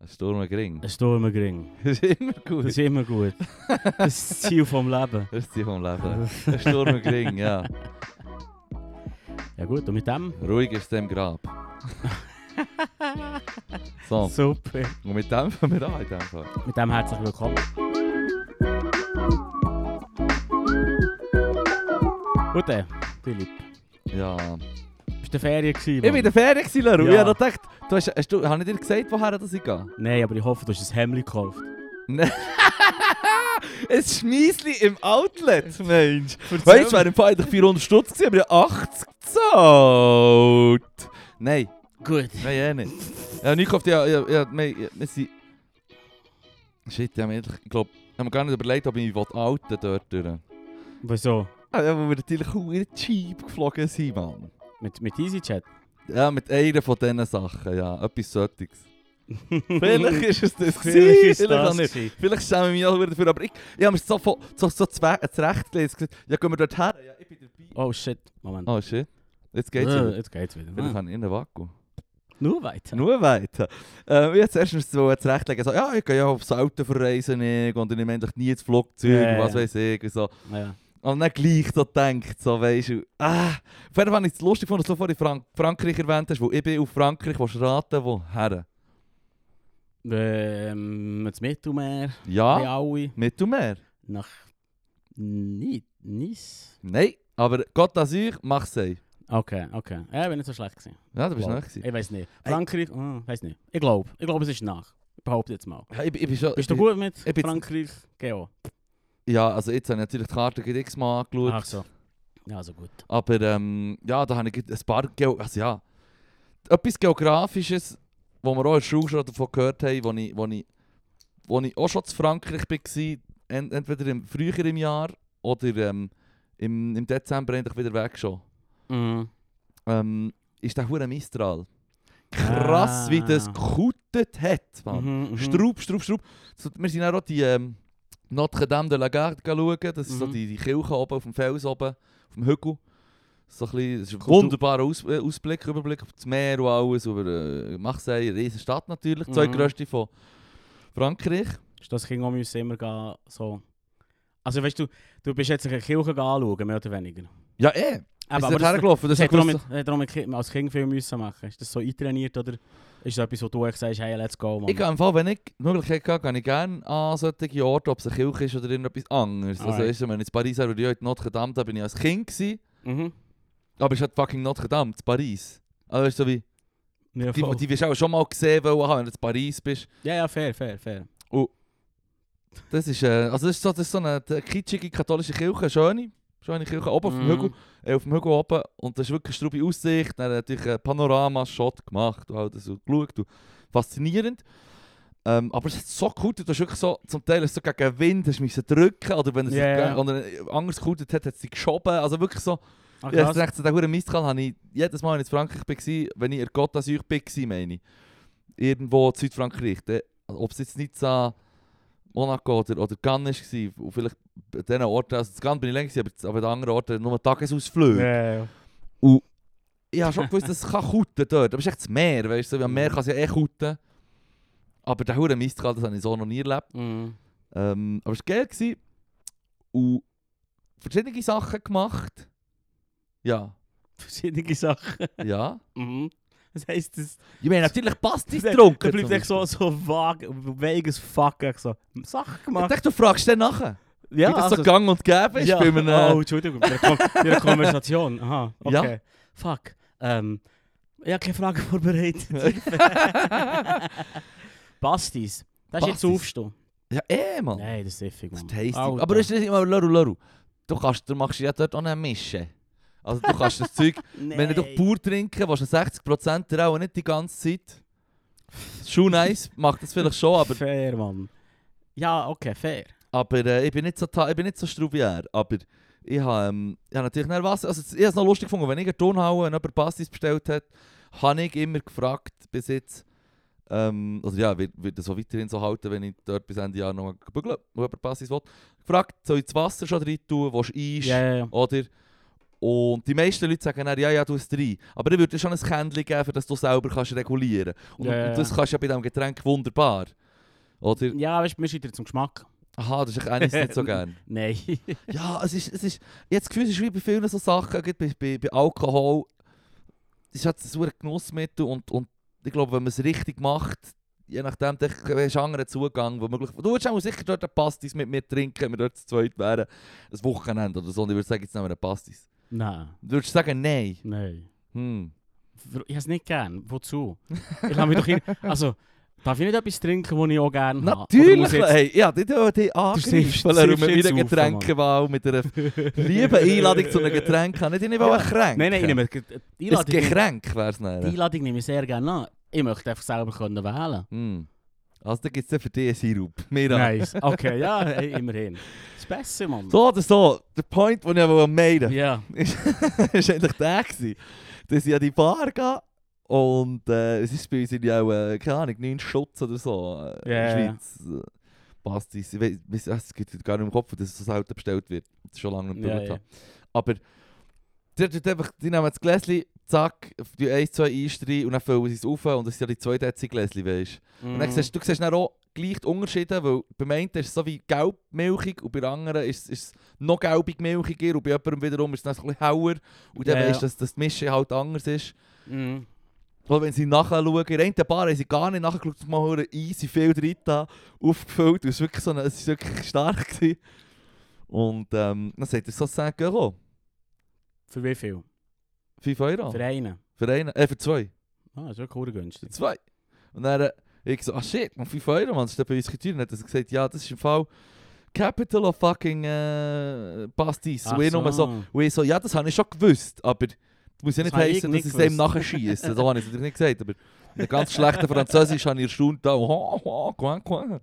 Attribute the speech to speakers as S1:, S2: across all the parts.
S1: Ein Sturm gering.
S2: Ein Sturm im Ring.
S1: Äh, Das ist immer gut.
S2: Das ist immer gut. Das ist das Ziel vom Leben.
S1: Das ist die vom Leben. Ein Sturm im Gring, ja.
S2: Ja gut, und mit dem?
S1: Ruhig ist dem Grab. So,
S2: Super.
S1: und mit dem fangen wir an in dem Fall.
S2: Mit dem herzlich willkommen. Gut, dann, Philipp.
S1: Ja.
S2: Bist du in der Ferien gewesen?
S1: Ich war in der Ferien, gewesen, Leru.
S2: Ja.
S1: Ich habe gedacht, du hast, hast du, habe ich dir gesagt, woher das ich gehe?
S2: Nein, aber ich hoffe, du hast ein Hemd gekauft.
S1: Ein Schmiesli im Outlet, Mensch. Weißt du, wäre im Fall eigentlich 400 Stutz gewesen, aber ich habe 80 gezahlt. Nein,
S2: Gut.
S1: nein, eh nicht. Ja, nicht gekauft, ja, ja, ja, nein, ja, wir sind... Shit, ja, ehrlich, ich glaube, ich habe mir gar nicht überlegt, ob ich mich outen dort durch.
S2: Wieso?
S1: Ah, ja, weil wir natürlich auch cheap geflogen sind, Mann.
S2: Mit, mit EasyChat?
S1: Ja, mit einer von diesen Sachen, ja. Etwas solches. Vielleicht ist es das
S2: Vielleicht
S1: gewesen,
S2: ist
S1: vielleicht auch
S2: das
S1: nicht.
S2: gewesen.
S1: Vielleicht schämen wir mich auch wieder dafür, aber ich, ich habe mir so, von, so, so zurecht gesagt, ja, gehen wir dort her. Ja, ich bin dabei.
S2: Oh shit, Moment. Äh,
S1: Oh shit, jetzt geht's wieder.
S2: Jetzt geht's wieder.
S1: Vielleicht
S2: Ah.
S1: habe ich in den Vakuum.
S2: Nur weiter.
S1: Nur weiter. Ähm, ich habe zuerst mir so zurechtlegen, so, ja, ich gehe ja aufs Auto verreisen ich, und ich nehme eigentlich nie das Flugzeug,
S2: Ja, ja,
S1: was
S2: ja.
S1: weiß ich. und So.
S2: Ja.
S1: Und dann gleich so denkt, so weisst du, ah, auf jeden Fall habe ich es lustig gefunden, dass du vorhin Frank Frankreich erwähnt hast, weil ich bin auf Frankreich, willst du raten, woher?
S2: Ähm, das Mittelmeer,
S1: Ja,
S2: ah. alle.
S1: Mittelmeer.
S2: Nach Ni- Nice.
S1: Nein, aber Gott d'Azur, Marseille.
S2: Okay, okay. Ja, ich bin nicht so schlecht gewesen.
S1: Ja, du bist
S2: Glaub.
S1: noch gewesen.
S2: Ich weiß nicht. Frankreich, oh, weiß nicht. Ich glaube, ich glaube, es ist nach. Ich behaupte jetzt mal.
S1: Ja, Ich, ich bin schon,
S2: Bist du gut mit
S1: ich bin-
S2: Frankreich? Geo.
S1: Ja, also jetzt habe ich natürlich die Karte gerade x-mal angeschaut.
S2: Ach so. Ja, so gut.
S1: Aber ähm, ja, da habe ich gerade ein paar, Geo also ja, etwas Geografisches, wo wir auch in der Schule schon davon gehört haben, wo ich, wo ich, wo ich auch schon zu Frankreich war, ent entweder im, früher im Jahr oder ähm, im, im Dezember endlich wieder weg schon,
S2: Mhm.
S1: ähm, ist der Hure Mistral. Krass,
S2: Ah.
S1: wie das gekutet hat, Mann.
S2: Mhm, mhm.
S1: Straub, Straub, Straub. So, wir sind dann auch die ähm, Notre Dame de la Garde schauen. Das ist so
S2: Mhm.
S1: die, die Kirche oben auf dem Fels oben, auf dem Hügel. So ein bisschen, das ist ein
S2: Kultur-
S1: wunderbarer Aus, äh, Ausblick, Überblick auf das Meer und alles, über äh, Marseille, eine riesen Stadt natürlich, die
S2: Mhm.
S1: zweitgrößte von Frankreich.
S2: Ist das Kind auch müssen immer gehen, so. Also weißt du, du bist jetzt eine Kirche anschauen, mehr oder weniger. Ah,
S1: Ja, eh.
S2: Aber,
S1: ist
S2: aber
S1: dort
S2: das,
S1: hergelaufen. Das
S2: das
S1: ist
S2: hat darum
S1: gewusst,
S2: mit, hat darum mit Kind, als Kind viel müssen machen. Ist das so eintrainiert oder ist das etwas, wo du echt sagst, hey, let's go, Mann?
S1: ich gehe im Fall, wenn ich die Möglichkeit habe, gehe ich gerne an solche Orte, ob es eine Kirche ist oder irgendetwas anderes. Also,
S2: Alright.
S1: ist, wenn ich in Paris habe, die Notre Dame, da bin ich als Oh, Kind gewesen,
S2: Mhm.
S1: aber es ist halt fucking Notre Dame, in Paris. Also, ist so Oh, wie...
S2: Ja,
S1: Die,
S2: voll.
S1: die wirst du auch schon mal gesehen wollen, haben, wenn du in Paris bist.
S2: ja, ja, fair, fair, fair.
S1: Das ist, äh, also das ist so, das ist so eine eine kitschige katholische Kirche, eine schöne, schöne Kirche, oben auf dem
S2: Mhm.
S1: Hügel, äh, auf dem Hügel oben. Und das ist wirklich eine strube Aussicht, dann hat natürlich ein Panorama-Shot gemacht und alles so geschaut. Und faszinierend. Ähm, aber es ist so cool, du hast wirklich so, zum Teil hast du so gegen den Wind hast du müssen drücken oder wenn es
S2: Ja,
S1: yeah.
S2: ja.
S1: oder anders gekutet hat, hat es dich geschoben. Also wirklich so,
S2: Ach,
S1: Ja,
S2: Ah, krass.
S1: ich dachte, der hure Mistral habe ich jedes Mal, wenn ich in Frankreich war, wenn ich in Côte d'Azur war, meine ich, irgendwo in Südfrankreich, dann- ob es jetzt Nizza, Monaco oder, oder Cannes war, und vielleicht an diesen Orten, also in Cannes bin ich länger, aber, aber an anderen Orten nur Tagesausflüge.
S2: Ja, ja.
S1: Ich habe schon gewusst, dass es kann kuten dort, aber es ist echt das Meer, weißt du, so, am Meer kann es ja eh kuten. Aber der hure Mistral, das habe ich so noch nie erlebt.
S2: Mhm.
S1: Ähm, aber es war geil. Gewesen. Und verschiedene Sachen gemacht. Ja,
S2: Verschiedene Sachen.
S1: ja.
S2: Mhm. Das heisst, das...
S1: Ich meine, natürlich passt es
S2: Da-
S1: getrunken.
S2: Da bleibt
S1: zum
S2: echt so, so vage, vages Fuck, echt so. Sachen
S1: Beispiel. Ich
S2: gemacht.
S1: dachte, du fragst dann nachher.
S2: Ja, also,
S1: wie das so gang und gäbe ist
S2: ja.
S1: bei einem...
S2: Oh, Entschuldigung, bei der Kon- bei der Konversation. Aha, okay. Fuck. Ähm, ich habe keine Frage vorbereitet. Bastis. Das ist jetzt
S1: Bastis.
S2: aufstehen.
S1: ja, eh, Mann.
S2: Nein, das ist effig,
S1: Das
S2: Mann.
S1: ist tasty.
S2: Alter.
S1: Aber das ist nicht immer Loru Loru. Du, kannst, du machst ja dort auch nicht mischen. Also du kannst das Zeug...
S2: Nein.
S1: Wenn du doch pur trinken willst, du 60% dir auch nicht die ganze Zeit. Schon nice, macht das vielleicht schon, aber,
S2: Fair, Mann. Ja, okay, fair.
S1: aber äh, ich bin nicht so, ta- ich bin nicht so strubiär. Aber ich habe ähm, ich habe natürlich nicht Wasser... Also ich habe es noch lustig gefunden, wenn ich eine Turnhalle und jemand Pastis bestellt hat, habe ich immer gefragt bis jetzt, ähm, also ja, wird, wird das so weiterhin so halten, wenn ich dort bis Ende Jahr noch bügle, wo jemand Pastis will, gefragt, soll ich das Wasser schon rein tun, was ist,
S2: Ja, ja, ja.
S1: oder? Und die meisten Leute sagen dann, ja, ja, du hast drei. Aber ich würde dir schon ein Kändchen geben, für das du selber kannst regulieren kannst. Und,
S2: Ja, ja,
S1: und das
S2: ja.
S1: kannst du ja bei diesem Getränk wunderbar. Oder?
S2: Ja, weißt du, mir schreibt er zum Geschmack.
S1: Aha, das ist eigentlich nicht so gern.
S2: Nein.
S1: Ja, es ist, es ist, ich habe das Gefühl, es ist wie bei vielen so Sachen, gerade bei, bei, bei Alkohol, es ist halt so ein Genussmittel und, und ich glaube, wenn man es richtig macht, je nachdem, dann hast du einen anderen Zugang, wo möglich, du würdest auch sicher dort eine Pastis mit mir trinken, wenn wir dort zu zweit wären, ein Wochenende oder so, und ich würde sagen, jetzt nehmen wir eine Pastis.
S2: nein,
S1: Du würdest sagen, nein.
S2: nein.
S1: Hm.
S2: Ich habe es nicht gern. Wozu? Ich lasse mich doch hin. Also, darf ich nicht etwas trinken, was ich auch gerne habe? Ah, Oder
S1: Natürlich!
S2: muss ich jetzt-
S1: Hey, ja, die tun die
S2: siehst- du
S1: angreifen, um
S2: siehst
S1: wieder
S2: jetzt auf,
S1: Getränkewahl mit einer lieben Einladung zu einem Getränk haben. Nicht, ich will
S2: Ja.
S1: ein Kränk.
S2: Nein, nein, ich nehme die die
S1: Ein
S2: Einladung. nehme-
S1: Getränk wäre es
S2: Die Einladung nehme ich sehr gerne an. Ich möchte einfach selber können wählen
S1: Mm. Also da gibt es ja für dich einen Sirup. Mir auch.
S2: Nice. Okay, ja, hey, immerhin. Das ist besser, Mann.
S1: So oder so, der Point, den ich aber meiden wollte,
S2: Ja.
S1: ist, ist eigentlich der gewesen, dass ich an die Bar gehe und äh, es ist bei uns irgendwie auch, äh, keine Ahnung, 9 Schutz oder so äh,
S2: Ja, ja, ja.
S1: in der Schweiz. Äh, Passt es. Ich weiss- weiss- es geht gar nicht im Kopf, dass es so selten bestellt wird. Das ist schon lange nicht
S2: Ja,
S1: probiert
S2: ja.
S1: habe. Aber die, die, einfach, die nehmen das Gläschen, zack, die 1, 2 einstreuen und dann füllen sie es auf und das sind ja die zwei Dezi Gläschen, weißt
S2: Mm.
S1: Und
S2: Mhm.
S1: dann siehst, du siehst dann auch gleich die Unterschiede, weil beim einen ist es so wie gelb-milchig und bei der anderen ist, ist es noch gelbig-milchiger und bei jemandem wiederum ist es dann so ein bisschen hauer und dann
S2: Ja, ja.
S1: weisst du, dass, dass die Mischung halt anders ist.
S2: Mhm.
S1: Weil wenn sie nachschauen, in einer Bar haben sie gar nicht nachgeschaut, dass man einen easy viel drin da aufgefüllt und es war wirklich, so eine, es ist wirklich stark. Gewesen. Und ähm, dann sagt er so 10 Euro,
S2: Für wie viel?
S1: 5 Euro,
S2: Für einen.
S1: für einen, äh für zwei.
S2: Ah, das ist wirklich
S1: für
S2: günstig.
S1: zwei. Und dann, äh, ich so, ah shit, man, 5 Euro, man, das ist dann bei uns geteuert. Und Dann hat er gesagt, ja, das ist im Fall Capital of fucking äh, Pastis. Und ich nur so,
S2: Ah,
S1: und ich so, ja, das habe ich schon gewusst, aber das muss ja nicht
S2: Das habe ich
S1: heißen, dass
S2: nicht
S1: ich es dem
S2: gewusst.
S1: nachher schiesse. So habe ich es natürlich nicht gesagt, aber in ganz schlechten Französisch habe ich erstaunt da. Oh, oh, coin, coin.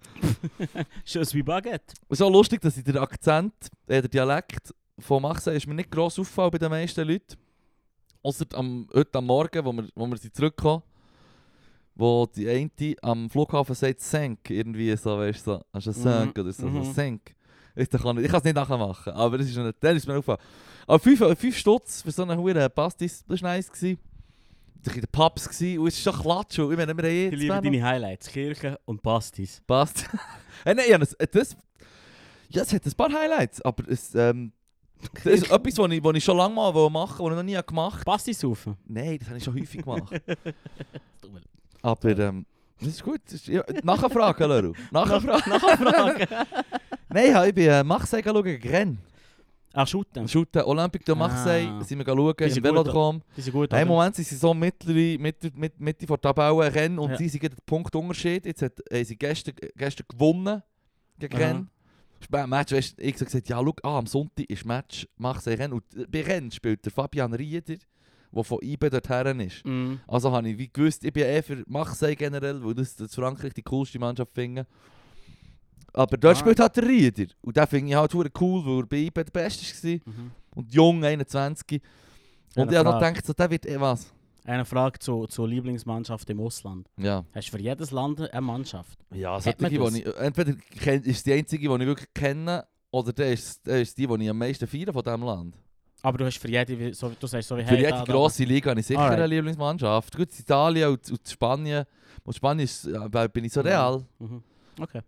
S2: Schönes wie Baguette.
S1: Und so lustig, dass ich der Akzent, äh, der Dialekt von Machsen ist mir nicht gross auffallen bei den meisten Leuten. Außer am, heute am Morgen, wo wir, wo wir sie zurückkommen, wo die eine am Flughafen sagt, Senk, irgendwie so, weißt du, so, hast du einen Senk
S2: Mhm,
S1: oder so,
S2: mhm.
S1: so Senk. Ich kann ich es nicht nachmachen, aber das ist, schon- dann ist mir aufgefallen. Aber 5 Stutz für so einen Huren Pastis, das war nice. Gewesen. Das war in den Pubs gewesen, und es ist schon klatsch. und Ich meine, wir haben eh
S2: Ich
S1: zwei
S2: liebe
S1: noch-
S2: deine Highlights. Kirche und Pastis.
S1: Passt. hey, nein, ja, das, das, ja, es hat ein paar Highlights, aber es, ähm, das ist etwas, was ich, was ich schon lange mal wollte machen wollte, was ich noch nie habe gemacht
S2: Pastis saufen.
S1: Nein, das habe ich schon häufig gemacht.
S2: Tut mir leid.
S1: Aber ähm, das ist gut. Das ist, ja, nachfragen, Leru. Nachfragen.
S2: Nachfrage.
S1: Nein, ja, ich bin äh, Marseille schauen, gegen Rennes.
S2: Ah, shooten.
S1: Shooten, Olympique de Marseille,
S2: Ah.
S1: sind wir schauen,
S2: Die sind
S1: im
S2: gut,
S1: Velodrom.
S2: Die sind gut.
S1: Hey,
S2: oder?
S1: Moment, sie sind so mittlere, Mitte, Mitte, Mitte vor der Tabelle Rennes und
S2: Ja.
S1: sie sind gerade den Punkt Unterschied. Jetzt hat, haben sie gestern, äh, gestern gewonnen gegen
S2: Aha.
S1: Rennes. Ist beim Match, weißt, ich habe gesagt, ja, schau, ah, am Sonntag ist Match, mach sie Rennes. Und äh, bei Rennes spielt der Fabian Rieder, der von IB dorthin ist.
S2: Mhm.
S1: Also habe ich wie gewusst, ich bin eh für Marseille generell, weil das, das Frankreich die coolste Mannschaft finde. Aber dort
S2: Ah.
S1: spielt halt der Rieder. Und den finde ich halt verdammt cool, weil er bei IB der Beste war.
S2: Mhm.
S1: Und jung, 21. Und
S2: Eine
S1: ich habe noch
S2: Frage.
S1: gedacht, so, der wird eh was.
S2: Eine Frage zu, zur Lieblingsmannschaft im Ausland.
S1: Ja.
S2: Hast du für jedes Land eine Mannschaft?
S1: Ja,
S2: Hat man
S1: solche,
S2: das?
S1: die ich, entweder kenn, ist die einzige, die ich wirklich kenne, oder der ist, der ist die, die ich am meisten feiere von diesem Land.
S2: Aber du hast für jede, wie- so, wie- du sagst so wie
S1: Für jede
S2: da, da, da.
S1: grosse Liga habe ich sicher eine
S2: Alright.
S1: Lieblingsmannschaft. Gut, in Italien und, und Spanien. Und Spanien ist, ja, weil bin ich so
S2: Mhm.
S1: real.
S2: Mhm. Okay.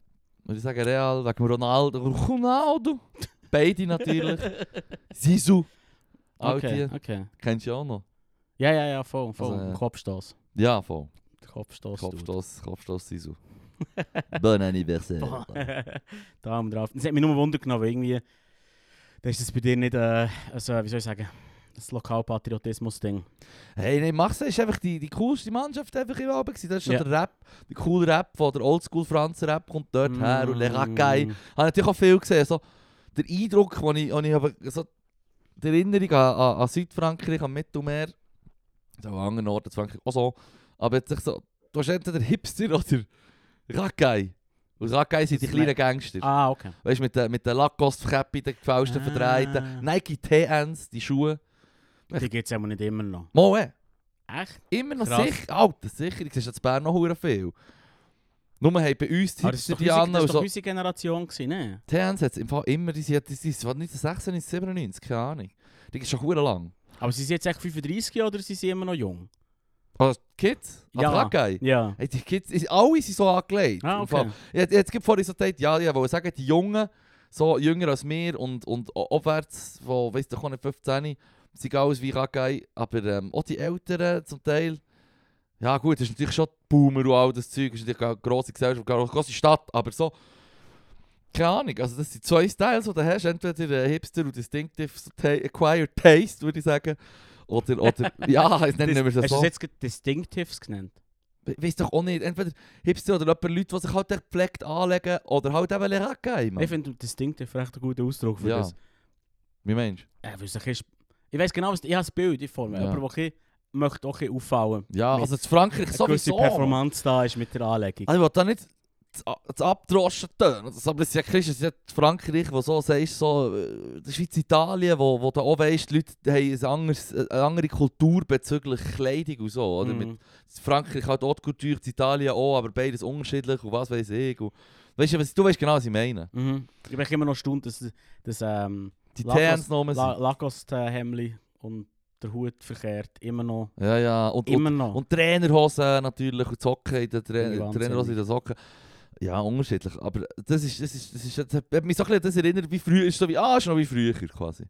S1: Würde ich sagen, real, wegen Ronaldo. Ronaldo! Beide natürlich. Sisu. All
S2: Okay,
S1: die
S2: okay.
S1: kennst du ja auch noch.
S2: Ja, ja, ja, voll, voll.
S1: Also, ja.
S2: Kopfstoß.
S1: Ja, voll.
S2: Kopfstoß. Kopfstoß.
S1: Kopfstoss, Kopfstoss Sisu. bon anniversaire.
S2: Daumen drauf. Das hat mich nur Wunder genommen, weil irgendwie... Da ist es bei dir nicht, äh, also, wie soll ich sagen, das Lokalpatriotismus-Ding.
S1: Hey, nee, Marseille ist einfach die, die coolste Mannschaft einfach im Abend. gewesen. Das ist schon
S2: Ja.
S1: der Rap, der coole Rap von der Oldschool Franz Rap kommt dort her und Le Racaille.
S2: Mm.
S1: Ich habe natürlich auch viel gesehen. So, der Eindruck, den ich, den ich habe, so die Erinnerung an, an, an Südfrankreich, am Mittelmeer, also an anderen Orten in Frankreich auch so. Aber jetzt nicht so, du hast entweder Hipster oder Racaille. Und Racaille sind die
S2: Das
S1: kleinen Gangster.
S2: Ah, okay.
S1: Weißt du, mit den, mit den Lacoste-Käppi, den gefälschten,
S2: Ah.
S1: verdrehten. Nike TNs, die Schuhe.
S2: Die gibt es aber nicht immer noch.
S1: Mal, eh.
S2: Echt?
S1: Immer noch
S2: Krass.
S1: sicher. Alter, sicher. Ich sehe jetzt in Bern noch hure viel. Nur haben bei uns die
S2: Aber das ist
S1: Hipster,
S2: doch,
S1: die
S2: unsere, das
S1: anderen.
S2: ist doch
S1: So,
S2: unsere Generation gewesen, ne?
S1: Tans hat es im Fall immer, die sind, die sind, was, 1996, keine Ahnung. Die gibt es schon verdammt lang.
S2: Aber sie sind jetzt echt 35 oder sind sie immer noch jung?
S1: Also, Kids?
S2: Ja.
S1: Ja. Hey,
S2: Ja.
S1: die Kids, ist- alle sind so angelegt.
S2: Ah,
S1: Im Fall.
S2: okay.
S1: Ja, Jetzt gibt vorhin so gesagt, ja, ja, weil sagen, die Jungen, so jünger als mir und, und a- abwärts von, weiss doch auch nicht, 15, sind alles wie Kackei, aber ähm, auch die Älteren zum Teil. Ja gut, das ist natürlich schon die Boomer und all das Zeug, das ist natürlich eine grosse Gesellschaft, eine grosse Stadt, aber so... Keine Ahnung, also das sind zwei Styles, die du hast, entweder äh, Hipster und Distinctive so ta Acquired Taste, würde ich sagen, oder, oder ja, jetzt nennen wir es so.
S2: Hast du es jetzt gerade Distinctives genannt?
S1: We- Weiss doch auch nicht, entweder Hipster oder jemand Leute, die sich halt echt gepflegt anlegen oder halt eben Rackei,
S2: Ich
S1: Mann.
S2: finde Distinctive recht einen guten Ausdruck für
S1: Ja.
S2: das.
S1: Wie meinst
S2: Äh, weil es ein bisschen- ich weiß genau, was ich habe das Bild vor mir,
S1: Ja.
S2: aber wo ich möchte auch ein bisschen auffallen.
S1: du? Ja,
S2: Mit-
S1: also in Frankreich
S2: Eine gewisse
S1: sowieso. Ah, Mann.
S2: Performance da ist mit der Anlegung.
S1: Also ich will da nicht das A- das Abdroschen tun. Also, Aber es ist ja Christ, es ist ja Frankreich, wo so sagst, so äh, die Schweiz, Italien, wo, wo du auch weisst, die Leute haben ein anderes, eine eh, andere Kultur bezüglich Kleidung und so. Oder? Mit
S2: Mhm.
S1: Frankreich hat auch die Kultur, in Italien auch, aber beides unterschiedlich und was weiß ich. Und, weißt du, was- du weißt genau, was ich meine.
S2: Mhm. Ich bin immer noch stunden, dass, dass ähm,
S1: Die
S2: Lacoste-
S1: Terns nochmal
S2: La
S1: sind.
S2: Lacoste-Hemli und der Hut verkehrt immer noch.
S1: Ja, ja. Und, und
S2: Immer noch.
S1: Und Trainerhosen natürlich und Socken in den Tra
S2: Bin ich wahnsinnig.
S1: Trainerhosen in den Socken. Ja, unterschiedlich. Aber das ist, das ist, das ist, das hat mich so ein bisschen an das erinnert, wie früher, ist so wie, ah, ist noch wie früher quasi.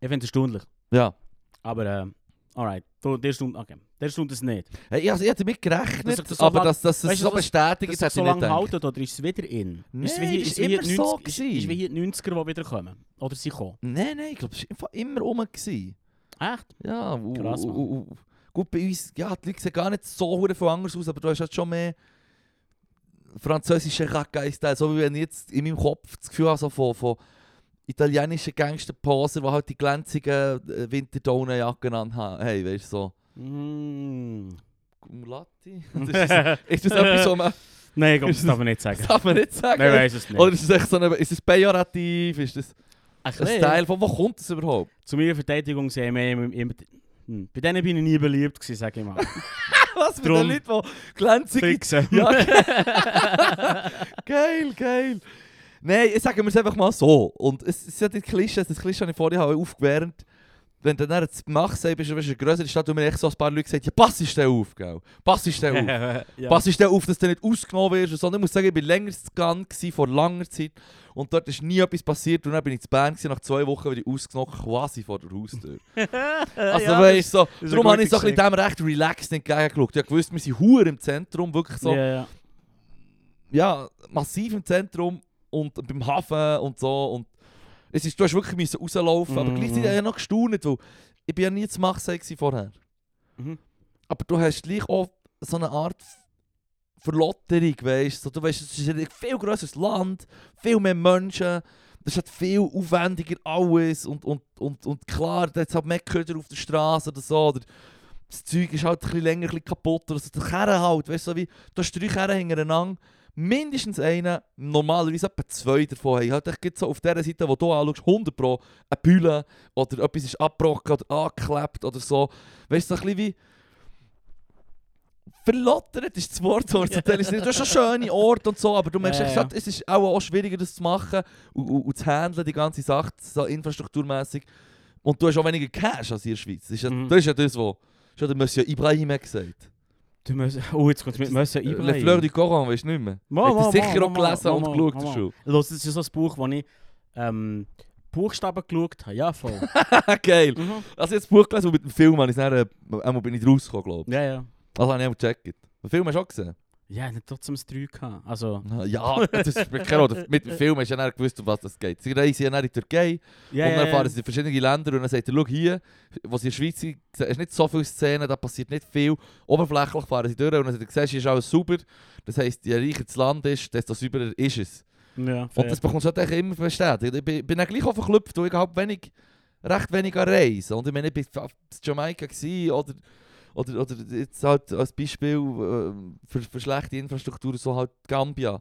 S2: ich finde es erstaunlich.
S1: Ja.
S2: Aber, ähm, alright, du, der stund, okay. der stund es nicht.
S1: Hey, ich, also, ich hätte damit gerechnet,
S2: Das- das-
S1: aber dass dass es
S2: weißt du,
S1: so
S2: das-
S1: bestätigt
S2: Das
S1: ist,
S2: hat
S1: hätte
S2: so halt-
S1: ich nicht
S2: lange
S1: gedacht.
S2: haltet oder ist es wieder in? es wie
S1: Nein,
S2: hier,
S1: das ist
S2: ist wie
S1: immer
S2: hier
S1: so
S2: 90 ist, ist wie hier die 90er, die wieder kommen? Oder sie kommen?
S1: Nein, nein, ich glaube, es war im Fall immer rum. Gewesen.
S2: Echt?
S1: Ja, u-
S2: Krass,
S1: u-
S2: Mann.
S1: u- u- gut, bei uns, ja, die Leute sehen gar nicht so verdammt viel anders aus, aber du hast halt schon mehr französischen Rackgeist, so wie wenn ich jetzt in meinem Kopf das Gefühl habe, so von, von italienischen Gangsterposer, die halt die glänzigen äh, Winterdonenjacken anhaben. Hey, weißt du, so
S2: Mm.
S1: Gumlatti? Das ist- Ist das etwas, was man,
S2: Nein, ich glaub, das
S1: Ist
S2: darf man nicht
S1: das
S2: sagen.
S1: darf man nicht sagen?
S2: Nein, weiß es nicht.
S1: Oder ist das echt so eine, ist das pejorativ? Ist das
S2: Ein
S1: ein
S2: bisschen.
S1: Style? Von wo kommt das überhaupt?
S2: Zu meiner Verteidigung sie haben immer, immer, hm, bei denen bin ich nie beliebt gewesen, sag ich mal.
S1: Was mit
S2: Drum-
S1: den Leuten, die glänzige
S2: Fixen.
S1: Ja, geil, geil. Nein, sagen wir es einfach mal so. Und es, es ist ja die Klischee, das Klischee habe ich vorhin auch aufgewärmt. Wenn du dann jetzt machst, bist du bist eine größere Stadt, wo mir echt so ein paar Leute gesagt ja, pass ist der auf, gell? Pass ist der auf.
S2: ja.
S1: Pass ist der auf, dass du nicht ausgenommen wirst. und so. Und ich muss sagen, ich war länger gegangen, gewesen, vor langer Zeit. Und dort ist nie etwas passiert. Und dann bin ich in Bern, gewesen, nach zwei Wochen wieder ausgenommen, quasi vor der Haustür. Also
S2: ja, dus-
S1: weißt du,
S2: das
S1: so,
S2: ist
S1: darum
S2: eine
S1: habe ich so ein
S2: gute
S1: bisschen dem recht relaxed entgegengeschaut. Ich wusste, wir sind hure im Zentrum, wirklich so
S2: Ja, ja.
S1: ja, massiv im Zentrum und beim Hafen und so. Und es ist, du hast wirklich müssen rauslaufen, aber
S2: Mhm.
S1: gleichzeitig habe ich noch gestaunt, weil ich bin ja nie zu Machsee gewesen vorher.
S2: Mhm.
S1: Aber du hast gleich auch so eine Art Verlotterung, weißt du. Du weißt, es ist ein viel grösseres Land, viel mehr Menschen, das ist halt viel aufwendiger alles und, und, und, und klar, da hat halt mehr Köder auf der Straße oder so. Oder das Zeug ist halt ein bisschen länger ein bisschen kaputt oder so. Der Kern halt, weißt du, so wie, du hast drei Kerne hintereinander, mindestens einen, normalerweise etwa zwei davon haben. Halt echt gerade so auf dieser Seite, wo du anschaust, 100 pro, eine Bühne oder etwas ist abgebrochen oder angeklebt oder so. Weißt du, so ein bisschen wie... Verlottert ist das Wort heutzutage. Du hast schon schöne Orte und so, aber du merkst,
S2: Ja,
S1: echt,
S2: ja.
S1: es ist auch, auch schwieriger, das zu machen und, und, und zu handeln, die ganze Sache, so infrastrukturmässig. Und du hast auch weniger Cash als in der Schweiz. Das ist ja,
S2: Mhm.
S1: das, ist ja das, was schon der Monsieur Ibrahim hat gesagt
S2: Du musst, oh, jetzt kommt mit Mössen
S1: Le Fleur du Coran, weißt du nicht mehr?
S2: Mo,
S1: Hätte ich
S2: mo,
S1: sicher
S2: mo,
S1: auch
S2: mo,
S1: gelesen
S2: mo,
S1: und
S2: mo,
S1: geschaut in
S2: mo,
S1: der
S2: mo.
S1: Schule.
S2: Los, das ist so ein Buch, wo ich ähm, Buchstaben geschaut habe. Ja, voll.
S1: Ah, Geil!
S2: mhm.
S1: Also jetzt das Buch gelesen und mit dem Film habe ich es dann, äh, einmal bin ich rausgekommen, glaube ich.
S2: Ja, ja.
S1: Also habe ich auch gecheckt. Den Film hast du auch gesehen?
S2: Ja, nicht trotzdem das 3 gehabt. Also,
S1: Ja, das ist keine Ahnung. Mit dem Film hast du ja dann gewusst, um was das geht. Sie reisen ja dann in die Türkei
S2: ja,
S1: und dann
S2: ja,
S1: fahren
S2: ja.
S1: sie in verschiedene Länder und dann sagt er, schau hier, was in der Schweiz sind, ist nicht so viele Szenen, da passiert nicht viel. Oberflächlich fahren sie durch und dann sagt er, siehst du, hier ist alles sauber. Das heisst, je reicher das Land ist, desto sauberer ist es.
S2: ja fair.
S1: Und das bekommst du halt eigentlich immer bestätigt. Ich bin, bin dann gleich auch verklüpft, weil ich halt wenig, recht wenig an Reisen. Und ich meine, ich war auf Jamaika gewesen, oder, oder, oder jetzt halt als Beispiel ähm, für, für schlechte Infrastruktur so halt Gambia. Das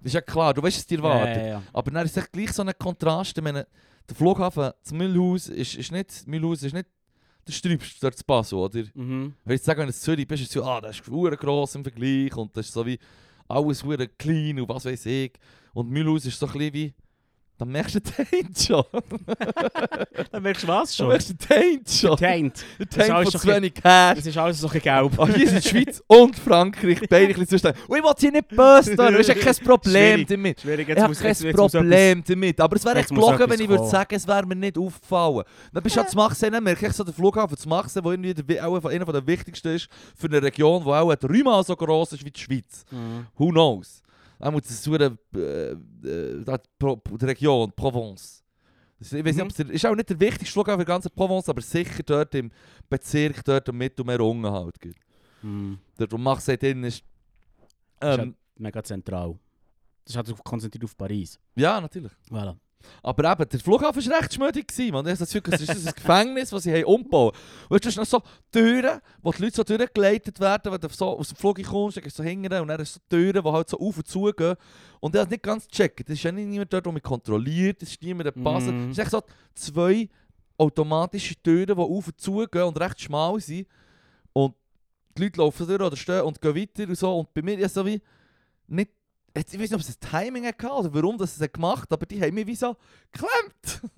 S1: ist Dus ja klar, du weißt, was dir
S2: ja,
S1: wartet.
S2: ja, ja.
S1: Aber dann ist es gleich so ein Kontrast. Ich meine, der Flughafen, das Müllhaus ist, ist nicht, Müllhaus ist nicht der Sträubste dort zu Basel, oder?
S2: Mhm.
S1: Wenn ich jetzt sage, wenn du in Zürich bist, ist es so, ah, das ist verdammt gross im Vergleich und das ist so wie alles verdammt clean und was weiß ich. Und Mühlhaus ist so ein bisschen wie, Dann merkst du den Taint schon.
S2: Dann merkst du was
S1: Dann
S2: schon.
S1: merkst du den Taint schon.
S2: Taint.
S1: Der
S2: Das ist
S1: Taint
S2: alles
S1: von zu
S2: so ein
S1: wenig Cash.
S2: Es ist alles so ein bisschen gelb.
S1: Also hier sind die Schweiz und Frankreich beide ein bisschen zuständig. Und ich will hier nicht böse tun, das ist ja kein Problem
S2: Schwierig.
S1: damit.
S2: Schwierig,
S1: Ich
S2: jetzt
S1: habe
S2: muss
S1: kein
S2: jetzt, jetzt muss
S1: Problem damit. Aber es wäre
S2: Jetzt
S1: echt
S2: muss
S1: gelogen,
S2: etwas
S1: wenn ich würde
S2: kommen.
S1: sagen, es wäre mir nicht auffallen. Dann bist du ja zu Machsee, dann merke ich so den Flughafen zu Machsee, wo irgendwie der, wi- auch einer der wichtigsten ist für eine Region, die auch dreimal so gross ist wie die Schweiz.
S2: etwas- Mhm.
S1: Who knows? Er muss es suchen, äh, äh, da- Pro- die Region, Provence. Das- Ich weiß nicht,
S2: Mhm.
S1: ob es der, ist auch nicht der wichtigste Flughafen der ganzen Provence, aber sicher dort im Bezirk, dort am Mittelmeer unten halt. gell.
S2: Mhm.
S1: Dort, wo Marseille drin ist.
S2: Ist
S1: Ähm,
S2: Mega zentral. Das hat sich konzentriert auf Paris.
S1: ja, natürlich.
S2: Voilà.
S1: Aber eben, der Flughafen war recht schmüdig. gewesen, Mann. Ich hab das Gefühl, das ist ein Gefängnis, das sie haben umgebaut haben. Weißt du, das ist noch so Türen, wo die Leute so durchgeleitet werden, wenn du so aus dem Flug kommst, dann gehst du so hinten und dann ist so Türen, die halt so auf und zu gehen. Und ich habe nicht ganz gecheckt. Es ist ja nicht niemand dort, der mich kontrolliert, es ist niemand, der passt.
S2: Mhm.
S1: Es sind echt so zwei automatische Türen, die auf und zu gehen und recht schmal sind. Und die Leute laufen durch oder stehen und gehen weiter und so. Und bei mir ist so wie nicht. Jetzt, ich weiß nicht, ob es ein Timing hatte oder warum das es hat gemacht hat, aber die haben mich wie so geklemmt.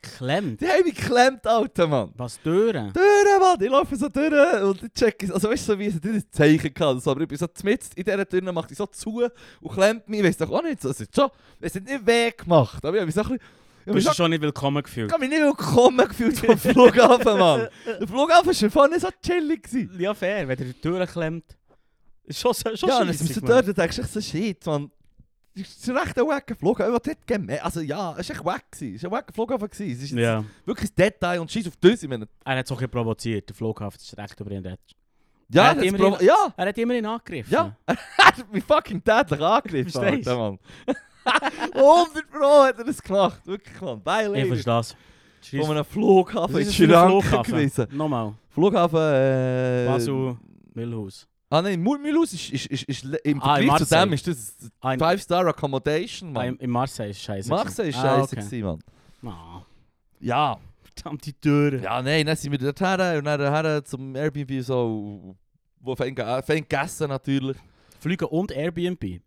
S2: Klemmt.
S1: Die haben mich geklemmt, Alter, Mann.
S2: Was Türen?
S1: Türen, Mann, ich laufe so durch und ich check es. Also weißt du, so wie es ein Zeichen kann, also, aber ich bin so mitten in dieser Tür, mache ich so zu und klemmt mich. Ich weiß doch auch nicht, so, es hat schon, es hat nicht weh gemacht, aber ich habe mich so ein bisschen, ich
S2: Du
S1: habe mich
S2: bist
S1: so,
S2: ja schon nicht willkommen gefühlt.
S1: ich habe mich nicht willkommen gefühlt vom Flughafen, Mann. Der Flughafen war schon vorne so chillig. Gewesen.
S2: Ja, fair, wenn der Türen klemmt. Ist Schon, schon
S1: Ja, und dann
S2: scheissig,
S1: bist du
S2: Mann.
S1: dort und denkst echt so, shit, Mann. Es ist recht ein wacker Flughafen, ich will nicht gerne mehr. Also ja, es war echt wack. gewesen. Es war ein wacker Flughafen. gewesen. Es ist jetzt
S2: Ja.
S1: wirklich ein Detail und scheiß auf das. Ich meine,
S2: Er hat es auch ein bisschen provoziert, der Flughafen, das ist recht über ihn redet.
S1: ja,
S2: Er hat
S1: das
S2: immerhin-
S1: Pro- ja.
S2: Er hat immerhin angegriffen.
S1: Ja, er hat mich fucking tätlich angegriffen,
S2: Verstehst
S1: Alter, Mann. 100 Pro hat er das gemacht, wirklich, Mann.
S2: Ich
S1: Violated.
S2: verstehe es.
S1: Von einem Flughafen in Sri Lanka gewesen.
S2: Nochmal.
S1: Flughafen, äh...
S2: Basel, Milhaus.
S1: Ah nein, Mul- Mulhouse ist, ist, ist, ist le- im
S2: Ah, in
S1: Vergleich zu
S2: Marseille.
S1: dem ist das
S2: Ah, in,
S1: 5-Star-Accommodation,
S2: ah, in,
S1: Mann.
S2: in Marseille ist scheiße.
S1: Marseille ist
S2: gewesen.
S1: scheiße,
S2: Ah, okay.
S1: gewesen, Mann.
S2: Ah,
S1: Ja.
S2: verdammte Türen.
S1: Ja, nein, dann sind wir dort her und dann her zum Airbnb und so... Wo fängt äh, fängt gegessen natürlich.
S2: Flüge und Airbnb.
S1: Ich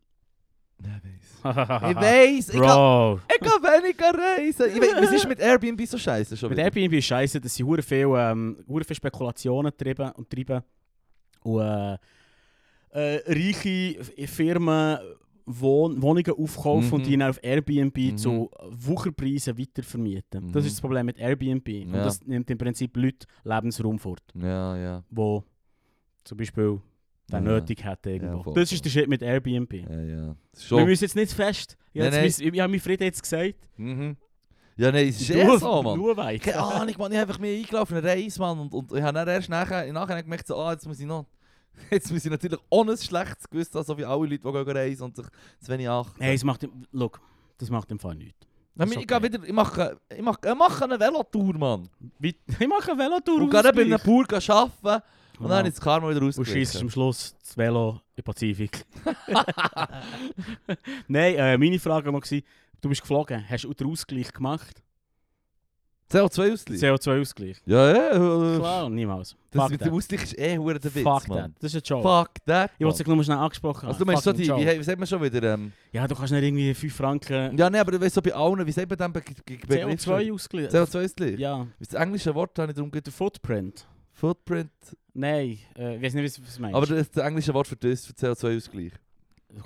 S1: weiss, ich kann...
S2: Bro.
S1: Ich kann weniger reisen. Ich weiss, was ist mit Airbnb so scheiße schon
S2: Mit
S1: wieder?
S2: Airbnb ist scheiße, dass sie hure viel, ähm, hure viel Spekulationen treiben und treiben. Und äh, äh, reiche F- Firmen Wohn Wohnungen aufkaufen
S1: Mhm.
S2: und die dann auf Airbnb
S1: Mhm.
S2: zu Wucherpreisen weitervermieten. Das
S1: Mhm.
S2: ist das Problem mit Airbnb. Und
S1: Ja.
S2: das nimmt im Prinzip Leute Lebensraum fort,
S1: Ja, ja.
S2: wo zum Beispiel der
S1: Ja.
S2: nötig hat irgendwo.
S1: Ja, voll,
S2: das
S1: voll.
S2: ist der Shit mit Airbnb.
S1: Ja, ja.
S2: Wir
S1: Schon.
S2: müssen jetzt nicht fest. Ich
S1: Nein,
S2: habe jetzt mein- ich habe meinen Frieden jetzt gesagt.
S1: Mhm. Ja, nein, es ist eh
S2: Nur-
S1: so, Mann.
S2: nur weit.
S1: Keine Ahnung, Mann. Ich habe einfach mir eingelaufen auf eine Reise, Mann. Und, und ich habe dann erst nachher, nachher gemerkt, so, ah, jetzt muss ich noch... Jetzt muss ich natürlich ohne ein schlechtes Gewissen haben, so wie alle Leute, die gehen reisen und sich zu wenig achten.
S2: Hey, es macht, im- look, das macht im Fall nichts.
S1: Nein,
S2: ist
S1: ich,
S2: okay.
S1: gehe wieder, ich mache, ich mache, ich mache eine Velotour, Mann.
S2: Wie, ich mache eine Velotour
S1: Und gehe dann bei einem
S2: Ausgleich.
S1: Bauer arbeiten und dann
S2: Genau.
S1: ins Karma wieder
S2: Und schießt
S1: rausgeglichen.
S2: am Schluss das Velo in den Pazifik. Nein, äh, meine Frage war, du bist geflogen, hast du den Ausgleich gemacht?
S1: CO2 ausgleichen
S2: CO2-Ausgleich?
S1: Ja, ja. äh,
S2: Klar, niemals.
S1: Das
S2: Fuck
S1: mit dem
S2: that.
S1: Ausgleich ist eh hure der Witz,
S2: Fuck that. Oh.
S1: Mann.
S2: Das ist ein Job.
S1: Fuck that.
S2: Ich
S1: Mann.
S2: wollte es nur schnell angesprochen
S1: Also
S2: haben.
S1: du meinst so
S2: Ah, Fucking
S1: die,
S2: Job.
S1: wie, wie sagt man schon wieder? Ähm,
S2: Ja, du kannst nicht irgendwie 5 Franken
S1: ja, nein, aber weißt du, bei allen, wie sagt man den Be Be Begriff?
S2: CO2-Ausgleich.
S1: CO2 ist gleich.
S2: Ja,
S1: Das englische Wort habe ich darum geht
S2: der Footprint.
S1: Footprint.
S2: Nein, äh, ich weiß nicht, was- was du meinst.
S1: Aber das, das englische Wort für das, für CO2-Ausgleich.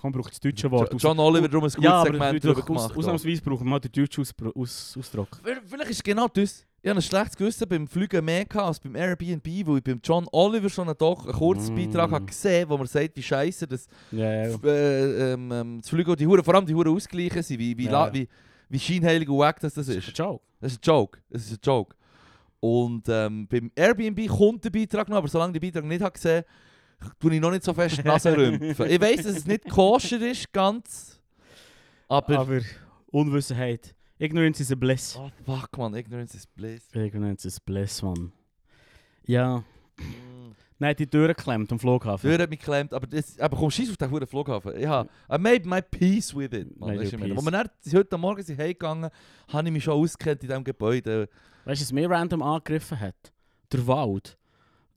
S2: Komm, braucht das deutsche Wort.
S1: Jo- John Oliver darum ein gutes
S2: ja, aber
S1: Segment
S2: wir-
S1: drüber
S2: aus-
S1: gemacht. Aus,
S2: Ausnahmsweise brauchen wir mal den deutschen Ausbr- Aus- Ausdruck.
S1: Vielleicht ist genau das. Ich habe ein schlechtes Gewissen beim Fliegen mehr gehabt als beim Airbnb, weil ich beim John Oliver schon einen, Doc, einen kurzen
S2: Mm.
S1: Beitrag habe gesehen wo man sagt, wie scheiße das
S2: Ja, ja.
S1: F- äh, ähm, ähm, das Flüge und die Huren, vor allem die Huren ausgleichen sind, wie, wie,
S2: Ja,
S1: la-
S2: ja.
S1: wie, wie scheinheilig und wack das, das ist.
S2: Ciao.
S1: Das ist ein Joke. Das ist ein Joke. Und ähm, beim Airbnb kommt der Beitrag noch, aber solange ich den Beitrag nicht habe gesehen tue ich noch nicht so fest die Nase rümpfen. ich weiss, dass es nicht koscher ist, ganz.
S2: Aber,
S1: Aber.
S2: Unwissenheit. Ignorance is a bliss.
S1: oh, fuck, man, Ignorance is bliss.
S2: Ignorance is bliss, Mann. Ja.
S1: Mm.
S2: Nein, die Türen geklemmt am Flughafen.
S1: Dürr hat mich geklemmt, aber, das, aber komm, scheiß auf den verdammten Flughafen. Ich habe, I made my peace with it. Man,
S2: Made
S1: weißt du,
S2: your
S1: ich meine,
S2: peace.
S1: Als wir dann, heute Morgen sind heimgegangen, habe ich mich schon ausgekennt in diesem Gebäude.
S2: Weißt du, was mir random angegriffen hat? Der Wald.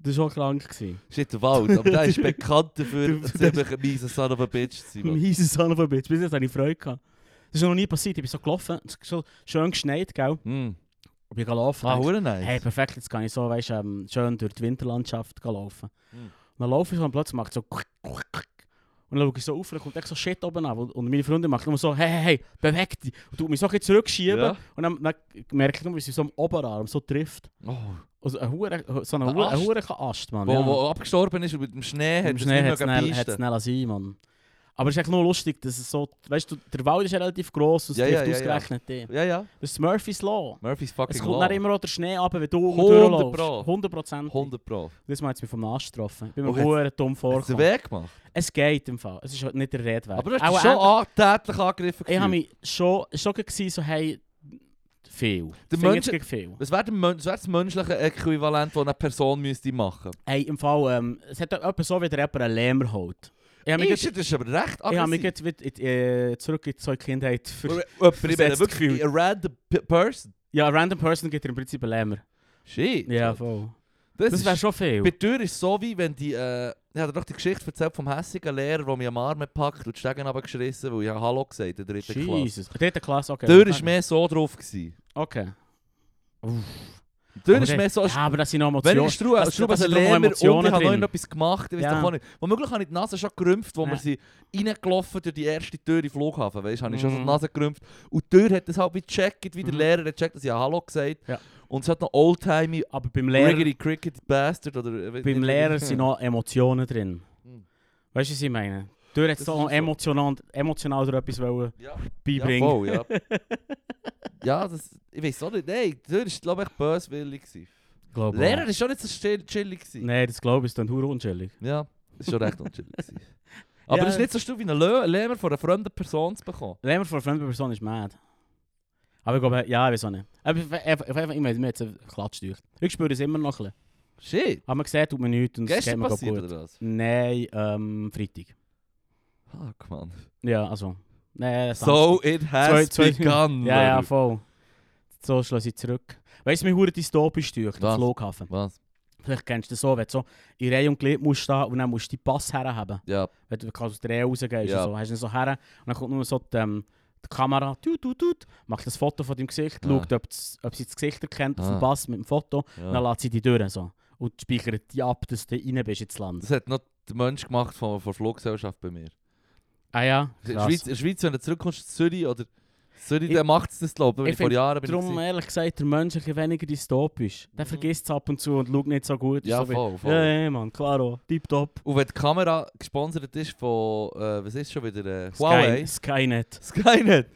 S2: Das war schon krank. gewesen.
S1: Shit, der Wald, aber der ist bekannt dafür,
S2: Du-
S1: ziemlich ein mieser Son of a Bitch zu sein.
S2: Ein heißes Son of a Bitch. Bis jetzt hatte ich Freude. Gehabt. Das ist noch nie passiert. Ich bin so gelaufen, es ist so schön geschneit, gell?
S1: Hm.
S2: Ich bin gelaufen.
S1: Ah,
S2: denk-
S1: hure nice.
S2: Hey, perfekt, jetzt kann ich so weißt, ähm, schön durch die Winterlandschaft gehen laufen.
S1: Mhm.
S2: Und dann laufe ich so und plötzlich macht es so quick, quick, quick. und dann schaue ich so auf und dann kommt echt so Shit oben an. Und und meine Freundin macht immer so, hey, hey, hey, beweg dich. Und tut mich so ein bisschen zurückschieben.
S1: Ja.
S2: Und dann, dann merke ich nur, wie sie so am Oberarm so trifft.
S1: Oh,
S2: Also ein hure, so ein
S1: Ein
S2: hure, ein
S1: Ast?
S2: hure Ast, Mann.
S1: wo,
S2: ja.
S1: wo abgestorben ist und mit dem Schnee hat
S2: Im
S1: es
S2: Schnee
S1: nicht
S2: hat's
S1: mehr
S2: schnell, hat's
S1: gepistet.
S2: schnell sein, Mann. Aber es ist echt nur lustig, dass es so, weißt du, der Wald ist ja relativ gross und es
S1: Ja, ja,
S2: trifft
S1: ja, ja.
S2: ausgerechnet dich.
S1: Ja, ja.
S2: Das ist Murphy's Law.
S1: Murphy's fucking
S2: Es kommt
S1: Law.
S2: dann immer auch der Schnee ab, wenn du
S1: 100
S2: durchläufst.
S1: Pro.
S2: 100 Prozent.
S1: 100 Pro.
S2: Das mal jetzt mich vom Arsch getroffen. Ich bin
S1: Oh,
S2: mir
S1: hat's-
S2: verdammt dumm
S1: Hast du den
S2: vorgekommen.
S1: Weg gemacht?
S2: Es geht im Fall. Es ist nicht der Rede wert.
S1: Aber du hast dich
S2: Auch
S1: schon
S2: ein-
S1: an, tätlich angegriffen
S2: Ich
S1: gefühlt.
S2: habe mich schon, schon gewesen, so, hey, viel.
S1: Der
S2: Finger
S1: Mensch-
S2: gegen viel.
S1: Was wäre der Mön- was wär das menschliche Äquivalent, das eine Person müsste machen
S2: Hey, im Fall, ähm, es hat etwa so, wie der Rapper einen Lämmer holt. Ich habe mich
S1: müsste? Ist,
S2: grad-
S1: das ist aber dus recht
S2: ich habe mich
S1: aggressiv.
S2: grad wieder in die- äh, zurück in die Kindheit ver
S1: Oder jemand, ich
S2: versetzt
S1: bin wirklich
S2: gefühlt.
S1: a random p- person.
S2: Ja, een random person gibt dir im Prinzip einen Lämmer.
S1: Shit.
S2: Ja, dus voll.
S1: Das,
S2: Das
S1: ist-
S2: wäre schon
S1: Bei
S2: viel.
S1: dir ist es so wie wenn die, äh, ich habe dir doch die Geschichte erzählt vom hässigen Lehrer, der mich am Arm gepackt und die Stegen runtergeschissen, weil ich habe Hallo gesagt in der dritten Klasse.
S2: Jesus. Dritte Klasse, okay.
S1: Dort war mehr so drauf. Gewesen.
S2: Okay.
S1: Dort
S2: Aber
S1: ist mehr so...
S2: Ja, aber das sind noch
S1: Wenn
S2: Emotionen.
S1: ich Strube
S2: das-
S1: als Strube als
S2: das Also, sind doch noch
S1: Lehrer und ich habe
S2: Emotionen
S1: noch
S2: drin.
S1: etwas gemacht, ich weiß
S2: Ja.
S1: doch auch nicht. Womöglich habe ich die Nase schon gerümpft, wo
S2: Ja.
S1: wir sind reingelaufen durch die erste Tür im Flughafen, weißt du, habe ich schon so die
S2: Mhm.
S1: Nase gerümpft. Und die Tür hat das halt wie gecheckt, wie der
S2: Mhm.
S1: Lehrer hat gecheckt, dass ich Hallo gesagt
S2: Ja.
S1: Und es hat noch Oldtimey
S2: Aber beim Lehrer,
S1: Riggedy Cricket Bastard oder... äh, weiss
S2: beim
S1: nicht,
S2: Lehrer
S1: wie-
S2: sind noch Emotionen drin.
S1: Mhm.
S2: Weißt du, was ich meine? Du hättest
S1: Das
S2: so
S1: ist
S2: noch
S1: so.
S2: emotional, emotional dir etwas wollen
S1: Ja. Ja,
S2: beibringen
S1: voll, ja. ja, das... Ich weiß auch nicht, nein, die Tür war glaube ich böswillig. gewesen.
S2: Glaub auch.
S1: Lehrer war schon nicht so chill- chillig. gewesen.
S2: Nee, das glaube ich, ist dann hure unschuldig.
S1: Ja, das war schon recht unchillig. gewesen. Aber
S2: Ja.
S1: es ist nicht so schlimm, wie einen Lö- Lehrer von einer fremden Person zu bekommen.
S2: Lämmer von einer fremden Person ist mad. Aber ich glaube, ja, ich weiß auch nicht. Aber auf jeden Fall, ich meine, mir jetzt einen Klatsch durch. Ich spüre es dus immer noch ein bisschen.
S1: Shit.
S2: Aber man sieht, tut mir nichts und es geht
S1: Gestern
S2: mir
S1: passiert
S2: gut.
S1: oder was?
S2: Nein, ähm, Freitag.
S1: Fuck, man.
S2: Ja, also. Nein,
S1: So it has
S2: Zwei- zwei-
S1: begun.
S2: Ja, ja,
S1: Leute.
S2: voll. So schlosse ich zurück. Weißt du, mir hure dystopisch durch den
S1: Was?
S2: Flughafen.
S1: Was?
S2: Vielleicht kennst du das so, wenn du so in Reihe und Glied musst stehen und dann musst du deinen Pass herhaben.
S1: Ja.
S2: Wenn du kannst aus der Reihe rausgehst
S1: Ja.
S2: und so, hast du ihn so her und dann kommt nur so die, ähm, die Kamera, tut, tut, tut, macht ein Foto von deinem Gesicht,
S1: Ah.
S2: schaut, ob, das- ob sie das Gesicht erkennt auf
S1: Ah.
S2: dem Pass mit dem Foto, dann
S1: ja.
S2: lässt sie dich durch so. Und speichert dich ab, dass du rein bist ins Land.
S1: Das hat noch der Mensch gemacht von von der Fluggesellschaft bei mir.
S2: Ah ja,
S1: In der
S2: krass.
S1: Schweiz, in der Schweiz, wenn du zurückkommst zu Zürich oder Zürich,
S2: Ich-
S1: dann macht es das, glaube ich.
S2: ich
S1: Ich vor
S2: find
S1: Jahren bin ich
S2: Darum
S1: gewesen.
S2: ehrlich gesagt, der Mensch ist ein bisschen weniger dystopisch. Der
S1: Mhm.
S2: vergisst es ab und zu und schaut nicht so gut. Ist
S1: Ja,
S2: so wie-
S1: voll, voll.
S2: Ja, ja, Mann, klaro, tipptopp.
S1: Und wenn die Kamera gesponsert ist von, äh, was ist schon wieder, äh,
S2: Sky-
S1: Huawei.
S2: Skynet.
S1: Skynet.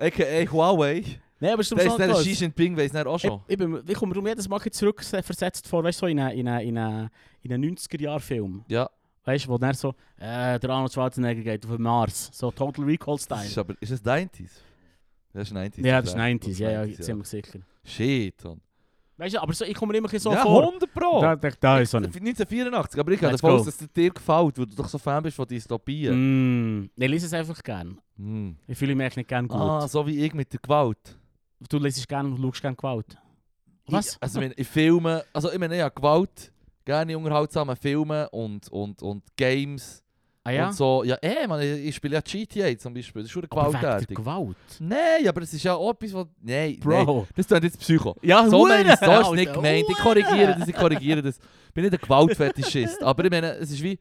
S1: A.k.a. Huawei.
S2: Nein, aber es ist
S1: Der ist
S2: darum
S1: der
S2: so
S1: Xi Jinping, weiss nicht auch
S2: ich,
S1: schon.
S2: ich, bin, ich komme darum jedes Mal ein bisschen zurück versetzt vor, weißt du, so in einen in eine, in eine, in einen 90er-Jahr-Film.
S1: Ja,
S2: Weißt du, wo dann so, äh, der Arnold Schwarzenegger geht auf den Mars. So Total
S1: das
S2: Recall-Style.
S1: ist aber, ist das 90s? Das ist 90s.
S2: Ja, das ist
S1: vielleicht.
S2: 90s, ja, ja,
S1: ja.
S2: ziemlich sicher.
S1: Shit, Mann.
S2: Weißt du, aber so, ich komme mir immer ein bisschen so
S1: ja,
S2: vor.
S1: 100 Pro.
S2: Da, da, da ist so eine.
S1: 1984, aber ich gehe
S2: oh, Let's
S1: davon aus,
S2: go.
S1: dass es dir gefällt, weil du doch so Fan bist von Dystopien.
S2: Mm, ich lese es einfach gern.
S1: Mm.
S2: Ich fühle mich eigentlich gern gut.
S1: Ah, so wie ich mit der Gewalt.
S2: Du lesest gern und schaust gern Gewalt. Was?
S1: Ich, also ich meine, in Filmen, also ich meine ja, Gewalt, gerne unterhaltsame Filme und, und, und Games
S2: Ah ja?
S1: und so. Ja, eh, man, ich, ich spiele ja GTA zum Beispiel, das ist schon
S2: Aber wegen der
S1: gewalttätig.
S2: Gewalt.
S1: Nein, aber es ist ja auch etwas, was... Nein, nein,
S2: Bro.
S1: das klingt jetzt Psycho.
S2: Ja,
S1: So
S2: hure,
S1: meine ich, so ist es nicht
S2: Alter,
S1: gemeint. Ich
S2: hure.
S1: korrigiere das, ich korrigiere das. Ich bin nicht ein Gewaltfetischist, aber ich meine, es ist wie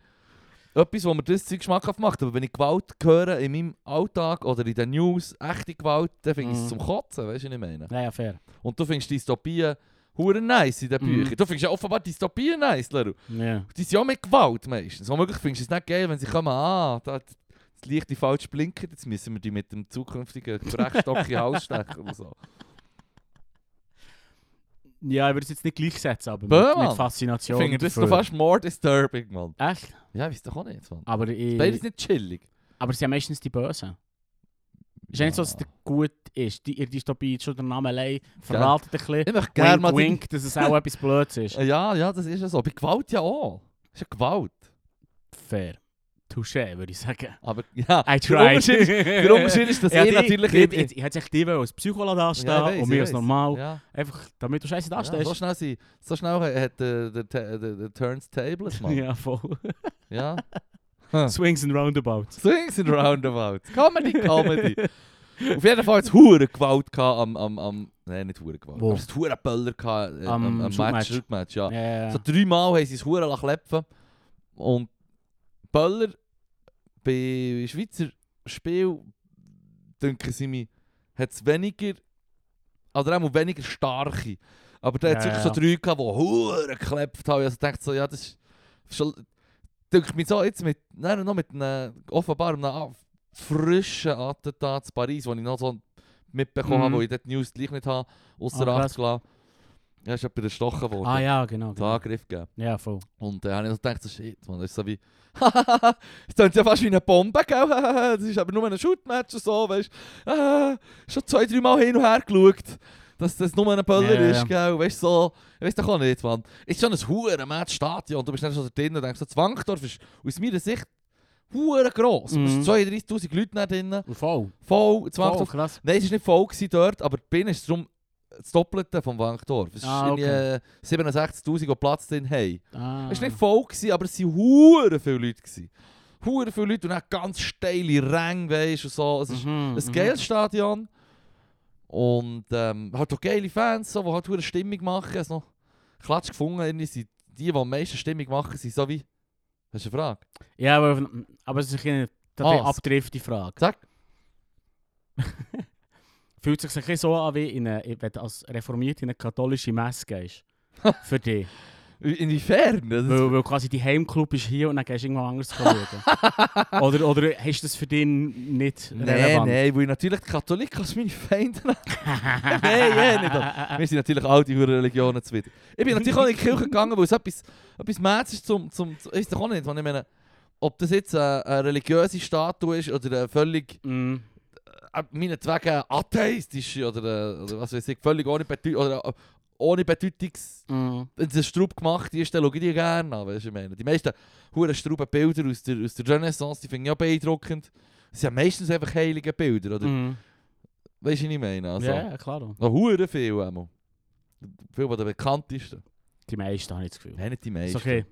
S1: etwas, wo mir das Zeug schmackhaft macht. Aber wenn ich Gewalt höre in meinem Alltag oder in den News, echte Gewalt, dann finde ich es
S2: Mhm.
S1: zum Kotzen, weißt du, was ich meine?
S2: Ja, ja, fair.
S1: Und du findest Dystopien hure nice in den
S2: Mhm.
S1: Büchern. Du findest ja offenbar Dystopien nice, Leru.
S2: Ja.
S1: Die sind ja mit Gewalt meistens. Womöglich findest du es nicht geil, wenn sie kommen, ah, da, das Licht ist falsch blinkt, jetzt müssen wir die mit dem zukünftigen Brechstock in den Hals stechen oder so.
S2: ja, ich würde es jetzt nicht gleichsetzen, aber
S1: Bö,
S2: mit, mit
S1: Mann. Ich
S2: Faszination.
S1: finde das
S2: dafür.
S1: noch fast more disturbing, Mann.
S2: Echt?
S1: Ja, ich weiß doch auch nicht, Mann.
S2: Aber,
S1: Beides
S2: ich,
S1: nicht chillig.
S2: aber sie haben meistens die Bösen. Ist ja nicht so, dass der gut ist. Die, ihr Dystopie ist schon der Name allein verratet ein bisschen.
S1: Ich möchte gerne
S2: Wink,
S1: mal... die-
S2: wink, dass es auch etwas Blödes ist.
S1: Ja, ja, das ist ja so. Bei Gewalt ja auch. Das ist ja Gewalt.
S2: Fair. Touché, würde ich sagen.
S1: Aber ja,
S2: I
S1: der Unterschied, ist-
S2: tried.
S1: der Unterschied ist, dass
S2: Ja,
S1: ich
S2: die-
S1: natürlich...
S2: die- die- Ich hätte echt die wollen als Psycholo dastehen
S1: Ja, ich weiss,
S2: und
S1: ich
S2: mir als
S1: weiss.
S2: normal.
S1: ja,
S2: Einfach, damit du scheiße
S1: ja,
S2: dastehst.
S1: so schnell, sie, so schnell hat äh, der, der, der, der Turntables, Mann.
S2: Ja, voll.
S1: ja.
S2: Swings and roundabouts.
S1: Swings and Roundabouts. Comedy, Comedy. Auf jeden Fall hat es hure Gewalt gehabt am, am, am... Nein, nicht hure Gewalt.
S2: Wo?
S1: Aber Es hat hure Böller gehabt äh, am,
S2: Am
S1: am, Match,
S2: Shootmatch.
S1: Shootmatch, ja.
S2: Ja.
S1: So dreimal haben sie es hure lassen klepfen. Und Böller bei Schweizer Spiel denken sie mir, hat es weniger... Oder auch weniger starke. Aber da hat es
S2: Ja,
S1: wirklich
S2: ja.
S1: so drei gehabt, die hure geklepft haben. Also ich dachte so, ja, das ist... Schon, denke mir so, jetzt mit... Nein, noch mit einem... Offenbar einem a- frischen Attentat in Paris, wo ich noch so mitbekommen
S2: Mhm.
S1: habe, wo ich dort die News gleich nicht habe, außer
S2: Ah, krass.
S1: Acht gelassen. Ja, ist jemand erstochen worden.
S2: Ah ja, genau.
S1: Den
S2: genau.
S1: Angriff gegeben.
S2: Ja, voll.
S1: Und da äh, habe ich so gedacht, so shit, man, das ist so wie, es klingt ja fast wie eine Bombe, gell? das ist aber nur ein Shootmatch und so, weißt du. Ah, schon zwei, drei Mal hin und her geschaut, dass das nur ein Böller
S2: Ja, ja,
S1: ist, gell? Weißt du, so, ich weiß doch auch nicht, man. Ist schon ein hure Match Stadion, du bist nicht so da drin und denkst, so, Zwangdorf ist aus meiner Sicht hure gross.
S2: Mhm.
S1: Es sind 32'000 Leute da drin,
S2: Voll.
S1: voll
S2: Voll,
S1: Zwangdorf.
S2: krass.
S1: Nein, es war nicht voll gewesen dort, aber bin ist drum das Doppelte vom Wankdorf. Es ist
S2: Ah,
S1: irgendwie äh, 67'000, die Platz drin haben.
S2: Ah.
S1: Es war nicht voll, gewesen, aber es waren hure viele Leute. Gewesen. Hure viele Leute und auch ganz steile Ränge, weißt du, und so. Es ist
S2: Mhm,
S1: ein
S2: mhm.
S1: geiles Stadion. Und ähm, hat auch geile Fans, so, die halt hure Stimmung machen. Es noch Klatsch gefunden, irgendwie sind die, die am meisten Stimmung machen, sind so wie... Hast du eine Frage?
S2: Ja, aber, aber es ist eine
S1: Ah,
S2: oh,
S1: es-
S2: abtrifft Frage.
S1: Sag.
S2: Fühlt sich ein bisschen so an, wie in eine, wenn du als reformiert in eine katholische Messe gehst. Für dich.
S1: Inwiefern? Das ist,
S2: Weil, weil quasi die Heimclub ist hier und dann gehst du irgendwo anders schauen. oder, oder hast du das für dich nicht
S1: nein,
S2: relevant?
S1: nein, weil natürlich die Katholiken als meine Feinde Nein, ja, nicht Wir sind natürlich all die Huren Religionen zuwider. Ich bin natürlich auch in die Kirche gegangen, weil es etwas, etwas Mäts ist zum... zum, zum ist doch auch nicht, wenn ich meine, ob das jetzt eine, eine religiöse Statue ist oder eine eh, völlig,
S2: Mm.
S1: äh, meinetwegen atheistische oder, äh, oder was weiß ich, völlig ohne, Bedeu oder, äh, ohne Bedeutungs...
S2: Mm.
S1: Wenn es ein Straub gemacht ist, dann schaue ich die gerne an, weißt du, ich meine. Die meisten Huren Strauben Bilder aus der, aus der dus Renaissance, die finde ich auch beeindruckend. Das sind ja meistens einfach heilige Bilder, oder?
S2: Mm.
S1: Weißt du, was ich meine? Also,
S2: Ja, ja, klar.
S1: Noch Huren viel einmal. Viel von den bekanntesten.
S2: Die meisten habe ich das Gefühl.
S1: Nein, nicht die meisten.
S2: Ist okay.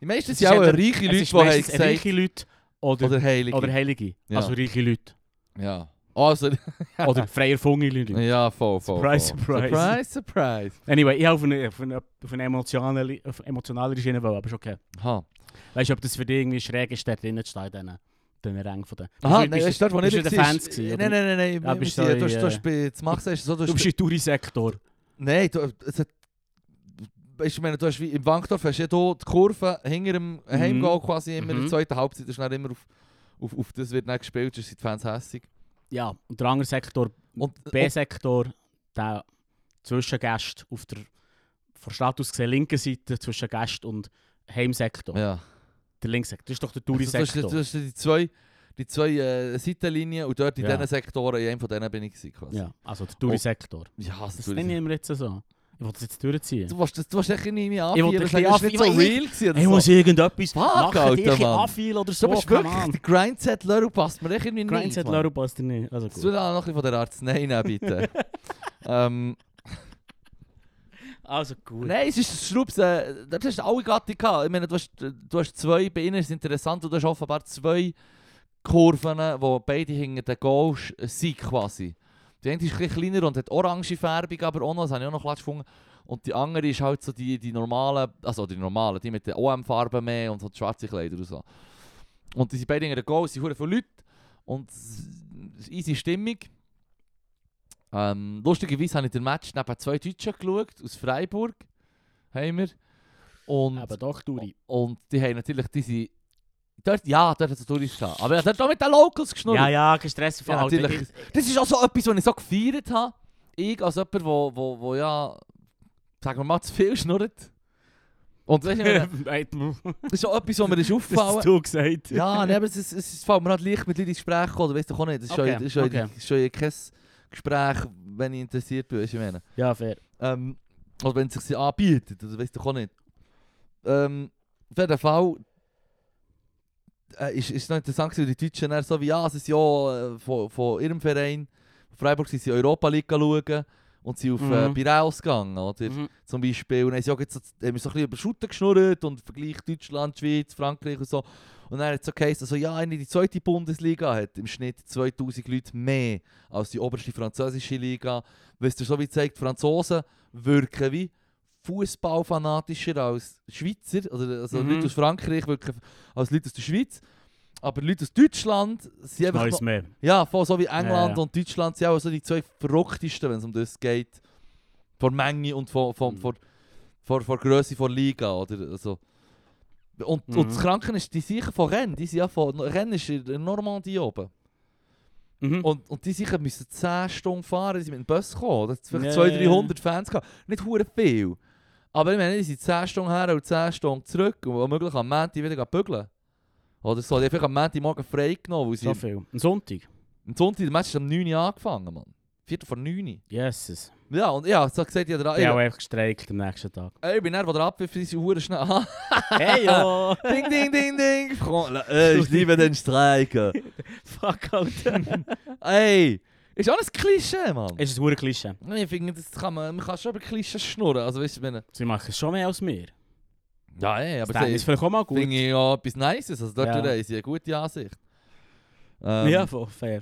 S1: Die meisten
S2: Es
S1: sind
S2: ist
S1: auch
S2: ja-
S1: reiche
S2: Es
S1: Leute,
S2: ist
S1: die haben
S2: meistens
S1: gesagt,
S2: reiche Leute oder, oder,
S1: oder Heilige.
S2: Heilige.
S1: Ja.
S2: Also reiche Leute.
S1: ja. Also,
S2: Oder frei erfundene Leute.
S1: ja, voll, voll.
S2: Surprise,
S1: voll.
S2: surprise.
S1: Surprise, surprise.
S2: Anyway, eh, ich habe auf eine, auf eine, auf eine emotionale, auf eine emotionale Schiene wollen, aber ist okay.
S1: Aha,
S2: Weißt du, ob das für dich irgendwie schräg ist, dort drinnen zu stehen, in diesen Rängen von den...
S1: Aha
S2: du,
S1: nein, weißt du, dort, wo
S2: bist
S1: ich
S2: du der
S1: war,
S2: Fans gewesen,
S1: Nein,
S2: oder?
S1: nein, nein, nein.
S2: Ah,
S1: wir
S2: bist
S1: müssen-
S2: du
S1: Du hast,
S2: in,
S1: du hast, bei- zu machen, sagst du so, du
S2: du bist
S1: hast...
S2: im Touri-Sektor.
S1: Nein, du, es hat... Weißt du, ich meine, du hast wie im Wankdorf, hast ja hier die Kurve hinter dem Heimgoal quasi immer in
S2: Mhm.
S1: der zweiten Halbzeit, das ist dann immer auf... Auf, auf das wird nicht gespielt, sonst sind die Fans hässig.
S2: Ja, und der andere Sektor,
S1: Und, und
S2: B-Sektor, der Zwischengast auf der, von Stadt aus gesehen, linken Seite, zwischen Gast und Heimsektor.
S1: ja.
S2: Der Linksektor, das ist doch der
S1: Also, du hast,
S2: Touri-Sektor.
S1: du hast dus die zwei, die zwei äh, Seitenlinien und dort in
S2: Ja.
S1: diesen Sektoren, in einem von denen bin ich gewesen, quasi.
S2: ja, also der Touri-Sektor.
S1: Ja, das
S2: Das
S1: würde ich sagen.
S2: nenne ich mir jetzt so. Ich will das jetzt durchziehen.
S1: Du warst, du warst echt nicht mehr
S2: Ich wollte
S1: anführen.
S2: dich
S1: Das war
S2: nicht
S1: nicht so
S2: anführen, weil
S1: real. Gewesen, oder
S2: Ich muss
S1: so.
S2: irgendetwas
S1: Fuck,
S2: machen, dich
S1: Alter,
S2: ein
S1: Mann.
S2: anfühlen oder so.
S1: Du bist
S2: keine
S1: wirklich,
S2: Ahnung.
S1: der Grindset-Lörl passt mir echt irgendwie nicht.
S2: Grindset
S1: Mann.
S2: Laro passt dir nicht. Also
S1: Kannst du
S2: gut.
S1: da noch ein bisschen von der Arznei nehmen, bitte? ähm,
S2: Also gut.
S1: nein, es ist ein Schraubs, äh, da hast du alle Gatten gehabt. Ich meine, du hast, du hast zwei, bei ihnen ist es interessant, und du hast offenbar zwei Kurven, die beide hinter den Goals sind quasi. Die eine ist ein bisschen kleiner und hat orange Färbung, aber auch noch, das habe ich auch noch klatsch gefunden. Und die andere ist halt so die, die normale, also die normale, die mit den OM-Farben mehr und so die schwarze Kleider und so. Und die sind beide in der Goal, es sind hure viele Leute und es ist easy Stimmung. Ähm, lustigerweise habe ich den Match neben zwei Deutschen geschaut, aus Freiburg haben wir. Und,
S2: Aber doch, Duri.
S1: und die haben natürlich diese... Dort, ja, dort hat es Touristen gehabt, aber er hat auch mit den Locals geschnurrt.
S2: Ja, ja, kein Stress.
S1: Ja,
S2: Alter.
S1: natürlich.
S2: Ich-
S1: Das ist auch so etwas, was ich so gefeiert habe. Ich als jemand, wo, wo, wo ja, sagen wir mal, zu viel schnurrt. Und weißt du, ich meine,
S2: Das
S1: das ist auch etwas, was mir ist
S2: hast
S1: aufgefallen.
S2: du gesagt.
S1: ja, nee, aber es, ist- es, es fällt mir halt leicht mit Leuten ins Gespräch kommen, weißt du auch nicht. Das ist schon-
S2: Okay,
S1: das ist schon
S2: okay.
S1: das ist schon kein Gespräch, wenn ich interessiert bin, weißt du, ich meine.
S2: Ja, fair.
S1: Ähm, oder wenn es sich sie anbietet, das weißt du auch nicht. Ähm, auf jeden Fall äh, ist, ist noch interessant, gewesen, weil die Deutschen dann so wie, ja, sie sind ja äh, von, von ihrem Verein, von Freiburg, sind sie in Europa League schauen und sind auf
S2: Mhm.
S1: äh, Piraeus gegangen, oder?
S2: Mhm.
S1: Zum Beispiel. Und haben sie auch jetzt so, haben wir so ein bisschen über Schutten geschnurrt und Vergleich Deutschland, Schweiz, Frankreich und so. Und dann hat es so geheißen, also, ja, eine, die zweite Bundesliga hat im Schnitt 2000 Leute mehr als die oberste französische Liga. Was dir so wie zeigt, die Franzosen wirken wie Fußballfanatischer als Schweizer. Also, also
S2: Mhm.
S1: Leute aus Frankreich wirken als Leute aus der Schweiz. Aber Leute aus Deutschland sind einfach.
S2: Neues mehr.
S1: Ja, voll so wie England
S2: Ja, ja.
S1: und Deutschland sind auch so die zwei verrücktesten, wenn es um das geht. Von Menge und von, von,
S2: Mhm.
S1: von, von, von Größe von Liga. Oder? Also, und,
S2: Mhm.
S1: und das Kranken ist, die sicher von Rennes, die sind ja von Rennes ist in der Normandie oben.
S2: Mhm.
S1: Und, und die sicher müssen 10 Stunden fahren, die sind mit dem Bus gekommen. Da hat es vielleicht
S2: Ja,
S1: 200,
S2: ja, ja.
S1: 300 Fans gehabt. Nicht hure viel. Aber ich meine, die sind 10 Stunden her und 10 Stunden zurück und womöglich am Montag wieder bügeln. Oder so, die haben vielleicht am Montag morgen frei genommen, weil sie
S2: so viel. Ein Sonntag.
S1: am Sonntag, der Match ist um 9 Uhr angefangen, Mann. Viertel vor 9 Uhr.
S2: Jesus.
S1: Ja, und ja, so gesagt, Ah, ja,
S2: Ich
S1: der
S2: habe einfach gestreikt am nächsten Tag.
S1: Ey, ich bin nervös, der Abpfiff ist hure schnell. Aha.
S2: Hey yo!
S1: ding, ding, ding, ding. Komm, la- eh, Ey, ich liebe den Streiker.
S2: Fuck, Alter.
S1: Ey, ist alles Klischee, Mann.
S2: ist ein hoher Klischee.
S1: Ich finde, das kann man, man kann schon über Klischee schnurren. Also, weißt du, wenn.
S2: Sie machen es schon mehr als wir.
S1: Ja, ey, aber
S2: das ist vielleicht auch mal gut.
S1: finde ich ja etwas Nices. Also, dort
S2: Ja.
S1: ja. ist eine gute Ansicht. Ähm,
S2: ja, voll fair.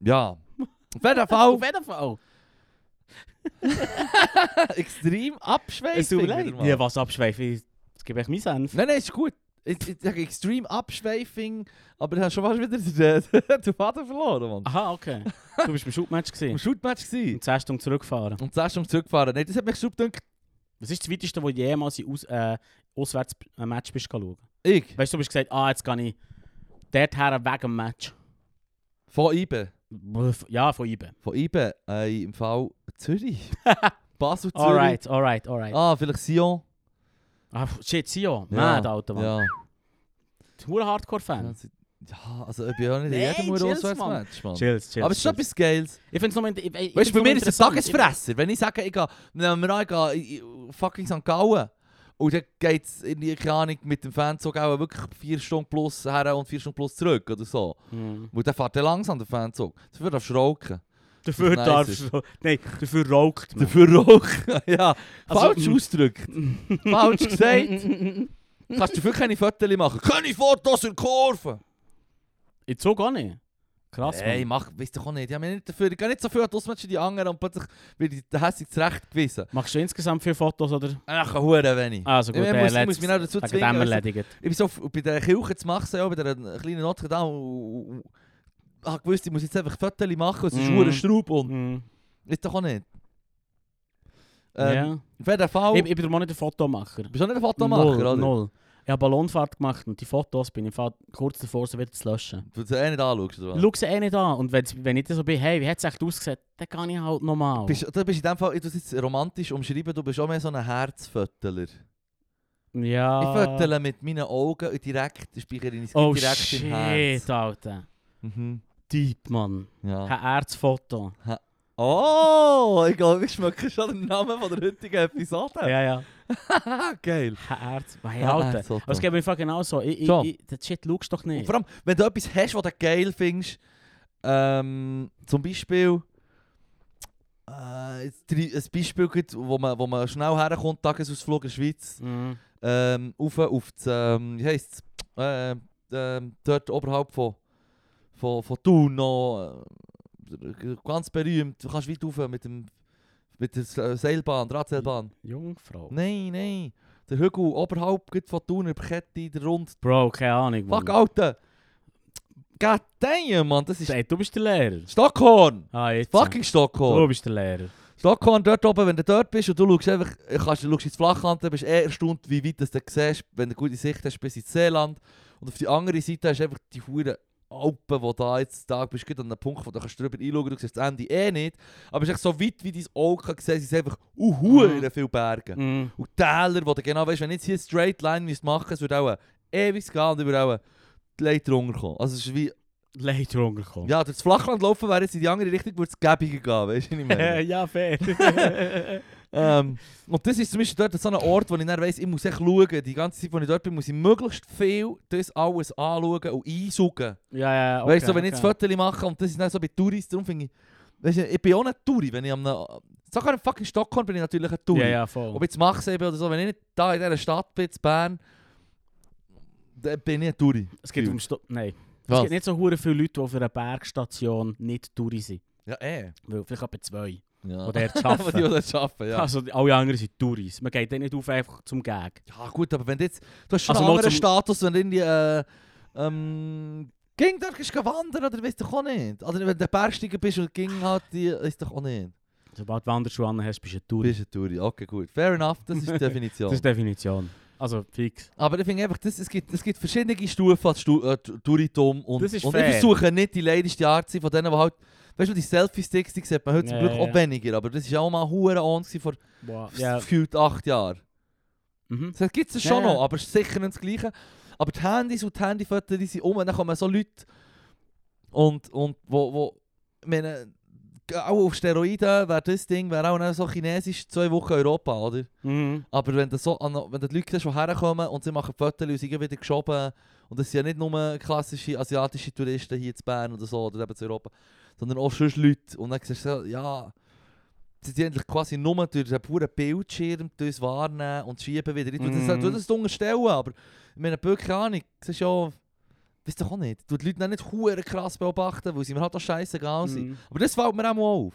S1: Ja. Auf jeden Fall
S2: Auf jeden Fall.
S1: extrem abschweifen.
S2: Es tut mir leid. Ja, was abschweifen? Ich- Jetzt gebe ich meinen Senf.
S1: Nein, nein, ist gut. Ich, ich sage extrem Abschweifung, aber du hast schon fast wieder den, den Faden verloren, Mann.
S2: Aha, okay. Du bist beim Shootmatch
S1: Im
S2: gewesen.
S1: Shootmatch gsi
S2: Und 10 Stunden zurückgefahren.
S1: und 10 Stunden zurückgefahren. um Nein, das hat mich schon gedacht,
S2: Was ist das Weiteste, wo du jemals in aus, äh, auswärts ein Match bist schauen?
S1: ich,
S2: Weißt du, du bist gesagt, ah, jetzt gehe ich dorthin wegen dem Match.
S1: von IBE,
S2: Ja, von IBE.
S1: von IBE, äh, im Fall Zürich. Basel, Zürich.
S2: Alright, alright, alright.
S1: Ah, vielleicht Sion.
S2: Ah, f- shit, Sio.
S1: Ja,
S2: Mad, Alter, Mann.
S1: Ja.
S2: Du bist ein Hardcore-Fan.
S1: ja, also ich bin auch nicht in
S2: Nein,
S1: jedem Mal
S2: chills,
S1: Auswärtsmatch, Mann.
S2: Chills, chills.
S1: Aber es ist schon
S2: chills.
S1: etwas Geiles.
S2: Ich finde es nur... ich- ich- ich
S1: Weißt
S2: find's
S1: du, bei
S2: nur
S1: mir ist es ein
S2: interessant.
S1: Tagesfresser. Wenn ich sage, ich gehe, nehmen wir an, ich gehe in- in fucking St. Gallen und dann geht es in die keine Ahnung mit dem Fanzug auch wirklich 4 Stunden plus her und 4 Stunden plus zurück oder so.
S2: Ich- Hm.
S1: Und dann fährt er langsam, der Fanzug. Dafür darfst du rauchen.
S2: Dafür
S1: nice
S2: darfst du... Nein, dafür raucht man.
S1: Dafür rauchen, ja.
S2: Also,
S1: Falsch
S2: mm.
S1: ausgedrückt. Falsch gesagt. Kannst dafür keine Fotos machen. Keine Fotos in Kurven.
S2: Ich so gar nicht. Krass,
S1: Ey,
S2: Mann.
S1: mach, weißt du auch nicht. Ich, hab mich nicht dafür. ich gehe nicht so viel an die Ausmatchen die anderen und plötzlich wird ich hässlich zurechtgewiesen.
S2: Machst du insgesamt vier Fotos, oder?
S1: Ach, Huren, wenn ich.
S2: Also gut,
S1: Ich
S2: äh,
S1: muss- ich
S2: let's-
S1: muss mich auch dazu
S2: wegen
S1: zwingen, also-
S2: dem
S1: weißt du,
S2: erledigt.
S1: Ich bin so auf- bei der Kirche zu machen, ja, bei der kleinen Notre Dame. und- und- und- Ich gewusst, ich muss jetzt einfach Fotos machen, es ist
S2: Mhm.
S1: mm. Straub und
S2: Mhm.
S1: ist doch auch nicht. Ähm, oh.
S2: Ja.
S1: Wer der Fall.
S2: Ich ich bin mal nicht der Fotomacher.
S1: bist du nicht ein Fotomacher,
S2: null,
S1: oder?
S2: Null. Ich habe Ballonfahrt gemacht und die Fotos bin ich im Fall kurz davor, sie wieder zu löschen.
S1: Du sie eh nicht anschaust, oder? was?
S2: Schau sie eh nicht an und wenn's- wenn ich dann so bin, hey, wie hat es echt ausgesehen, dann kann ich halt normal.
S1: Bist, du bist in dem Fall, ich tu's jetzt romantisch umschreiben, du bist auch mehr so ein Herzfötteler. Ich
S2: ja.
S1: föttele mit meinen Augen und direkt, ich speichere ins
S2: Ah. oh
S1: direkt
S2: shit,
S1: im Herz.
S2: Alter.
S1: Mhm.
S2: Deep, Mann.
S1: Ja.
S2: Ein Erzfoto.
S1: Oh, ich glaube, ich schmecke schon den Namen von der heutigen Episode.
S2: Ja, ja.
S1: Ah, geil.
S2: Ein Erz... Hey,
S1: Ein
S2: Alter.
S1: Erzfoto.
S2: Aber es geht mir im Fall genau so. Ich, ich,
S1: So.
S2: ich, das Shit schaust du doch
S1: Und
S2: nicht.
S1: vor allem, wenn du etwas hast, was du geil findest, ähm, zum Beispiel, äh, jetzt drei- ein Beispiel, gibt, wo man, wo man schnell herkommt, Tagesausflug in der Schweiz,
S2: Mhm.
S1: ähm, auf, auf das, ähm, wie heisst es, ähm, ähm, dort oberhalb von, von, von Thun noch, äh, ganz berühmt, du kannst weit rauf mit dem mit der Se- Seilbahn, Drahtseilbahn.
S2: Jungfrau.
S1: Nein, nein, der Hügel oberhalb gerade von Thun, über die Kette, der Rund,
S2: Bro, keine Ahnung, Mann.
S1: Fuck, Alter! God damn, Mann, das ist...
S2: Hey, du bist der Lehrer.
S1: Stockholm!
S2: Ah, jetzt.
S1: Fucking Stockholm!
S2: Du bist der Lehrer.
S1: Stockholm dort oben, wenn du dort bist und du schaust einfach... Kannst, du schaust ins Flachland, dann bist du eh erstaunt, wie weit das du siehst. Wenn du gute Sicht hast, bis ins Seeland. Und auf die andere Seite hast du einfach die huren Alpen, die da jetzt da bist. Gerade an einem Punkt, wo du kannst drüber einschauen du siehst das Ende eh nicht. Aber es ist echt so weit, wie dein Auge kann sehen, es ist einfach uhuere viele Berge.
S2: Mhm.
S1: Und Täler, wo du genau weißt, wenn ich jetzt hier eine Straight Line müsste machen müsste, es würde auch ewig gehen und ich würde auch die Leiter runterkommen. Also es ist wie...
S2: Later runtergekommen.
S1: Ja, durch das Flachland laufen wäre jetzt in die andere Richtung, würde es gäbiger gehen, weißt du, was ich meine?
S2: ja, fair.
S1: ähm, und das ist zum Beispiel dort so ein Ort, wo ich dann weiss, ich muss echt schauen, die ganze Zeit, wo ich dort bin, muss ich möglichst viel das alles anschauen und einsaugen.
S2: ja, ja, okay.
S1: weißt du, so, wenn ich jetzt
S2: okay.
S1: Fotos mache und das ist dann so bei Touristen, darum finde ich, weißt du, ich bin auch ein Touri, wenn ich am... äh, Sogar in fucking Stockholm bin ich natürlich ein Touri.
S2: Ja, ja, voll.
S1: Ob ich jetzt Machsee bin oder so, wenn ich nicht da in dieser Stadt bin, in Bern, Da bin ich durch.
S2: Es geht
S1: Dude.
S2: um Sto Nein. Es
S1: Was?
S2: gibt nicht so hure viele Leute, die auf einer Bergstation nicht durch sind.
S1: Ja, eh.
S2: Weil vielleicht etwa zwei,
S1: Ja.
S2: die dort
S1: Aber Ah. die, die
S2: arbeiten.
S1: das schaffen, ja.
S2: Also die- alle anderen sind Touris. Man geht dort nicht auf einfach zum Gag.
S1: Ja gut, aber wenn du jetzt... Du hast schon
S2: Also
S1: einen
S2: mal
S1: anderen
S2: zum-
S1: Status, wenn du irgendwie... Äh, ähm, ging dort gehst du wandern, oder weißt doch auch nicht. Oder wenn du Bergsteiger bist und ging halt, die, ist doch auch nicht.
S2: Sobald du Wanderschuhe an hast, bist du ein
S1: Du
S2: Touri.
S1: bist ein Touri, okay gut. Fair enough, das ist die
S2: Das
S1: Definition.
S2: ist die Definition. Also fix.
S1: aber ich finde einfach, das, es, gibt, es gibt verschiedene Stufen an Stu, äh, Tu- Touritum und,
S2: Das ist
S1: und
S2: fair.
S1: ich versuche nicht die leidigste Art zu sein von denen, die halt... Weißt du, die Selfie-Sticks, die sieht man heute zum
S2: Ja,
S1: Glück
S2: ja,
S1: auch
S2: ja.
S1: weniger, aber das war auch mal hure on gewesen vor
S2: Wow. Ja.
S1: gefühlt acht Jahren.
S2: Mhm.
S1: Das gibt es
S2: Ja,
S1: schon
S2: ja.
S1: noch, aber es ist sicher nicht das Gleiche. Aber die Handys und die Handyfotos, die sind um, dann kommen so Leute und, und wo, wo, ich meine, auch auf Steroiden wäre das Ding, wäre auch noch so chinesisch zwei Wochen Europa, oder?
S2: Mhm.
S1: Aber wenn du so, an- wenn du die Leute siehst, die herkommen und sie machen Fotos und sie gehen wieder geschoben und das sind ja nicht nur klassische asiatische Touristen hier in Bern oder so, oder eben zu Europa, sondern auch sonst Leute und dann siehst du so, ja, sie sind eigentlich quasi nur durch den puren Bildschirm durch das wahrnehmen und schieben wieder. Ich tue das,
S2: Mhm.
S1: tue das nicht unterstellen, aber ich meine, wirklich Ahnung, das ist ja, weißt du auch nicht, du die Leute dann nicht hure krass beobachten, weil sie mir halt auch scheißegal sind.
S2: Mhm.
S1: Aber das fällt mir auch mal auf.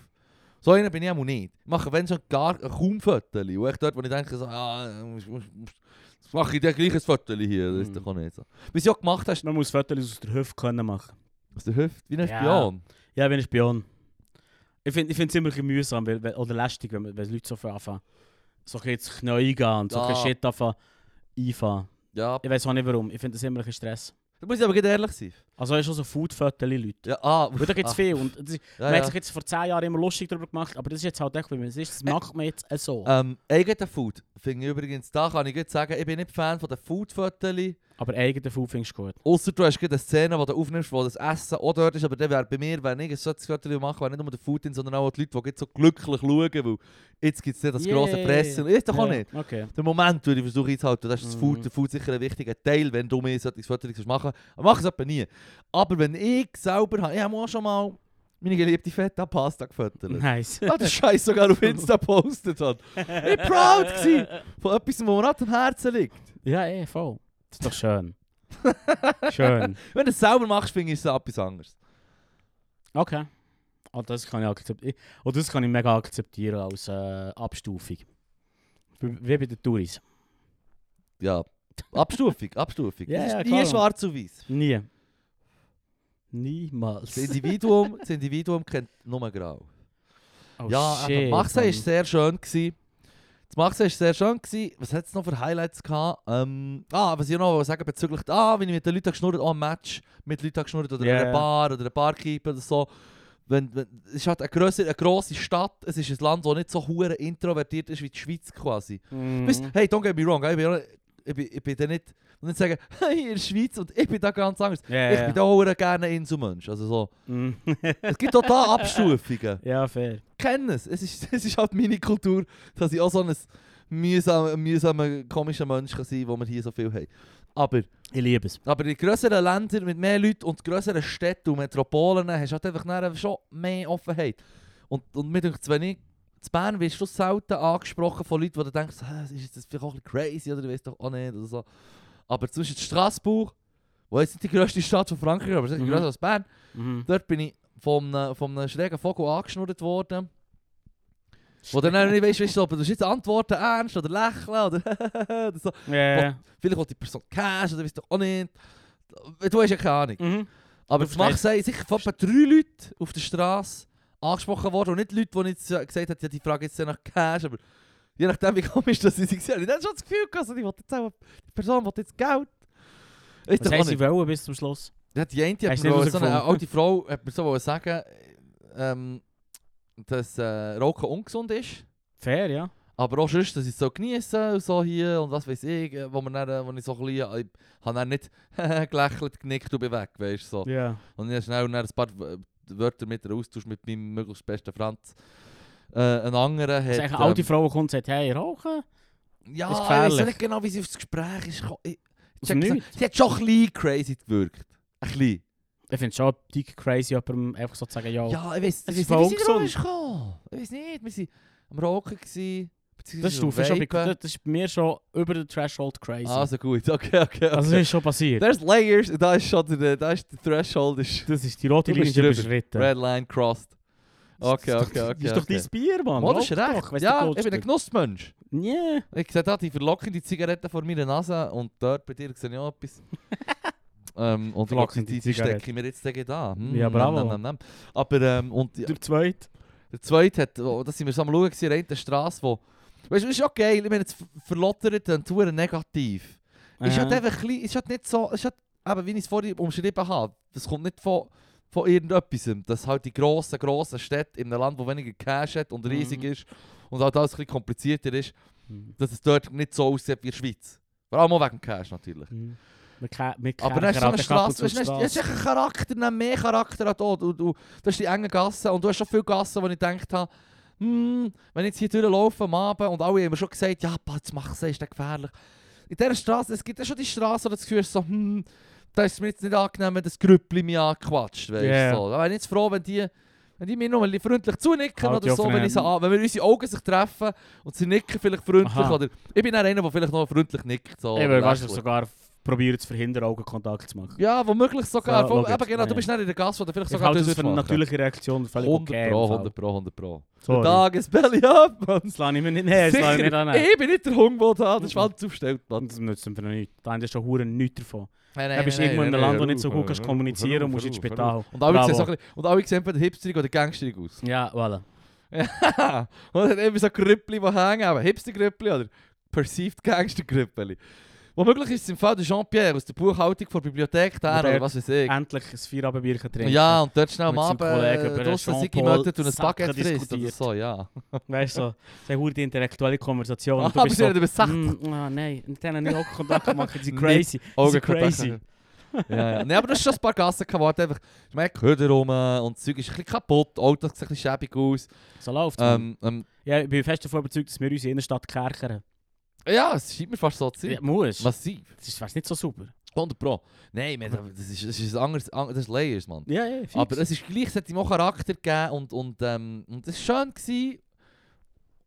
S1: So einer bin ich auch nicht. Ich mache wenn schon gar kaum Fotos. Und echt dort, wo ich denke, so, ah, muss- muss- muss- jetzt mache ich dir gleich ein Foto hier. Das
S2: Mhm.
S1: ist doch auch nicht so. Bis du ja gemacht hast,
S2: Man muss Fotos aus der Hüfte können machen.
S1: aus der Hüfte, wie ein
S2: Ja.
S1: Spion.
S2: Ja, wenn ich Spion. Ich finde es find ziemlich mühsam weil, weil- oder lästig, wenn, man- wenn Leute so viel anfangen. So ein bisschen zu Knäu gehen und so ein bisschen
S1: Ah.
S2: Shit anfangen. Einfahren.
S1: Ja.
S2: Ich weiß auch nicht warum. Ich finde das immer ein bisschen Stress.
S1: Da muss ich aber gerade ehrlich sein.
S2: Also, es ist schon so Food-Fotos-Leute.
S1: Ja, ah,
S2: Weil da gibt es viel. Und das ist,
S1: ja,
S2: man hat
S1: ja.
S2: sich jetzt vor 10 Jahren immer lustig darüber gemacht, aber das ist jetzt halt echt, wie man es ist.
S1: Äh.
S2: Das macht man jetzt auch so.
S1: Ähm, eigener Food finde ich übrigens, da kann ich gut sagen, ich bin nicht Fan von den Food-Fotos.
S2: aber eigene Food findest du gut.
S1: Außer du hast gerade eine Szene, die du aufnimmst, wo das Essen auch dort ist, aber dann wäre bei mir, wenn ich ein solches Foto mache, wäre nicht nur der Food, sondern auch die Leute, die jetzt so glücklich schauen, weil jetzt gibt es nicht das
S2: Yeah.
S1: grosse Fressen. Ist doch auch
S2: Ja,
S1: nicht.
S2: Okay.
S1: Der Moment, den ich versuche einzuhalten, das ist das
S2: Mhm.
S1: Food, der Food sicher ein wichtiger Teil, wenn du mir solches Foto machen Aber mach es etwa nie. Aber wenn ich selber habe, ich habe auch schon mal meine geliebte Feta Pasta gefüttert.
S2: Nice.
S1: Ah, den Scheiß sogar auf Insta gepostet hat. Ich war proud gewesen von etwas, was mir an dem Herzen liegt.
S2: Ja, eh, voll. Das ist doch schön. schön.
S1: Wenn du es selber machst, finde ich es etwas anderes.
S2: Okay. Und das kann ich akzeptieren. Und ah, das kann ich mega akzeptieren als äh, Abstufung. Wie wie bei den Touris.
S1: Ja. Abstufung, Abstufung.
S2: Ja,
S1: Es ist
S2: ja,
S1: nie
S2: klar.
S1: schwarz und weiß.
S2: Nie.
S1: Das
S2: Niemals.
S1: Individuum, das Individuum kennt nur grau.
S2: Oh,
S1: ja,
S2: shit,
S1: eben, Machsee war
S2: Mann.
S1: sehr schön. Gewesen. Das Machsee war sehr schön. Gewesen. Was hat es noch für Highlights gehabt? Ähm, ah, was ich noch wollte sagen bezüglich, ah, wenn ich mit den Leuten geschnurrt habe, oh, ein Match mit Leuten geschnurrt oder
S2: Ja,
S1: in einer
S2: ja.
S1: Bar oder einer Barkeeper oder so. Wenn, wenn, es ist halt eine, grössere, eine grosse Stadt, es ist ein Land, das nicht so hure introvertiert ist wie die Schweiz quasi.
S2: Mhm.
S1: Weißt, hey, don't get me wrong, ich bin, auch- ich bin, ich bin da nicht, und nicht sagen, hey, in der Schweiz und ich bin da ganz anders.
S2: Ja,
S1: Ich
S2: ja.
S1: bin da auch hure gerne ein Inselmensch. Also so.
S2: Mhm.
S1: Es gibt auch da Abstufungen
S2: ja, fair.
S1: kenne es. Es ist, es ist halt meine Kultur, dass ich auch so ein mühsamer, mühsamer komischer Mensch kann sein kann, wo wir hier so viel haben. Aber,
S2: Ich liebe es.
S1: aber in grösseren Ländern mit mehr Leuten und grösseren Städten und Metropolen hast du halt einfach nachher schon mehr Offenheit. Und, und mir denkt, wenn ich in Bern wirst du selten angesprochen von Leuten, die du denkst, «Hä, ist das vielleicht auch ein bisschen crazy oder weißt doch auch nicht oder so. Aber zum Beispiel in Straßburg, wo jetzt nicht die grösste Stadt von Frankreich, aber es ist
S2: Mhm.
S1: grösser als Bern,
S2: Mhm.
S1: Dort bin ich von einem, von einem schrägen Vogel angeschnurrt worden. Wo du dann auch nicht weißt, weißt du, ob du jetzt antworten ernst oder lächeln oder, oder so.
S2: Ja, ja.
S1: Vielleicht will die Person Cash oder weißt du auch nicht. Du hast ja keine Ahnung.
S2: Mhm.
S1: Aber
S2: Du
S1: das macht sei sicher von etwa drei Leuten auf der Straße angesprochen worden. Und nicht Leute, die jetzt äh, gesagt haben, ja, die Frage jetzt nach Cash. Aber je nachdem, wie komisch das sie gesehen haben. Ich hatte schon das Gefühl, also, die, will jetzt auch, die Person will jetzt Geld. Ist
S2: Was
S1: doch auch
S2: haben sie
S1: nicht.
S2: wollen bis zum Schluss?
S1: Ja, die eine hat
S2: Hast
S1: mir
S2: du
S1: wollte
S2: nicht
S1: so eine
S2: herausgefunden?
S1: alte Frau hat mir so wollte sagen, ähm, dass äh, Rauchen ungesund ist.
S2: Fair, ja.
S1: Aber auch sonst, dass ich es so genieße und so hier und was weiß ich, äh, wo, man dann, äh, wo ich so ein bisschen, ich habe dann nicht gelächelt, genickt und bin weg, weißt du. So.
S2: Ja.
S1: Und ich habe schnell dann ein paar W- Wörter mit der Austausch mit meinem möglichst besten Franz. Äh, ein anderer hat...
S2: Es ist eigentlich eine alte
S1: ähm,
S2: Frau, die kommt und sagt, hey, rauchen?
S1: Ja,
S2: ist
S1: ich weiss
S2: gefährlich.
S1: nicht genau, wie sie aufs Gespräch ist gekommen. Ich-
S2: Aus
S1: check's
S2: dem
S1: nicht. Sie hat schon ein bisschen crazy gewirkt. Ein bisschen.
S2: Ich finde es schon dick crazy, jemandem einfach so zu sagen, ja.
S1: Ja, ich weiß,
S2: Oh. Es
S1: ich weiß
S2: ist voll
S1: nicht, wie sie drauf
S2: ungesund.
S1: ist gekommen. Ich weiß nicht, wir waren am Rocken, gewesen, beziehungsweise
S2: Das ist, Stufe schon bei,
S1: vapen.
S2: das ist bei mir schon über den Threshold crazy.
S1: Also gut, okay, okay.
S2: Also,
S1: okay.
S2: das ist schon passiert.
S1: There's layers, und da ist schon der, da ist der Threshold, ist
S2: Das ist die rote
S1: Du bist
S2: Linie
S1: drüber.
S2: überschritten.
S1: Red Line crossed. Okay,
S2: Das ist
S1: okay,
S2: doch-
S1: okay.
S2: Das ist doch
S1: okay.
S2: dein Bier, Mann.
S1: Mal, das ist
S2: Rauch
S1: recht.
S2: doch, weiss der
S1: ja,
S2: Goldstück.
S1: ich bin ein Genussmensch.
S2: Yeah.
S1: Ich sehe da die verlockende Zigarette vor meiner Nase und dort bei dir sehe ich auch etwas. ähm, und
S2: Verlockende
S1: die, die
S2: Zigarette.
S1: stecke ich mir jetzt gegen da. Hm,
S2: Ja, bravo.
S1: nam, nam, nam, nam. Aber ähm, und die,
S2: Der zweite.
S1: der zweite hat, oh, das sind wir so am Schauen, gewesen, in der Straße, wo. Weißt du, das ist auch geil, ich meine, jetzt ver- verlottert und zu negativ. Ist halt einfach klein, ist halt nicht so, ist halt, eben, wie ich es vorhin umschrieben habe, das kommt nicht von, von irgendetwas, dass halt die grossen, grossen Städte in einem Land, wo weniger Cash hat und riesig
S2: Mhm.
S1: ist und halt alles ein bisschen komplizierter ist, dass es dort nicht so aussieht wie in der Schweiz. Vor allem auch wegen dem Cash natürlich.
S2: Mhm. Wir kennen- wir
S1: Aber
S2: kennen
S1: dann hast du so eine
S2: Karate Cup und
S1: Straße, weißt du, dann hast-
S2: Straße.
S1: hast du einen Charakter, dann mehr Charakter als dort. Du, du, das ist die enge Gasse und du hast schon viele Gassen, wo ich gedacht habe, hm, wenn ich jetzt hier durchlaufe am Abend und alle haben mir schon gesagt, ja, Pah, jetzt mach es, ist das gefährlich. In dieser Straße, es gibt ja schon die Straße, wo du das Gefühl hast, so, hm, da ist mir jetzt nicht angenehm, wenn das Grüppli mich anquatscht, weißt
S2: Yeah.
S1: du. So. Da wäre ich jetzt froh, wenn die, wenn die mir nur ein bisschen freundlich zunicken
S2: Halt die
S1: oder so, wenn,
S2: offenen
S1: ich sie an, wenn wir unsere Augen sich treffen und sie nicken vielleicht freundlich
S2: Aha.
S1: oder... Ich bin auch einer, der vielleicht noch freundlich nickt. So,
S2: Eben,
S1: oder
S2: weißt du,
S1: lächelt.
S2: sogar probieren zu verhindern, Augenkontakt zu machen.
S1: Ja, womöglich sogar.
S2: Ja,
S1: Voll,
S2: logisch.
S1: eben genau, du
S2: Ja, dus
S1: bist nicht in der Gast, wo du vielleicht
S2: Ich
S1: sogar
S2: halte das
S1: das
S2: für eine
S1: machen.
S2: natürliche Reaktion. Völlig
S1: 100
S2: okay.
S1: Pro,
S2: im Fall.
S1: 100 Pro, 100 Pro.
S2: Sorry.
S1: Tag ist Belly ab, Mann.
S2: Das lasse ich mir nicht nehmen. Das lasse ich mir nicht
S1: Sicher,
S2: annehmen.
S1: ich bin nicht der Hunger, der da den Schwanz aufstellt, Mann.
S2: Das nützt mir nichts. Da haben die schon Huren nichts davon.
S1: Nein,
S2: Du bist irgendwo in einem Land, wo nicht so gut kannst kommunizieren und musst ins Spital.
S1: Und alle sehen
S2: Bravo.
S1: so ein bisschen- und alle sehen entweder hipsterig oder gangsterig aus.
S2: Ja, voilà.
S1: und dann irgendwie so Grüppli, die hängen, aber Hipster-Grüppli oder perceived Gangster-Grüppli. Womöglich ist es im Fall der Jean-Pierre dus aus der Buchhaltung der Bibliothek da,
S2: Und der-
S1: oder was weiß ich.
S2: Endlich ein Feierabendbier trinken.
S1: Ja, und dort schnell am
S2: Mit seinem
S1: Abend
S2: Kollegen
S1: äh,
S2: über
S1: draussen
S2: Jean-Paul
S1: Sigi mötet und ein
S2: Sartre
S1: Baguette frisst oder
S2: diskutiert.
S1: so, ja.
S2: Weißt du, so, das ist eine verdammt intellektuelle Konversation.
S1: Ah,
S2: und du
S1: aber
S2: bist
S1: sie
S2: so,
S1: reden über Sachen.
S2: «Mm, ah, nein, mit denen habe ich auch Kontakt gemacht, die sind
S1: Nicht
S2: crazy. Die sind
S1: Augenkontakt.
S2: Mm, crazy.
S1: ja, ja. Nee, aber das ist schon ein paar Gassen gehabt, wo halt einfach, ich meine, Köder rum und das Zeug ist ein bisschen kaputt, Autos sehen ein bisschen schäbig aus.
S2: So läuft es.
S1: Ähm, ähm,
S2: ja, ich bin fest davon überzeugt, dass wir unsere Innenstadt kerkern.
S1: ja, es scheint mir fast so zu sein.
S2: Ja, muss.
S1: Massiv.
S2: Das wäre nicht so super.
S1: 100 Pro. Nein, man, das ist, das ist ein anderes, an- das ist Layers, Mann.
S2: Ja, ja, fix.
S1: Aber es ist gleich, es hat ihm auch Charakter gegeben und, und, ähm, und es war schön. Gewesen.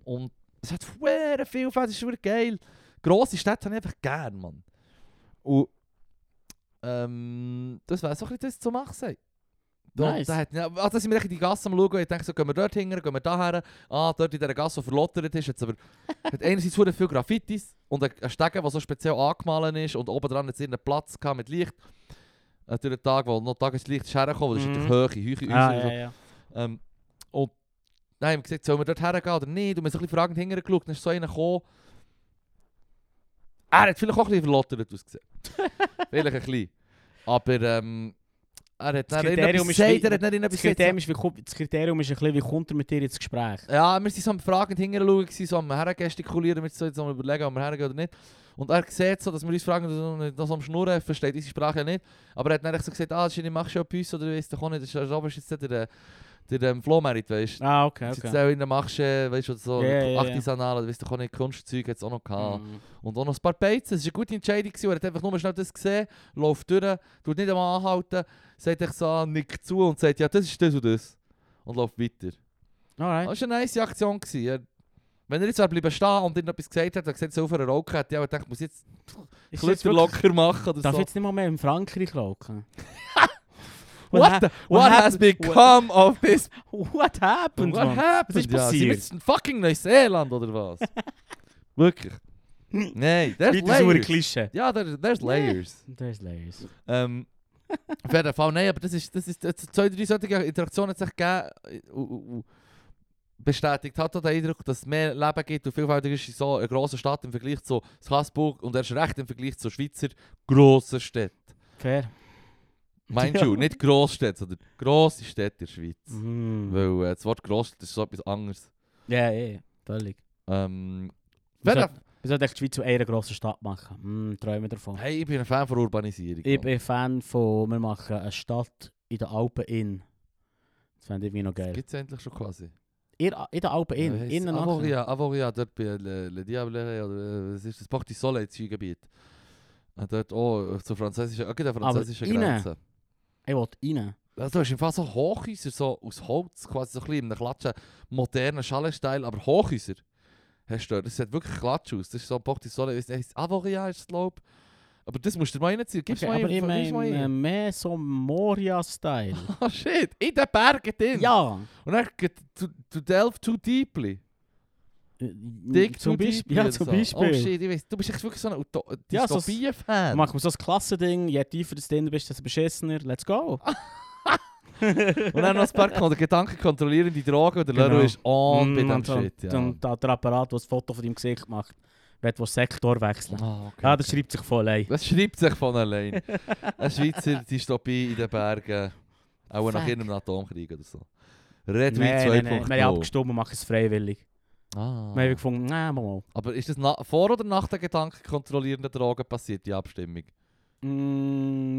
S1: Und es hat sehr viel Fans, es ist verdammt geil. Grosse Städte habe ich einfach gern, Mann. Und ähm, das wäre so ein bisschen das, was Mach sagt. Da,
S2: Nice.
S1: da hat, ja, also da sind wir echt in die Gasse am schauen und ich denke so, gehen wir dort hingehen, gehen wir da her. Ah, dort in dieser Gasse, die verlottert ist, jetzt aber hat einerseits sehr viel Graffitis und ein ein Stegen, der so speziell angemalt ist und oben dran jetzt irgendeinen Platz gehabt mit Licht. Äh, durch den Tag, wo noch Tageslicht ist hergekommen, weil das ist
S2: Mhm.
S1: natürlich Höhe, Höhe,
S2: ah,
S1: Häuser und so.
S2: ja, ja.
S1: Ähm, und dann haben wir gesagt, sollen wir dort hergehen oder nicht? Und wir haben so ein bisschen fragend hintergeschaut. Dann ist so einer gekommen. Er hat vielleicht auch ein bisschen verlottert ausgesehen. vielleicht ein bisschen. Aber ähm, er hat
S2: Das
S1: dann
S2: Kriterium
S1: irgendetwas
S2: ist
S1: gesagt,
S2: wie-
S1: er hat dann irgendetwas
S2: Das
S1: gesagt.
S2: Kriterium, ist, wie, ko- das Kriterium ist ein bisschen, wie kommt er mit dir ins Gespräch?
S1: Ja, wir waren so am fragend hintergeschaut, gewesen, so am hergestikulieren, wir so jetzt am überlegen, ob wir hergehen oder nicht. Und er sieht so, dass wir uns fragen, dass so am Schnurren er versteht unsere Sprache ja nicht. Aber er hat dann echt so gesagt, ah, Gini, machst du ja bei uns oder weißt du auch nicht, das ist- das ist jetzt der, der, der, der Flohmerit, weißt du.
S2: Ah, okay,
S1: Okay. Jetzt
S2: okay.
S1: auch in der Masche, weißt du, oder so
S2: Ja, ja, ja.
S1: Artisanal, oder weißt du, auch nicht Kunstzeug hat es auch noch gehabt.
S2: Mhm.
S1: Und auch noch ein paar Beizen, es war eine gute Entscheidung, gewesen. er hat einfach nur schnell das gesehen, läuft durch, tut nicht einmal anhalten, sagt euch so, nickt zu und sagt, ja, das ist das und das. Und läuft weiter.
S2: Alright.
S1: Das war eine nice Aktion. Gewesen. Er- Wenn er jetzt wäre bleiben stehen und irgendetwas gesagt hätte, dann gesagt, so auf einer Rauke hätte, ja, ich gedacht, ich muss jetzt
S2: Ist
S1: ein
S2: jetzt
S1: bisschen
S2: wirklich,
S1: locker machen oder
S2: darf ich
S1: so.
S2: jetzt nicht mal mehr in Frankreich rauchen?
S1: What, the,
S2: what
S1: what has
S2: happened-
S1: become of this?
S2: What happened,
S1: What
S2: Mann?
S1: happened?
S2: Was ist
S1: Ja, sind wir
S2: passiert?
S1: jetzt in fucking Neuseeland oder was? Wirklich. Nein, there's
S2: Wieder so ein
S1: layers.
S2: Klischee.
S1: Ja, there's, there's layers.
S2: There's layers.
S1: Ähm, auf jeden Fall, nein, aber das ist, das ist, das zwei, drei solche Interaktionen hat es echt gegeben äh, und- und- und bestätigt hat auch den Eindruck, dass es mehr Leben gibt und vielfältiger ist in so einer grossen Stadt im Vergleich zu Straßburg und erst recht im Vergleich zu Schweizer grossen Städten.
S2: Fair.
S1: Mind you, nicht Grossstädte, sondern grosse Städte in der Schweiz.
S2: Mhm.
S1: Weil äh, das Wort Grossstadt ist so etwas anderes.
S2: Ja, ja, ja. Völlig.
S1: Ähm,
S2: Wir
S1: wer-
S2: sollten- wir sollten echt die Schweiz zu einer grossen Stadt machen. Hm, träumen davon.
S1: hey, ich bin ein Fan von Urbanisierung.
S2: Ich
S1: Mann.
S2: bin Fan von, wir machen eine Stadt in der Alpen in. Das fände ich irgendwie noch geil.
S1: Gibt's eigentlich schon quasi.
S2: In, in der Alpen in,
S1: Ja, heisst
S2: innen nachher.
S1: Avoria, Avoria, dort bei Le, Le Diable, oder äh, was ist das? Porte du Soleil, das Skigebiet. Und dort, oh, zur französischen, auch der französischen
S2: innen?
S1: Grenze.
S2: Ich will rein.
S1: Also, du hast im Fall so Hochhäuser, so aus Holz, quasi so ein bisschen in einem klatschen, modernen Schallensteil, aber Hochhäuser. hast du, das hat wirklich Klatsch aus. Das ist so ein Bock, die Sonne ist echt Avoria, ist es, glaub. Aber das musst du dir mal reinziehen. Gib's
S2: Okay,
S1: mal
S2: aber ich
S1: ein, gib's mal
S2: meine äh,
S1: ein.
S2: mehr so Moria-Style.
S1: Ah, shit, in den Bergen drin.
S2: ja!
S1: Und dann äh, geht to, to delve too deeply.
S2: Dick
S1: Dig
S2: zum
S1: too
S2: Beispiel.
S1: deeply.
S2: Ja,
S1: oder
S2: zum
S1: so.
S2: Beispiel.
S1: Oh shit, ich weiss, du bist echt wirklich so ein Uto-
S2: Ja, so-
S1: Dystopie-Fan.
S2: Mach mal so das Klassending, je tiefer du drin bist, desto beschissener. Let's go!
S1: Und dann noch ein paar Kon- Gedanken kontrollieren die Drogen und der
S2: Genau. Mm,
S1: Leroy ist on bei dem
S2: und dann-
S1: Shit. Ja.
S2: Dann da der Apparat, der das Foto von deinem Gesicht macht, wenn du den Sektor wechseln.
S1: Ah, okay,
S2: Ja, dus-
S1: okay.
S2: das schreibt sich voll ey.
S1: Das schreibt sich von allein. Eine Schweizer Dystopie in den Bergen. Auch nach
S2: Fuck.
S1: irgendeinem Atomkrieg oder so. dus Red
S2: Nein,
S1: Wine
S2: nein, nein. Wir haben
S1: 2.0.
S2: abgestimmt und machen es freiwillig.
S1: Ah.
S2: Wir haben gefunden, nein, mal, mal.
S1: Aber ist das na- vor oder nach den Gedanken kontrollierenden Drogen passiert, die Abstimmung?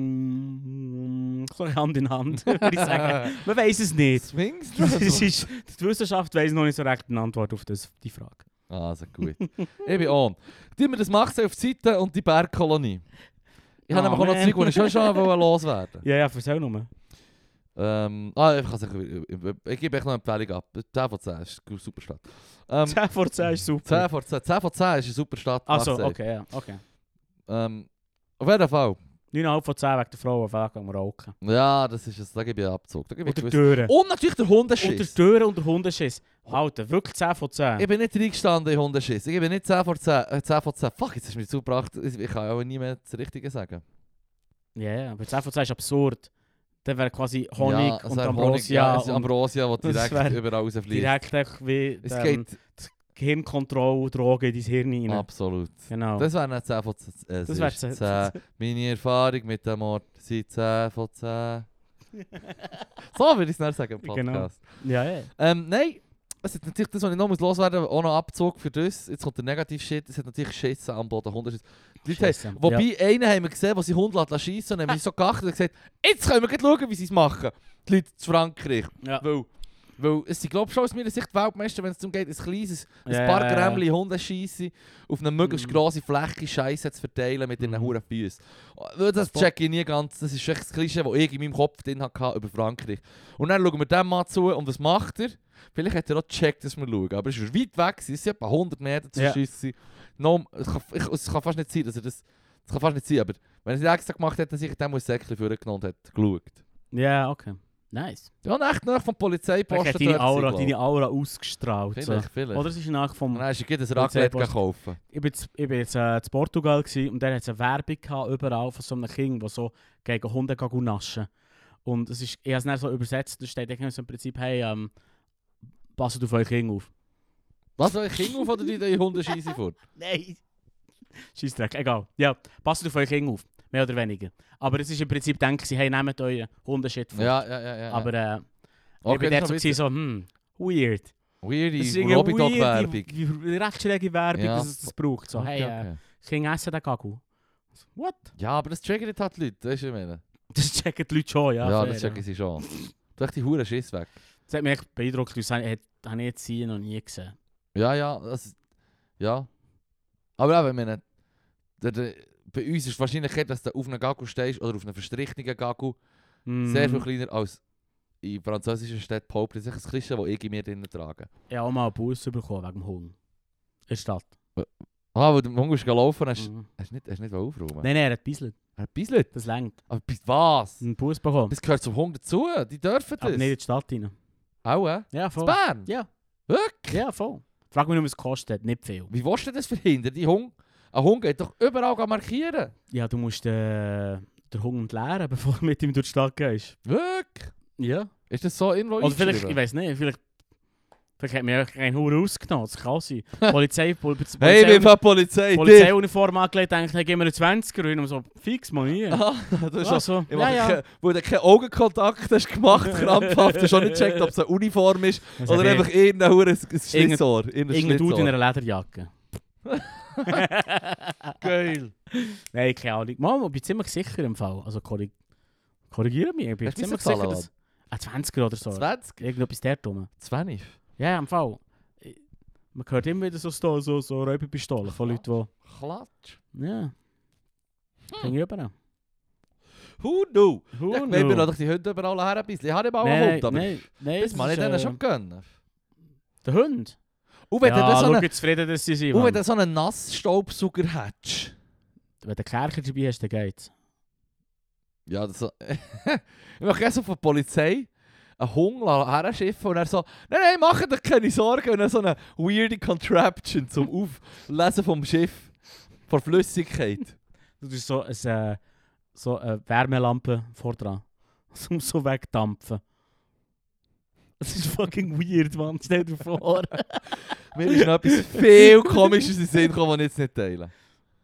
S2: Mm, so Hand in Hand, würde ich sagen. Man weiß es nicht.
S1: Swings?
S2: Das ist, die Wissenschaft weiß noch nicht so recht eine Antwort auf das, dus die Frage.
S1: Also gut. ich bin on. Tun wir das Maxi auf die Seite und die Bergkolonie. Ich habe
S2: Ah,
S1: nämlich auch noch
S2: man.
S1: Zeug, das ich schon schon wollte loswerden
S2: Ja, ja, verzähl nur.
S1: Ähm, ah, ich kann sagen, ich, ich, ich gebe echt noch eine Empfehlung ab. 10 von 10 ist eine super Stadt. Ähm,
S2: 10 vor 10 ist
S1: 10
S2: super.
S1: von 10, 10 von 10 ist eine super Stadt.
S2: Also,
S1: Marseille.
S2: okay, ja, okay.
S1: Ähm, auf jeden Fall.
S2: 9,5 von 10 wegen der Frauen, weg am Rauchen.
S1: Ja, das ist es. Da gebe ich Abzug. Da gebe ich
S2: Oder
S1: gewiss-
S2: Türen.
S1: Und natürlich der
S2: Unter
S1: Hundeschiss.
S2: Türen und der Hundeschiss. Alter, wirklich 10 von 10.
S1: Ich bin nicht reingestanden in Hundeschiss. Ich bin nicht 10 von 10. Äh, 10 von 10. Fuck, jetzt hast du mich zugebracht. Ich ich kann auch nie mehr das Richtige sagen.
S2: Ja, yeah, aber 10 von 10 ist absurd. Dann wäre quasi
S1: Ja,
S2: Honig
S1: es
S2: und
S1: wäre Honig,
S2: Ambrosia
S1: Ja, es ist
S2: und
S1: Ambrosia, die
S2: Das
S1: direkt
S2: wär-
S1: überall rausfliegt.
S2: direkt echt wie
S1: Es
S2: ähm,
S1: geht
S2: Gehirnkontrolle, Drogen in dein Hirn rein.
S1: absolut.
S2: Genau.
S1: Das wäre nicht 10 von 10. Es
S2: Das wär
S1: ist
S2: 10.
S1: 10. Meine Erfahrung mit dem Ort sind 10 von 10. so würde ich es dann sagen im
S2: Genau.
S1: Podcast.
S2: ja, ja.
S1: Ähm, nein, es hat natürlich das, was ich noch muss loswerden muss, auch noch Abzug für das. Jetzt kommt der Negativ-Shit. Es hat natürlich Scheiße am Boden. Hundeschiss. Die Leute
S2: Scheisse.
S1: haben, wobei, einen haben wir gesehen, der seinen Hund lässt schiessen und haben mich so geachtet und gesagt, jetzt können wir gleich schauen, wie sie es machen. Die Leute zu Frankreich.
S2: Ja.
S1: Weil, weil es sind, glaube ich, schon aus meiner Sicht Weltmeister, wenn es darum geht, ein kleines, ein
S2: Ja,
S1: paar
S2: ja, ja.
S1: Grämmli Hundescheisse auf eine möglichst
S2: Mhm.
S1: grosse Fläche Scheiße zu verteilen mit ihren
S2: Mhm.
S1: Huren Füßen. Das, das
S2: Voll.
S1: check ich nie ganz. Das ist echt das Klischee, das ich in meinem Kopf drin hatte über Frankreich. Und dann schauen wir dem mal zu und was macht er? Vielleicht hat er auch gecheckt, dass wir schauen. Aber es ist weit weg, gewesen, es sind etwa 100 Meter zu
S2: Ja.
S1: schiessen. No, es, kann, ich, es kann fast nicht sein, dass er das. Es kann fast nicht sein, aber wenn er es extra gemacht hat, dann sicher dem muss Säckchen vorgenommen und hat geschaut.
S2: ja, okay. Nice.
S1: Ja, und echt nach vom
S2: Vielleicht
S1: Polizeiposten
S2: hat deine
S1: dort
S2: Aura,
S1: gewesen, glaub ich.
S2: deine Aura ausgestrahlt. So.
S1: Vielleicht, vielleicht.
S2: Oder es ist nach
S1: Und
S2: vom...
S1: dann hast du dir ein Raclette
S2: Polizeipost.
S1: kaufen.
S2: Ich bin jetzt, ich bin jetzt äh, in Portugal gewesen, und dann hat es eine Werbung gehabt, überall von so einem Kind, der so gegen Hunde geht naschen. Und es ist, ich habe es dann so übersetzt, da steht irgendwie so im Prinzip, hey, ähm, passet auf euch Kind auf.
S1: Was, soll ich Kinder auf oder die deine Hunde scheiße fort?
S2: Nein! Scheissdreck, egal. Ja, passet auf euch Kind auf, mehr oder weniger. Aber es ist im Prinzip denkt sie, hey, nehmt euren Hundeshit vor.
S1: Ja, ja, ja. ja.
S2: Aber äh, ich
S1: okay,
S2: bin
S1: das
S2: dort so,
S1: ist noch
S2: gewesen, so, hm, weird. Das ist
S1: Weirdy,
S2: irgendwie
S1: Robidog-Werbung.
S2: weirde, w- recht schräge Werbung,
S1: Ja.
S2: dass es das braucht. So, hey,
S1: Okay,
S2: äh,
S1: okay.
S2: Kinder essen den Kaku. What?
S1: Ja, aber das triggert halt die Leute, weißt du, was ich meine?
S2: Das checken die Leute schon, ja.
S1: Ja,
S2: fair,
S1: das checken
S2: ja.
S1: sie schon. Du hast die Huren Schiss weg.
S2: Das hat mich echt beeindruckt, das habe ich- habe ich jetzt hier noch nie gesehen.
S1: Ja, ja, das. Ja. Ah, Aber eben, ich meine, der, der, bei uns ist die Wahrscheinlichkeit, dass du auf einen Gagu stehst oder auf einen verstrichenen Gagu
S2: Mm.
S1: sehr viel kleiner als in französischen Städten behauptet. Das ist ein Klischee, das ich in mir drin trage.
S2: Ich habe auch mal einen Bus bekommen wegen dem Hund. In der Stadt.
S1: Ah, weil du am Hunger bist gelaufen, hast
S2: Mhm.
S1: hast du nicht, hast nicht aufräumen
S2: Nein, nein, er hat gebisselt.
S1: Er hat bisselt.
S2: Das längt.
S1: Aber bis was?
S2: Einen Bus bekommen.
S1: Das gehört zum Hunger dazu. Die dürfen das.
S2: Aber nicht in die Stadt rein.
S1: Auch, äh?
S2: Ja,
S1: In
S2: voll.
S1: Bern?
S2: Ja.
S1: Wirklich?
S2: Ja, voll. Frag mich nur, was es kostet. Nicht viel.
S1: Wie willst du das verhindern? Die Hung ein Hund geht doch überall gehen markieren.
S2: Ja, du musst äh, den Hund entleeren, bevor du mit ihm durch die Stadt gehst.
S1: Wirklich?
S2: Ja.
S1: Ist das so irgendwo
S2: Oder vielleicht, ich
S1: eingeschrieben?
S2: weiß nicht, vielleicht, vielleicht hat mir kein Hund rausgenommen. Das kann sein. Polizei, Pol Polizei.
S1: Hey, ich bin von der Polizei. dich.
S2: Polizeiuniform angelegt, denkt, hey, gib mir einen 20er hin. Und so, fix mal nie.
S1: Ah, du hast
S2: Also,
S1: Ich
S2: ja,
S1: mache
S2: ja.
S1: Kein, wo du keinen Augenkontakt hast gemacht, krampfhaft, du hast schon nicht gecheckt, ob es eine Uniform ist
S2: Also,
S1: oder
S2: hey,
S1: einfach irgendein Hure- ein Schlitzohr.
S2: Irgendein Dude in
S1: Schlitzohr.
S2: einer Lederjacke.
S1: Geil.
S2: Nein, keine Ahnung. Mama, ich bin ziemlich sicher im Fall. Also korrig korrigiere mich, ich bin
S1: Hast du
S2: ziemlich
S1: mir
S2: sicher,
S1: gefallen,
S2: dass... Ein 20er oder so.
S1: 20?
S2: Irgendetwas dort rum.
S1: 20?
S2: Ja, ja, im Fall. Ich- Man hört immer wieder so, Sto- so, so Räuberpistolen von Leuten,
S1: Klatsch.
S2: die... Ja. Ging rüber.
S1: Who knew?
S2: Who
S1: nou? Ja, wenn wir
S2: knew?
S1: doch die Hunde überall her ein bisschen. Ich habe eben auch einen
S2: Nein,
S1: Hund, aber
S2: nein, nein.
S1: das
S2: das
S1: mal ich
S2: ist,
S1: denen
S2: äh,
S1: schon gönnen.
S2: Der Hund?
S1: Und wenn
S2: eh, ja,
S1: du so
S2: schau,
S1: einen,
S2: wie zufrieden dass sie sind.
S1: und wenn
S2: Mann.
S1: du so einen Nassstaubsauger hättest.
S2: Wenn du Kärcher dabei hast, dann geht's.
S1: Ja, das so. ich mache jetzt auf die Polizei einen Hund her schiffen und er so, nein, nein, mach dir keine Sorgen. Und dann so eine weirde eh, Contraption zum Auflesen vom Schiff. Von Flüssigkeit.
S2: Du tust so, ein, äh, so eine Wärmelampe vordran. Um so wegdampfen. Das ist fucking weird, Mann. Stell dir vor.
S1: Mir ist noch etwas viel komisches in den Sinn gekommen, das ich jetzt nicht teile.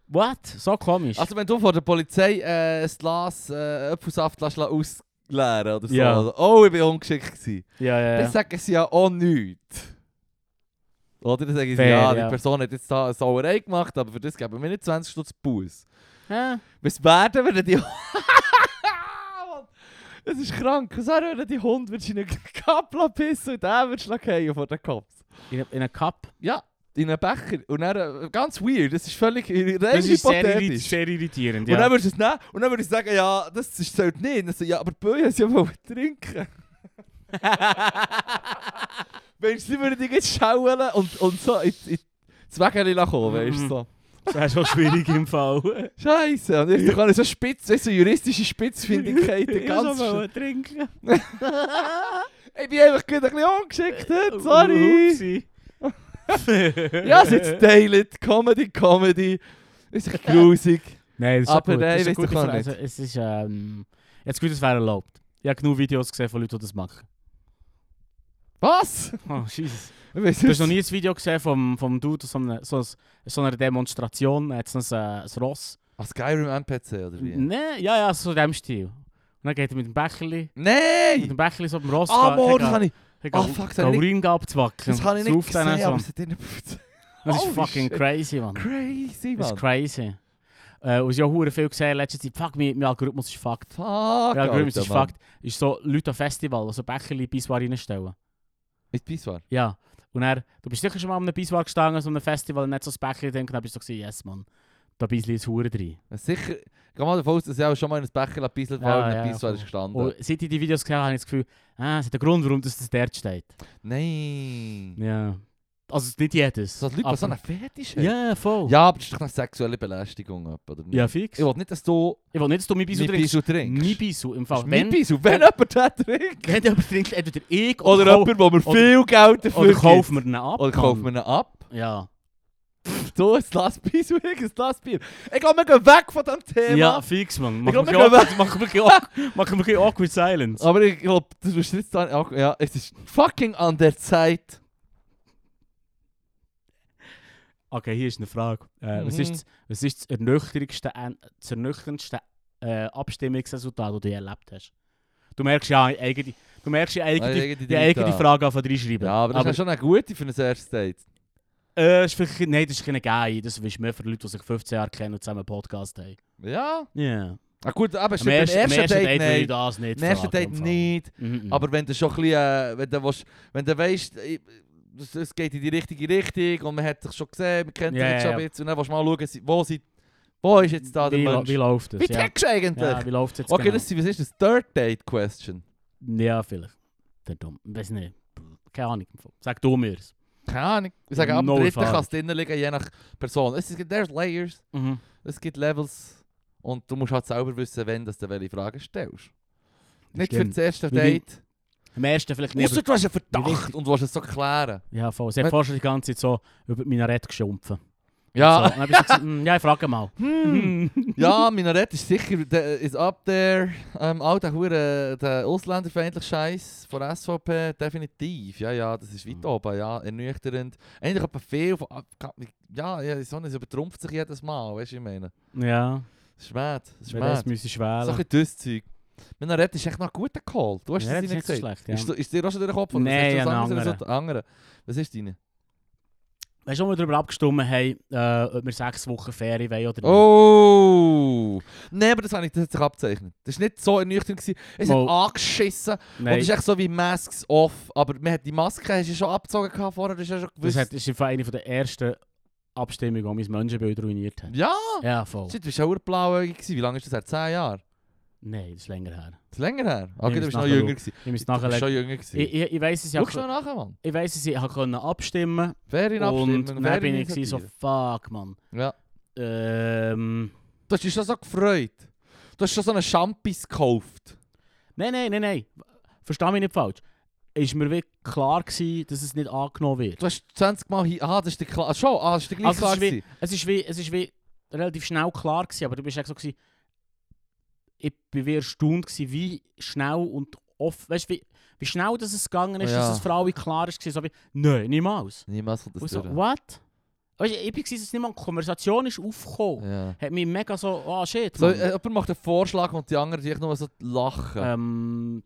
S2: What? So komisch.
S1: Also wenn du von der Polizei äh, ein Glas äh, Apfelsaft lässt ausleeren oder so.
S2: Ja.
S1: Oder, oh, ich bin ungeschickt gewesen.
S2: ja, ja,
S1: Dann
S2: ja.
S1: sagen sie ja auch nichts. Oder dann sagen sie,
S2: Fair,
S1: ja,
S2: ja.
S1: die Person hat jetzt da eine Sauerei gemacht, aber für das geben wir nicht 20 Stutz Buß.
S2: Hä?
S1: Was werden wir denn die... Mann, Es ist krank. Was wäre, wenn die Hund würdest in einen Kapla pissen und den würdest du fallen von den Kopf?
S2: In, in einem Cup.
S1: Ja, in einen Becher. Und dann, äh, ganz weird, das ist völlig rein
S2: Das ist sehr, irri-
S1: hypothetisch.
S2: sehr
S1: Und
S2: irritierend. Ja.
S1: dann würdest du es nehmen und dann würdest du sagen, ja, das ist halt nicht. Und dann so, ja, aber die Böhe sie ja wollen trinken. Meinst du, sie würden dich jetzt schauen und, und so in, in das Wägeli kommen, weißt du?
S2: Mhm.
S1: So.
S2: Das wäre schon schwierig im Fall.
S1: Scheiße. Und jetzt kann ich so spitz, weißt du, so juristische Spitzfindigkeiten
S2: Ich
S1: ganz.
S2: so
S1: schön-
S2: wollen trinken.
S1: Ich bin einfach gerade ein bisschen ungeschickt,
S2: Äh,
S1: heute, sorry.
S2: Upsi.
S1: Ja, es ist jetzt teilt. Comedy, Comedy. Ist ein bisschen grusig.
S2: Nein, das ist
S1: Aber
S2: gut.
S1: nein,
S2: das
S1: weiss
S2: ist eine gute
S1: doch auch
S2: Frage. Also, es ist, ähm, jetzt gut, es wäre erlaubt. Ich habe genug Videos gesehen von Leuten, die das machen.
S1: Was?
S2: Oh, Jesus.
S1: Ich weiss
S2: Du hast noch
S1: es.
S2: nie ein Video gesehen vom, vom Dude, so einer, so, einer- so einer Demonstration, er hat so ein, äh, ein Ross.
S1: Ah, Skyrim NPC oder wie?
S2: Nein, ja, ja, so in dem Stil. Und dann geht er mit dem Becherli, mit
S1: Nein!
S2: dem Becherli so auf dem Ross.
S1: Ah, Mann, das kann ich, Ah, fuck, Dus das
S2: fuck,
S1: hab ich nicht-
S2: Urin abzwackeln.
S1: das kann ich
S2: zu
S1: nicht
S2: aufstehen
S1: sehen, aber
S2: und
S1: es
S2: so.
S1: hat ihnen gefällt.
S2: Das ist
S1: Holy
S2: fucking
S1: shit.
S2: crazy, Mann.
S1: Crazy,
S2: Das ist
S1: man.
S2: crazy. Äh, und ich habe hure viel gesehen in letzter Zeit. Fuck, mein, mein Algorithmus ist fucked.
S1: Fuck,
S2: Ja, Grüms
S1: Alter,
S2: ist
S1: Mann.
S2: Fakt. Ist so Leute am Festival, die so Becherli Biswar reinstellen.
S1: Ist die Biswar.
S2: Ja. Und er, du bist sicher schon mal an einem Biswar gestanden, so einem Festival, und nicht so ein Becherli denken, dann bist du so, gewesen, yes, Mann. Da Bisli ist Hure drin.
S1: Sicher, ich gehe mal davon aus, dass ich auch schon mal in ein Becher gebisselt war
S2: Ja,
S1: und
S2: ja,
S1: ein Biswar
S2: voll.
S1: ist gestanden.
S2: Und seit ich Oh, die Videos gesehen habe, habe ich das Gefühl, ah, es hat einen Grund, warum das, das dort steht.
S1: Nein.
S2: Ja. Also nicht jedes.
S1: So die Leute,
S2: aber-
S1: die so einen Fetisch haben.
S2: Ja, voll.
S1: Ja, aber das ist doch eine sexuelle Belästigung, oder nicht?
S2: Ja, fix.
S1: Ich will nicht, dass du
S2: Ich will nicht, dass du mein Bisu
S1: mein
S2: trinkst.
S1: Bisu trinkst.
S2: Mein Bisu, im
S1: Das ist
S2: Fall.
S1: mein
S2: Wenn,
S1: Bisu. Wenn jemand den trinkt.
S2: wenn jemand trinkt, entweder ich
S1: Oder
S2: oder,
S1: jemand, wo mir
S2: oder-
S1: viel Geld dafür
S2: oder
S1: gibt.
S2: kaufen wir ihn ab.
S1: Oder kaufen wir
S2: Mann.
S1: ihn ab.
S2: Ja.
S1: Du, ein Glas Bier, so ein Glas Bier. Ich glaube, wir gehen weg von diesem Thema.
S2: Ja, fix, man. Mach
S1: glaub,
S2: mir
S1: wir gehen
S2: ein bisschen awkward silence.
S1: Aber ich glaube, du bist jetzt dann auch... Ja, es ist fucking an der Zeit.
S2: Okay, hier ist eine Frage. Äh, Was
S1: Mhm.
S2: ist, das- was ist das ernüchterndste, en- das ernüchterndste äh, Abstimmungsresultat, das du je erlebt hast? Du merkst ja eigene, du merkst ja
S1: Ah,
S2: eigene,
S1: irgendwie
S2: die
S1: drei
S2: eigene
S1: Tage.
S2: Frage von drei schreiben.
S1: Ja, aber das ist ja schon eine gute für ein erstes Date.
S2: äh, ist vielleicht, nein, das ist keine Geil. Das ist mehr für Leute, die sich 15 Jahre kennen und zusammen einen Podcast haben.
S1: Ja.
S2: Ja. Yeah.
S1: Ah gut, aber
S2: Am
S1: stimmt, beim
S2: ersten, am
S1: ersten Date
S2: würde ich
S1: nicht.
S2: das nicht
S1: Beim ersten Date
S2: fragen,
S1: nicht.
S2: Mhm.
S1: Aber wenn du schon ein bisschen... Äh, wenn du, willst, wenn du weißt, ich- es- es geht in die richtige Richtung und man hat sich schon gesehen, man kennt
S2: Ja,
S1: sich jetzt
S2: ja,
S1: schon ein
S2: ja.
S1: bisschen. Und dann willst du mal schauen, si- wo, sie, wo ist jetzt da der
S2: wie, la-
S1: Mensch?
S2: wie läuft das?
S1: Wie
S2: ja.
S1: tickst du eigentlich?
S2: ja, wie läuft es jetzt
S1: okay,
S2: genau?
S1: das, ist- was ist das? Third Date Question.
S2: Ja, vielleicht. Der dumm. Weiß nicht. Keine Ahnung. Sag du mir's.
S1: Keine Ahnung. Ich sage, ab
S2: No
S1: dem dritten
S2: Erfahrung.
S1: kann es drinnen liegen, je nach Person. Es gibt there's Layers,
S2: Mhm.
S1: es gibt Levels. Und du musst halt selber wissen, wenn dass du welche Fragen stellst. Nicht für das erste
S2: Wie wi-
S1: Date.
S2: Am ersten vielleicht nicht.
S1: Außer du hast einen
S2: Wie
S1: Verdacht
S2: wichtig-
S1: und willst es so klären.
S2: aber- Ja, voll. Sie hat
S1: Wenn-
S2: vorher die ganze Zeit so über meine Rede geschumpfen. So,
S1: Ja,
S2: dann hab ich so gesagt, «Mm, ja, ich frage mal.
S1: hm. ja Minarett ist sicher der ist eh, up there. Ähm, all der Hure, der ausländerfeindliche Scheiß von der SVP, definitiv. eh, Ja, ja, das ist weit
S2: Mhm.
S1: oben, ja, ernüchternd. Eigentlich aber viel von. ah, Ja, ja, so es übertrumpft sich jedes Mal, weißt du, ich meine.
S2: ja,
S1: Das ist mad, das ist
S2: wenn
S1: mad.
S2: das müsste ich
S1: So ein
S2: wählen.
S1: bisschen dünnes Zeug. Minarett ist echt noch ein guter Call. Du hast
S2: Ja,
S1: es
S2: das
S1: nicht
S2: ist nicht so
S1: gesehen.
S2: schlecht. Ja.
S1: Ist, ist dir auch schon durch den Kopf?
S2: Nein,
S1: ist
S2: ja, einen
S1: andere. Was ist deine?
S2: Weißt du, wo wir darüber abgestimmt haben, äh, ob wir sechs Wochen Ferien wollen oder nicht?
S1: Oh! Nein, aber das, habe ich, das hat sich abgezeichnet. Das war nicht so ernüchternd. Gewesen. Es
S2: Mal.
S1: hat angeschissen. Und
S2: Nein,
S1: es ist echt so wie Masks off. Aber man hat die Maske hast du ja schon abgezogen dus gehabt vorher. Das hast du ja schon
S2: das
S1: gewusst.
S2: hat, ist im Fall eine der ersten Abstimmungen, die mein Menschenbild ruiniert hat.
S1: ja!
S2: Ja, voll.
S1: Shit, du warst auch blauäugig. gewesen. Wie lange ist das her? Zehn Jahre?
S2: Nein, das ist länger her.
S1: Ist länger her?
S2: Ich
S1: Okay, du
S2: muss
S1: bist noch
S2: nachschauen.
S1: jünger gewesen.
S2: Ich muss
S1: Du bist
S2: nachher...
S1: schon jünger gewesen.
S2: Ich, ich, ich weiss es ja...
S1: Schaust du noch nachher, Mann?
S2: Ich weiss es, ich konnte abstimmen.
S1: Ferien
S2: Und
S1: abstimmen,
S2: dann
S1: Ferien
S2: bin ich gewesen so,
S1: initiieren.
S2: fuck, man.
S1: Ja.
S2: Ähm...
S1: Du hast dich schon so gefreut. Du hast schon so einen Champis gekauft.
S2: Nein, nein, nein, nein. Versteh mich nicht falsch. Ist mir wirklich klar gewesen, dass es nicht angenommen wird.
S1: Du hast 20 Mal hier... Ah, das ist der klar... Ah, Schon, ah, das ist der gleich
S2: Also,
S1: klar
S2: es ist wie-
S1: gewesen.
S2: Es ist wie, es ist wie relativ schnell klar gewesen, aber du bist echt so gewesen, ich bin wie erstaunt gewesen, wie schnell und offen, weißt du, wie, wie schnell das es gegangen ist,
S1: Ja.
S2: dass es für alle klar ist, gewesen, so wie, nein, niemals.
S1: Niemals kommt
S2: Und
S1: das
S2: ich so,
S1: durch.
S2: what? Weißt du, ich bin gewesen, dass niemand, die Konversation ist aufgekommen.
S1: Ja.
S2: Hat mich mega so, ah shit,
S1: So,
S2: Mann.
S1: äh, jemand macht einen Vorschlag und die anderen die nur so lachen.
S2: ähm,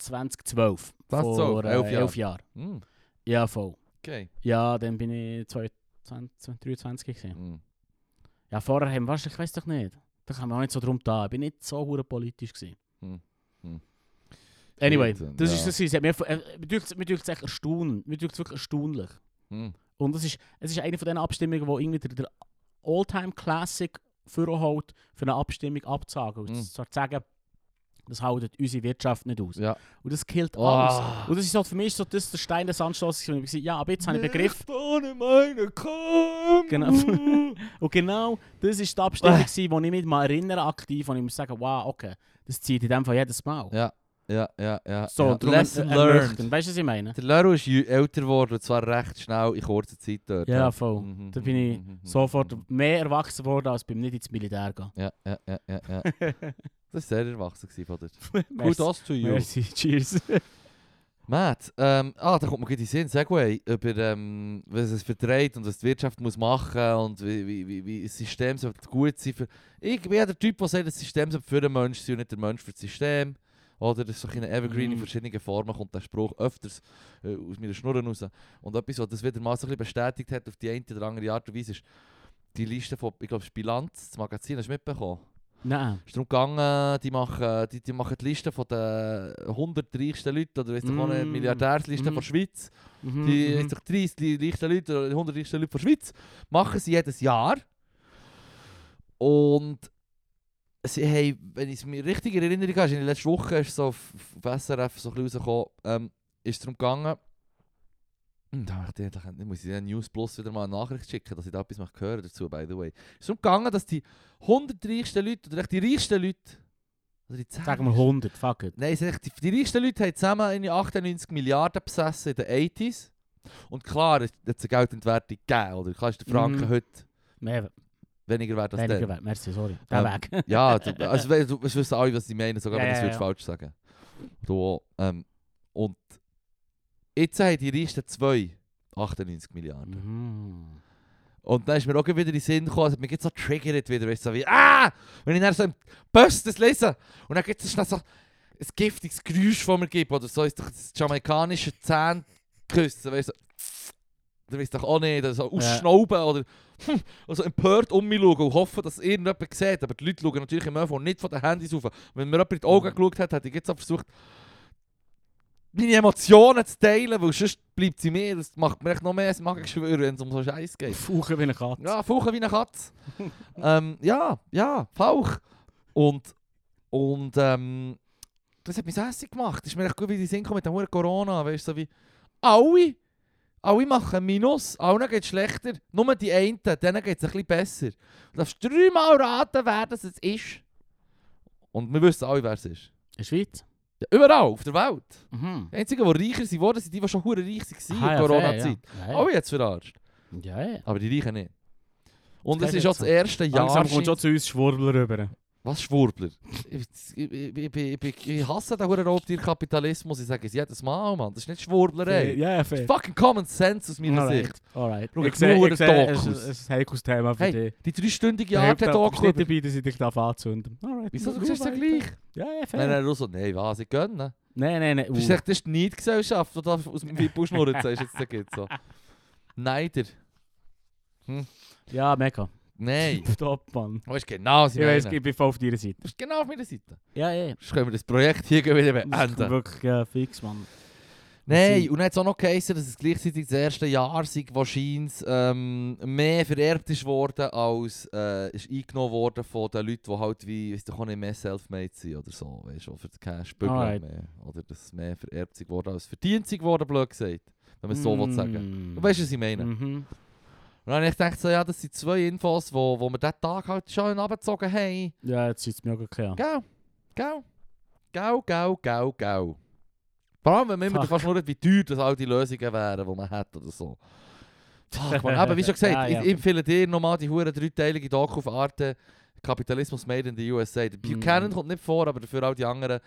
S2: 11.03.2012.
S1: 2012,
S2: Vor, äh,
S1: elf Jahre.
S2: elf Jahren.
S1: Hm,
S2: Ja, voll.
S1: okay.
S2: Ja, dann bin ich 22, 23 gewesen.
S1: Hm.
S2: Ja, vorher haben wir wahrscheinlich, ich weiß doch nicht. Da kann man auch nicht so drum da. Ich bin nicht so hure politisch gewesen.
S1: Hm. Hm.
S2: Anyway,
S1: Gut, dann,
S2: das
S1: ja.
S2: ist das. Mir, äh, mir dünkt's- mir dünkt's echt erstaunlich. Mir dünkt's wirklich erstaunlich.
S1: Hm.
S2: Und es ist, es ist eine von den Abstimmungen, wo irgendwie der, der All-Time Classic vorholt, für eine Abstimmung abzusagen. Und
S1: Mhm.
S2: zu sagen, das haltet unsere Wirtschaft nicht aus.
S1: Ja.
S2: Und das killt
S1: Oh.
S2: alles. Und das ist halt für mich so das der Stein des Anstoßes. gewesen. Ich hab gesagt, Ja, aber jetzt habe ich Begriff.
S1: Nicht ohne meine Kamera.
S2: Genau. Und genau das war die
S1: Ah.
S2: Abstimmung, gewesen, wo ich mich mal erinnere aktiv und ich muss sagen, wow, okay, das zieht in dem Fall jedes Mal.
S1: Ja, ja, ja, ja.
S2: So,
S1: ja.
S2: drum
S1: Lesson
S2: er- ernüchternd.
S1: learned.
S2: Weißt du, was ich meine?
S1: Der Lero ist jü- älter geworden, und zwar recht schnell in kurzer Zeit dort.
S2: Ja, voll.
S1: Mhm,
S2: Da bin ich
S1: mhm, mhm, mhm.
S2: Sofort mehr erwachsen worden als beim nicht ins Militär gehen.
S1: Ja, ja, ja, ja. ja. das war sehr erwachsen gewesen von dir.
S2: Merci.
S1: Gut, also, das to you.
S2: Merci, cheers.
S1: Matt, ähm, ah, da kommt mir gut in den Sinn, Segway, über ähm, was es verträgt und was die Wirtschaft muss machen und wie, wie, wie, wie das System sollte gut sein. Für, ich bin ja der Typ, der sagt, das System sollte für den Menschen sein und nicht der Mensch für das System. Oder das ist so ein bisschen Evergreen in
S2: Mhm.
S1: verschiedenen Formen, kommt der Spruch öfters äh, aus meiner Schnurren raus. Und etwas, was das wieder mal so ein bisschen bestätigt hat auf die eine oder andere Art und Weise, ist die Liste von, ich glaube, das Bilanz, das Magazin, hast du mitbekommen?
S2: Nein.
S1: ist darum gegangen, die machen die, die, machen die Liste von den 100 reichsten Leuten oder weiss doch auch nicht,
S2: Mm.
S1: Milliardärsliste von
S2: Mhm.
S1: der Schweiz.
S2: Mhm,
S1: Die
S2: mhm.
S1: weiss doch 30 li- reichsten Leute oder die 100 reichsten Leute von der Schweiz machen sie jedes Jahr. Und sie haben, wenn ich es mir richtig in Erinnerung habe, ist in der letzten Woche ist so auf, auf SRF so ein bisschen rausgekommen, ähm, ist darum gegangen, und da dachte ich, da könnte- muss ich den News Plus wieder mal eine Nachricht schicken, dass ich da etwas möchte hören dazu, by the way. Es ist darum gegangen, dass die 100 reichsten Leute, oder echt die reichsten Leute, oder die 10
S2: Sagen wir 100, fuck it.
S1: Nein, es ist echt, die, die reichsten Leute haben zusammen irgendwie 98 Milliarden besessen in den 80s. Und klar, es hat es eine Geldentwertung gegeben, oder? Klar ist der Franken
S2: Mhm.
S1: heute
S2: Mehr,
S1: weniger wert als der.
S2: weniger wert. Merci, sorry. Der
S1: Ähm,
S2: Weg.
S1: Ja, du, also, we- du, es wissen alle, was ich meine, sogar
S2: Ja,
S1: wenn ich
S2: ja,
S1: es
S2: ja.
S1: falsch sagen du, auch. ähm, Und jetzt haben die reichsten zwei 98 Milliarden.
S2: Mhm.
S1: Und dann ist mir auch wieder in den Sinn gekommen, es hat mich jetzt so triggert wieder, weißt du, so wie, ah! Wenn ich dann so im Bus das lese und dann gibt es schnell so ein giftiges Geräusch, das mir gibt, oder so ist doch das jamaikanische Zähnküssen, weißt du, so, du weißt doch auch nicht, oder so ausschnauben oder hm, also empört um mich schauen und hoffen, dass irgendjemand sieht. Aber die Leute schauen natürlich im ÖV nicht von den Handys auf. Wenn mir jemand in die Augen geschaut hat, hätte ich jetzt auch versucht, meine Emotionen zu teilen, weil sonst bleibt sie mir. Das macht mir echt noch mehr, das mag ich schwören, wenn es um so Scheiß geht.
S2: Fauchen wie eine Katze.
S1: Ja, fauchen wie eine Katze. ähm, ja, ja, fauch. Und, und ähm, das hat mich hässlich gemacht. Das ist mir echt gut, wie die Sinn gekommen mit dem verdammten Corona. Weißt du, so wie alle, alle machen Minus, allen geht es schlechter. Nur die einen, denen geht es ein bisschen besser. Du darfst dreimal raten, wer das jetzt ist. Und wir wissen alle, wer es ist.
S2: In der Schweiz?
S1: Ja, überall auf der Welt.
S2: Mhm.
S1: Die Einzigen, die reicher sind, worden, sind die, die schon hure reich waren in
S2: Aha, Ah ja,
S1: der Corona-Zeit.
S2: fair, Ja, ja.
S1: Alle jetzt verarscht.
S2: Oh, ja, ja.
S1: Aber die Reichen nicht. Und
S2: Das
S1: es
S2: kann ich
S1: ist auch
S2: jetzt
S1: das erste Jahr.
S2: Langsam kommt
S1: scheint-
S2: schon zu uns Schwurbler rüber.
S1: Was Schwurbler? Ich, ich, ich, ich, ich, ich hasse den hohen Raubtierkapitalismus. Ich sage es jedes Mal, Mann. Das ist nicht Schwurblerei.
S2: Ja, fair.
S1: Fucking Common Sense aus meiner
S2: Alright,
S1: Sicht.
S2: Alright.
S1: Schau,
S2: Ich
S1: ich
S2: sehe,
S1: schaue
S2: ich sehe, es
S1: Dokus.
S2: ist- es ist ein heikles Thema für
S1: Hey,
S2: dich.
S1: die dreistündige
S2: Der Haupt- du bist
S1: Arte-Doku.
S2: nicht dabei, dass ich dich darf anzünden Alright.
S1: Wieso?
S2: nur-
S1: Du siehst
S2: nur
S1: ja
S2: weiter.
S1: gleich.
S2: Ja, ja, fair.
S1: Nein, nein, Russo. Nein, was? Ich gönne.
S2: Nein, nein, nein.
S1: Das ist
S2: uh.
S1: echt das ist die Neidgesellschaft, die da aus dem Wippel schnurren sagst. Jetzt da geht's so. Neider.
S2: Ja, mega.
S1: Nein.
S2: Top, Mann.
S1: Du weißt genau, was
S2: Ich
S1: ich
S2: weiß,
S1: meine.
S2: ich bin voll auf deiner Seite.
S1: Du bist genau auf meiner Seite.
S2: Ja, ja.
S1: Sonst können wir das Projekt hier wieder
S2: Das ist
S1: beenden.
S2: wirklich äh, fix, Mann.
S1: Nein, und dann hat es auch noch geheißen, dass es gleichzeitig das erste Jahr sei, wo Scheins ähm, mehr vererbt ist worden, als äh, ist eingenommen worden von den Leuten, die halt wie, weißt du, auch nicht mehr self-made sind oder so, weißt du, für das Cash bügeln
S2: Alright.
S1: mehr. Oder dass es mehr vererbt sei worden, als verdient sei worden, blöd gesagt, wenn man es so will sagen.
S2: Mm.
S1: Du weißt, was ich meine.
S2: Mhm.
S1: Und dann habe ich gedacht, so, ja, das sind zwei Infos, die wo, wo wir diesen Tag halt schon abgezogen haben.
S2: Ja, jetzt sieht es mir auch geklärt.
S1: Gau, gau, gau, gau, gau, gau. Vor allem, wenn man immer
S2: Fuck.
S1: fast nur wie teuer das all die Lösungen wären, die man hat oder so. Fuck, man. Aber wie schon gesagt,
S2: Ja, ja.
S1: ich empfehle dir nochmal die hure dreiteilige Doku auf Arte Kapitalismus Made in the USA. Der Buchanan
S2: Mm.
S1: kommt nicht vor, aber dafür all die anderen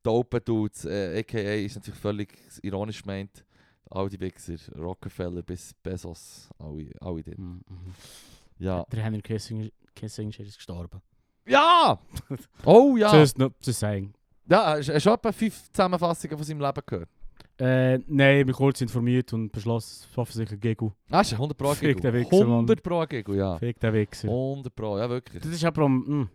S1: Dope Dudes, äh, a.k.a. ist natürlich völlig ironisch gemeint. All die Wichser, Rockefeller bis Bezos, alle, alle die.
S2: Mhm. mhm.
S1: Ja.
S2: Der Henry Kissinger, Kissinger ist gestorben.
S1: Ja! Oh ja!
S2: Just not to saying.
S1: Ja, hast hast du etwa fünf Zusammenfassungen von seinem Leben gehört?
S2: Äh, nein, ich bin kurz informiert und beschlossen, es ist offensichtlich Gegel.
S1: Ah, ist ja 100 Pro
S2: Fick den
S1: Gegel.
S2: Wichser, Mann.
S1: 100 Pro Gegel, ja.
S2: Fick den Wichser.
S1: 100 Pro, ja wirklich.
S2: Das ist aber am... mm.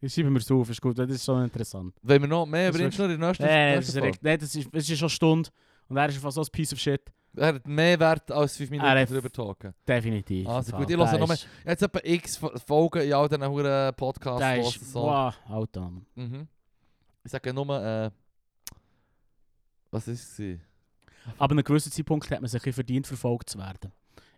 S2: Ich schreibe mir es auf, ist gut, das ist schon interessant.
S1: Wenn wir noch mehr
S2: Das
S1: über ihn
S2: ist
S1: schnurren, in der nächsten
S2: Nein, das
S1: nächsten
S2: ist
S1: Folge.
S2: richtig. Nein, das ist, es ist schon eine Stunde und er ist fast so ein Piece of Shit.
S1: Er hat mehr Wert als 5 Minuten
S2: hat-
S1: drüber talken.
S2: Definitiv.
S1: Also
S2: im
S1: gut,
S2: Fall.
S1: ich höre
S2: Der
S1: noch mehr-
S2: ist-
S1: Jetzt etwa x Fo- Folgen in all diesen huren
S2: Der
S1: Podcasts.
S2: ist...
S1: so.
S2: Wow, Alter. Mann.
S1: Mhm. Ich sage nur, äh... Was ist sie?
S2: Aber an einem gewissen Zeitpunkt hat man sich ein bisschen verdient, verfolgt zu werden.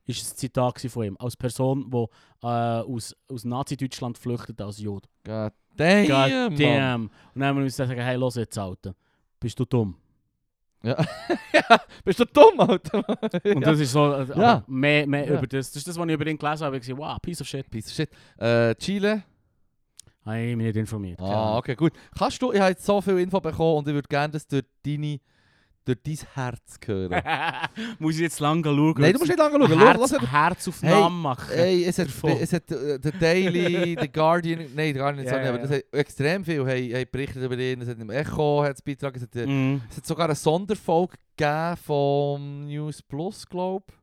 S2: Ist ein Zitat gewesen von ihm. Als Person, die äh, aus, aus Nazi-Deutschland flüchtet als Jude.
S1: God damn,
S2: God
S1: Mann.
S2: damn. Und dann haben wir uns gesagt, hey, los jetzt, Alter. Bist du dumm?
S1: Ja. ja, bist du dumm, Alter?
S2: Und
S1: ja.
S2: das ist so, äh,
S1: Ja.
S2: aber mehr, mehr
S1: Ja.
S2: über das. Das ist das, was ich über ihn gelesen habe. Ich habe gesagt, wow, piece of shit.
S1: Piece of shit. Äh, Chile?
S2: Habe ich mich nicht informiert. Keine
S1: Ah,
S2: Ahnung.
S1: okay, gut. Kannst du, ich habe jetzt so viel Info bekommen und ich würde gerne das durch deine, durch dein Herz hören.
S2: Muss ich jetzt lange schauen?
S1: Nein, du musst nicht lange schauen. Schau,
S2: Herz,
S1: lass einfach-
S2: Herzaufnahmen
S1: Hey,
S2: machen.
S1: Ey, es hat,
S2: Davon.
S1: es hat äh, der Daily, der Guardian, nein, der Guardian ist
S2: Ja,
S1: auch nicht,
S2: ja,
S1: aber
S2: ja.
S1: das hat extrem viel hey, hey, berichtet über ihn. Es hat im Echo hat's Beitrag, es hat, äh,
S2: Mhm.
S1: es hat sogar eine Sonderfolge gegeben vom News Plus, glaube ich.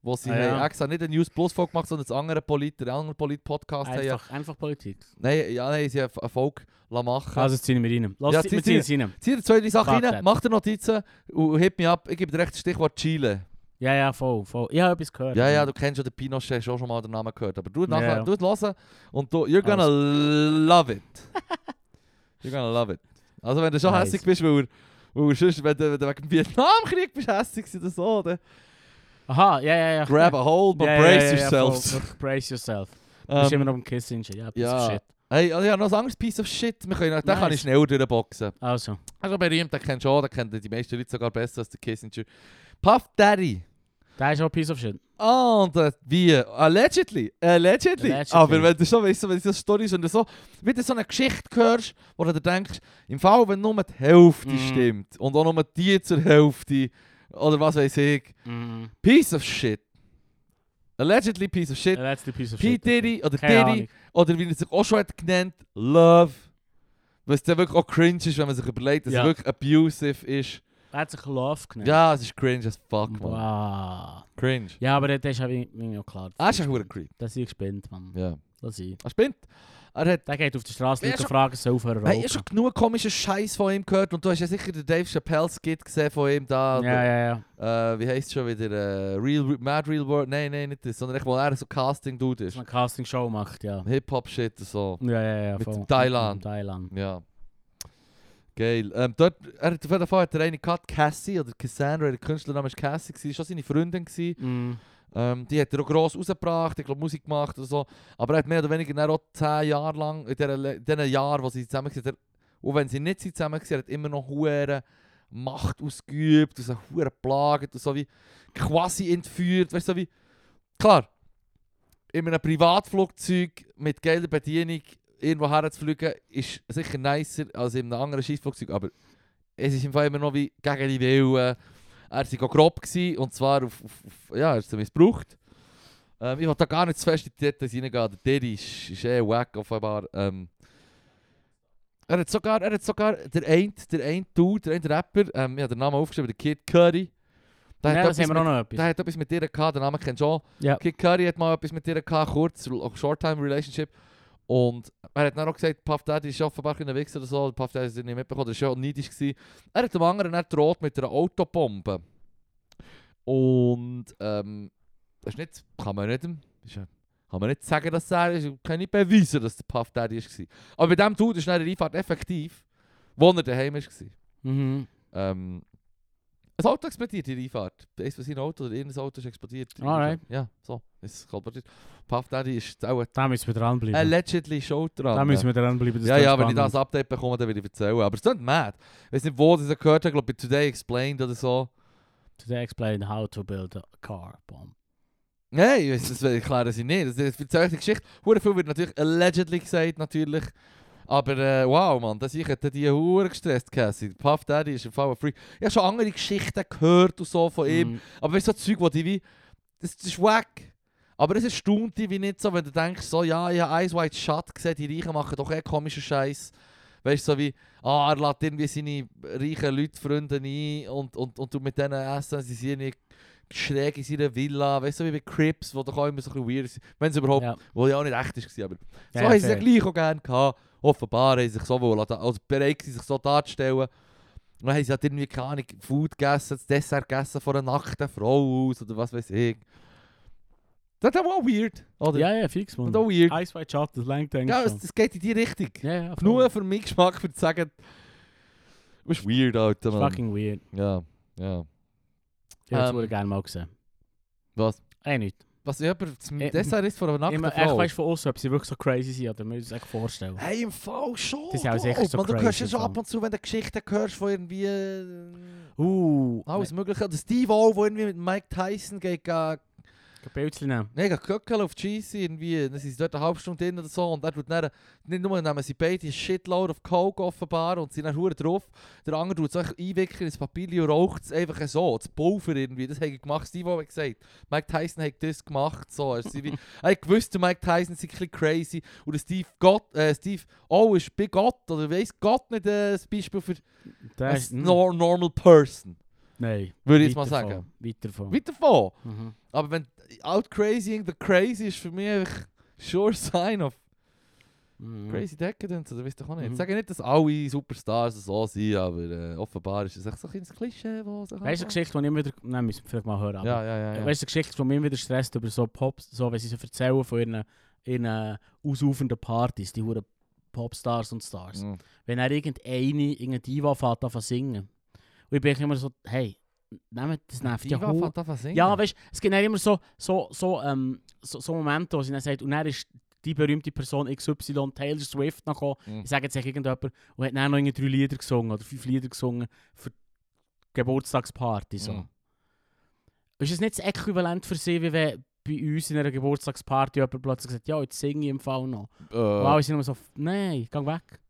S1: Wo sie
S2: Ah,
S1: haben
S2: ja.
S1: extra nicht eine News Plus Folge gemacht, sondern das andere Polit, der andere Polit-Podcast. haben ja-
S2: Einfach, einfach Politik.
S1: Nein, ja, nein, sie haben eine Folge lassen machen
S2: Also, jetzt ziehen wir rein. Lass
S1: Ja,
S2: ja,
S1: zieh-
S2: wir ziehen es rein.
S1: Zieh dir zwei, drei Sachen
S2: Fuck
S1: rein,
S2: that.
S1: mach dir Notizen und heb mich ab. Ich gebe dir recht das Stichwort Chile.
S2: Ja, ja, voll, voll. Ich habe etwas gehört.
S1: Ja, ja, du kennst schon den Pinochet, hast auch schon mal den Namen gehört. Aber du nachher,
S2: ja.
S1: du hören und du, you're gonna love it. you're gonna love it. Also wenn du schon
S2: Nice.
S1: hässig bist, weil, er- weil er sonst, wenn, du, wenn du wegen dem Vietnamkrieg bist, hässig oder so, dann
S2: Aha, ja, ja, ja.
S1: grab a hold, but
S2: Ja, ja,
S1: brace
S2: ja, ja,
S1: yourselves.
S2: voll, wirklich, brace yourself. Du
S1: Ähm,
S2: bist immer noch am Kissen. Ja, piece
S1: ja.
S2: of shit.
S1: hey, also ich habe noch ein anderes Piece of Shit, wir können, den kann
S2: Nice.
S1: ich schnell durchboxen.
S2: Also,
S1: Also berühmt, den kennst du auch, den kennen oh, die meisten Leute sogar besser als der Kissinger. Puff Daddy.
S2: der ist auch piece of shit.
S1: Und äh, wie? Allegedly. Allegedly.
S2: Allegedly.
S1: Aber wenn du schon weißt, wenn du so Storys und so wieder so eine Geschichte hörst, wo du dir denkst, im Fall, wenn nur die Hälfte
S2: Mhm.
S1: stimmt und auch nur die zur Hälfte oder was weiß ich,
S2: Mhm.
S1: piece of shit. Allegedly piece of shit.
S2: Der letzte piece of
S1: P.
S2: shit.
S1: Diddy oder
S2: Keine
S1: Diddy
S2: Ahnung.
S1: oder wie er sich auch schon hat genannt, Love. Was dann wirklich auch cringe ist, wenn man sich überlegt, dass
S2: Ja.
S1: es wirklich abusive ist.
S2: Er hat sich Love genannt.
S1: Ja, es ist cringe as fuck, man.
S2: Wow.
S1: Cringe.
S2: Ja, aber das ist eben mir auch klar.
S1: Ah, ist ein verdammter Creep.
S2: Das ist gespinnt, Mann.
S1: Ja.
S2: Lass ihn.
S1: Er spinnt. Er hat
S2: Der geht auf die Straße,
S1: Ja,
S2: Leute
S1: schon-
S2: fragen, soll aufhören
S1: Hey, ich habe
S2: rauchen.
S1: schon genug komischen Scheiß von ihm gehört und du hast ja sicher den Dave Chappelle Skit gesehen von ihm da.
S2: Ja, ja, ja.
S1: Äh, wie heißt schon wieder? Äh, Real, Mad Real World? Nein, nein, nicht das, sondern echt, wo er so Casting Dude
S2: Dass
S1: ist.
S2: man Casting-Show macht, ja.
S1: Hip Hop Shit und so.
S2: Ja, ja, ja.
S1: Mit
S2: voll.
S1: dem Thailand.
S2: Mit dem Thailand.
S1: Ja. Geil. Ähm, dort, er hat auf jeden Fall hat er eine gehabt, Cassie oder Cassandra, der Künstlername ist Cassie, gewesen, schon seine Freundin. Gewesen.
S2: Mhm.
S1: Ähm, die hat er auch gross rausgebracht, ich glaube Musik gemacht oder so. Aber er hat mehr oder weniger dann auch zehn Jahre lang, in diesen Le- diesen Jahren, wo sie zusammen waren, und wenn sie nicht zusammen waren, hat er immer noch hure Macht ausgeübt, dus und so hure plagt und so dus wie quasi entführt, weißt du, so wie... Klar, in einem Privatflugzeug mit geiler Bedienung irgendwo herzufliegen, ist sicher nicer als in einem anderen Schiffsflugzeug, aber es ist im Fall immer noch wie gegen die Willen. Er war auch grob gewesen, und zwar auf, auf, auf ja, er hat sie missbraucht. Ähm, ich will da gar nicht zu fest in die Details reingehen, der Diddy ist, ist eh wack offenbar. Ähm, er hat sogar, er hat sogar, der eine, der eine Dude, der eine Rapper, ähm, ich habe den Namen aufgeschrieben, der Kid Curry. Der
S2: Ja,
S1: hat
S2: das haben
S1: etwas
S2: wir auch noch etwas.
S1: der hat etwas mit dir gehabt, den Namen kennst du auch.
S2: Ja.
S1: Kid Curry hat mal etwas mit dir gehabt, kurz, Short-Time-Relationship. Und er hat dann auch gesagt, Puff Daddy ist offenbar ein Wichser oder so. Puff Daddy hat es nicht mitbekommen, er war ja auch neidisch. Gewesen. Er hat dem anderen dann gedroht mit einer Autobombe. Und ähm, das ist nicht, kann man nicht, ist ja, kann man nicht sagen, dass er ist. Kann nicht beweisen, dass der Puff Daddy war. Aber bei dem Dude ist dann der Einfahrt effektiv, wo er daheim war.
S2: Mhm.
S1: Ähm, ein Auto explodiert in der Einfahrt. Eins von seinen Auto oder irgendein Auto ist explodiert. in der
S2: Alright.
S1: Einfahrt. Ja, so. Es kolportiert. Puff Daddy ist auch
S2: Da müssen wir dranbleiben.
S1: allegedly schuld dran.
S2: da müssen wir dranbleiben. das
S1: ja,
S2: ist
S1: ja, wenn ich
S2: dus spannend.
S1: das Update bekomme, dann werde ich erzählen. Aber es ist mad. Ich weiß nicht, wo sie es gehört haben. Ich glaube, bei Today Explained oder so.
S2: Today explain how to build a car bomb.
S1: Nein, ich weiss, das erklären sie nicht. Das ist eine erzählte Geschichte. Hure viel wird natürlich allegedly gesagt, natürlich. Aber äh, wow, Mann, das ich hätte die Hure gestresst, Cassie. Puff Daddy ist ein Fall ein Freak. Ich habe schon andere Geschichten gehört und so von ihm.
S2: Mhm.
S1: Aber weißt du, so Zeug, wo die wie. Das, das ist weg. Aber es erstaunt dich wie nicht so, wenn du denkst, so, ja, ich habe Eyes Wide Shut gesehen, die Reichen machen doch eh komischen Scheiß. Weißt du, so wie, ah, er lädt irgendwie seine reichen Leute, Freunde ein und, und, und du mit denen essen, sie sind nicht schräg in seiner Villa. Weißt du, so wie bei Crips, wo doch auch immer so ein bisschen weird sind. Wenn es überhaupt,
S2: Ja.
S1: wo ja auch nicht echt war, aber so
S2: Ja,
S1: haben sie ja
S2: fair.
S1: gleich auch gerne gehabt. Offenbar haben sie sich so wohl, also bereit waren, sich so darzustellen. Und dann haben sie halt irgendwie keine Ahnung, Food gegessen, das Dessert gegessen vor einer Nacht eine Frau aus oder was weiß ich. Das ist aber auch weird, oder?
S2: Ja, ja, fix,
S1: das
S2: man.
S1: ist auch weird.
S2: Ice White Shot, das längt eigentlich
S1: Ja, es,
S2: schon.
S1: das geht in die Richtung.
S2: Ja, ja, voll.
S1: Nur für meinen Geschmack würde ich sagen, du bist weird, Alter,
S2: Das ist
S1: Mann.
S2: fucking weird.
S1: Ja, ja.
S2: Ich hätte es
S1: Ähm.
S2: wohl gerne mal gesehen.
S1: Was?
S2: Eh nicht.
S1: Was jemand zum
S2: Ich-
S1: Dessert ist vor einer Nacht
S2: Immer,
S1: eine
S2: echt
S1: Frau?
S2: weißt von uns, ob sie wirklich so crazy sind oder müssen wir uns dus echt vorstellen.
S1: Hey, im Fall schon.
S2: Das ist auch
S1: doch.
S2: sicher so
S1: Man, du hörst
S2: crazy
S1: ja schon
S2: im
S1: ab
S2: Fall.
S1: und zu, wenn du Geschichten hörst von irgendwie... äh,
S2: Uh,
S1: Alles mögliche. Oder Steve O, der irgendwie mit Mike Tyson geht... äh,
S2: Ein Bildchen nehmen.
S1: Nein, ich Köckel auf GC irgendwie. Dann sind sie dort eine halbe Stunde drin oder so. Und er tut dann, nicht nur nehmen sie beide einen Shitload auf Coke offenbar und sind dann verdammt drauf. Der andere tut es einfach einwickeln ins Papier und raucht es einfach so. Das Pulver irgendwie. Das habe ich gemacht. Steve hat gesagt. Mike Tyson hat das gemacht. So. Er sie wie, er hat gewusst, der Mike Tyson ist ein bisschen crazy. Und der Steve Gott, äh, Steve, oh, ist bei Gott. Oder weiss Gott nicht äh, das Beispiel für
S2: Der
S1: ein
S2: ist- mm,
S1: nor normal person.
S2: Nein.
S1: Würde ich jetzt mal
S2: Weiter
S1: sagen.
S2: von, Weiter von.
S1: Weiter davon.
S2: Mhm.
S1: Aber wenn out crazying the crazy ist für mich einfach sure sign of
S2: Mhm.
S1: crazy decadence, oder weißt du auch nicht.
S2: Mhm.
S1: Ich sage nicht, dass alle Superstars so sind, aber äh, offenbar ist es echt so ein kleines Klischee, wo so
S2: Weißt du, eine Geschichte, die ich immer wieder. Nein, müssen wir vielleicht mal hören. aber-
S1: Ja, ja, ja. ja.
S2: Weißt du, die Geschichte, die mich immer wieder stresst über so Pops, so wenn sie so erzählen von ihren, ihren ausufernden Partys, die huren Popstars und Stars.
S1: Mhm.
S2: Wenn er irgendeine, irgendeine Diva fährt an zu singen. Und ich bin eigentlich immer so, hey, nehmt das nervt ja
S1: Diva
S2: hu-
S1: fängt an zu singen.
S2: Ja, weißt du, es gibt dann immer so, so, so, ähm, so, so Momente, wo sie dann sagt, und dann ist die berühmte Person XY, Taylor Swift, nachher,
S1: Mhm.
S2: ich sage jetzt irgendjemand, und hat dann noch irgendwie drei Lieder gesungen oder fünf Lieder gesungen für die Geburtstagsparty. So.
S1: Mhm.
S2: Ist es nicht das Äquivalent für sie, wie wenn bei uns in einer Geburtstagsparty jemand plötzlich sagt, ja, jetzt singe ich im Fall noch.
S1: Äh,
S2: Und alle sind immer so, nein, geh weg.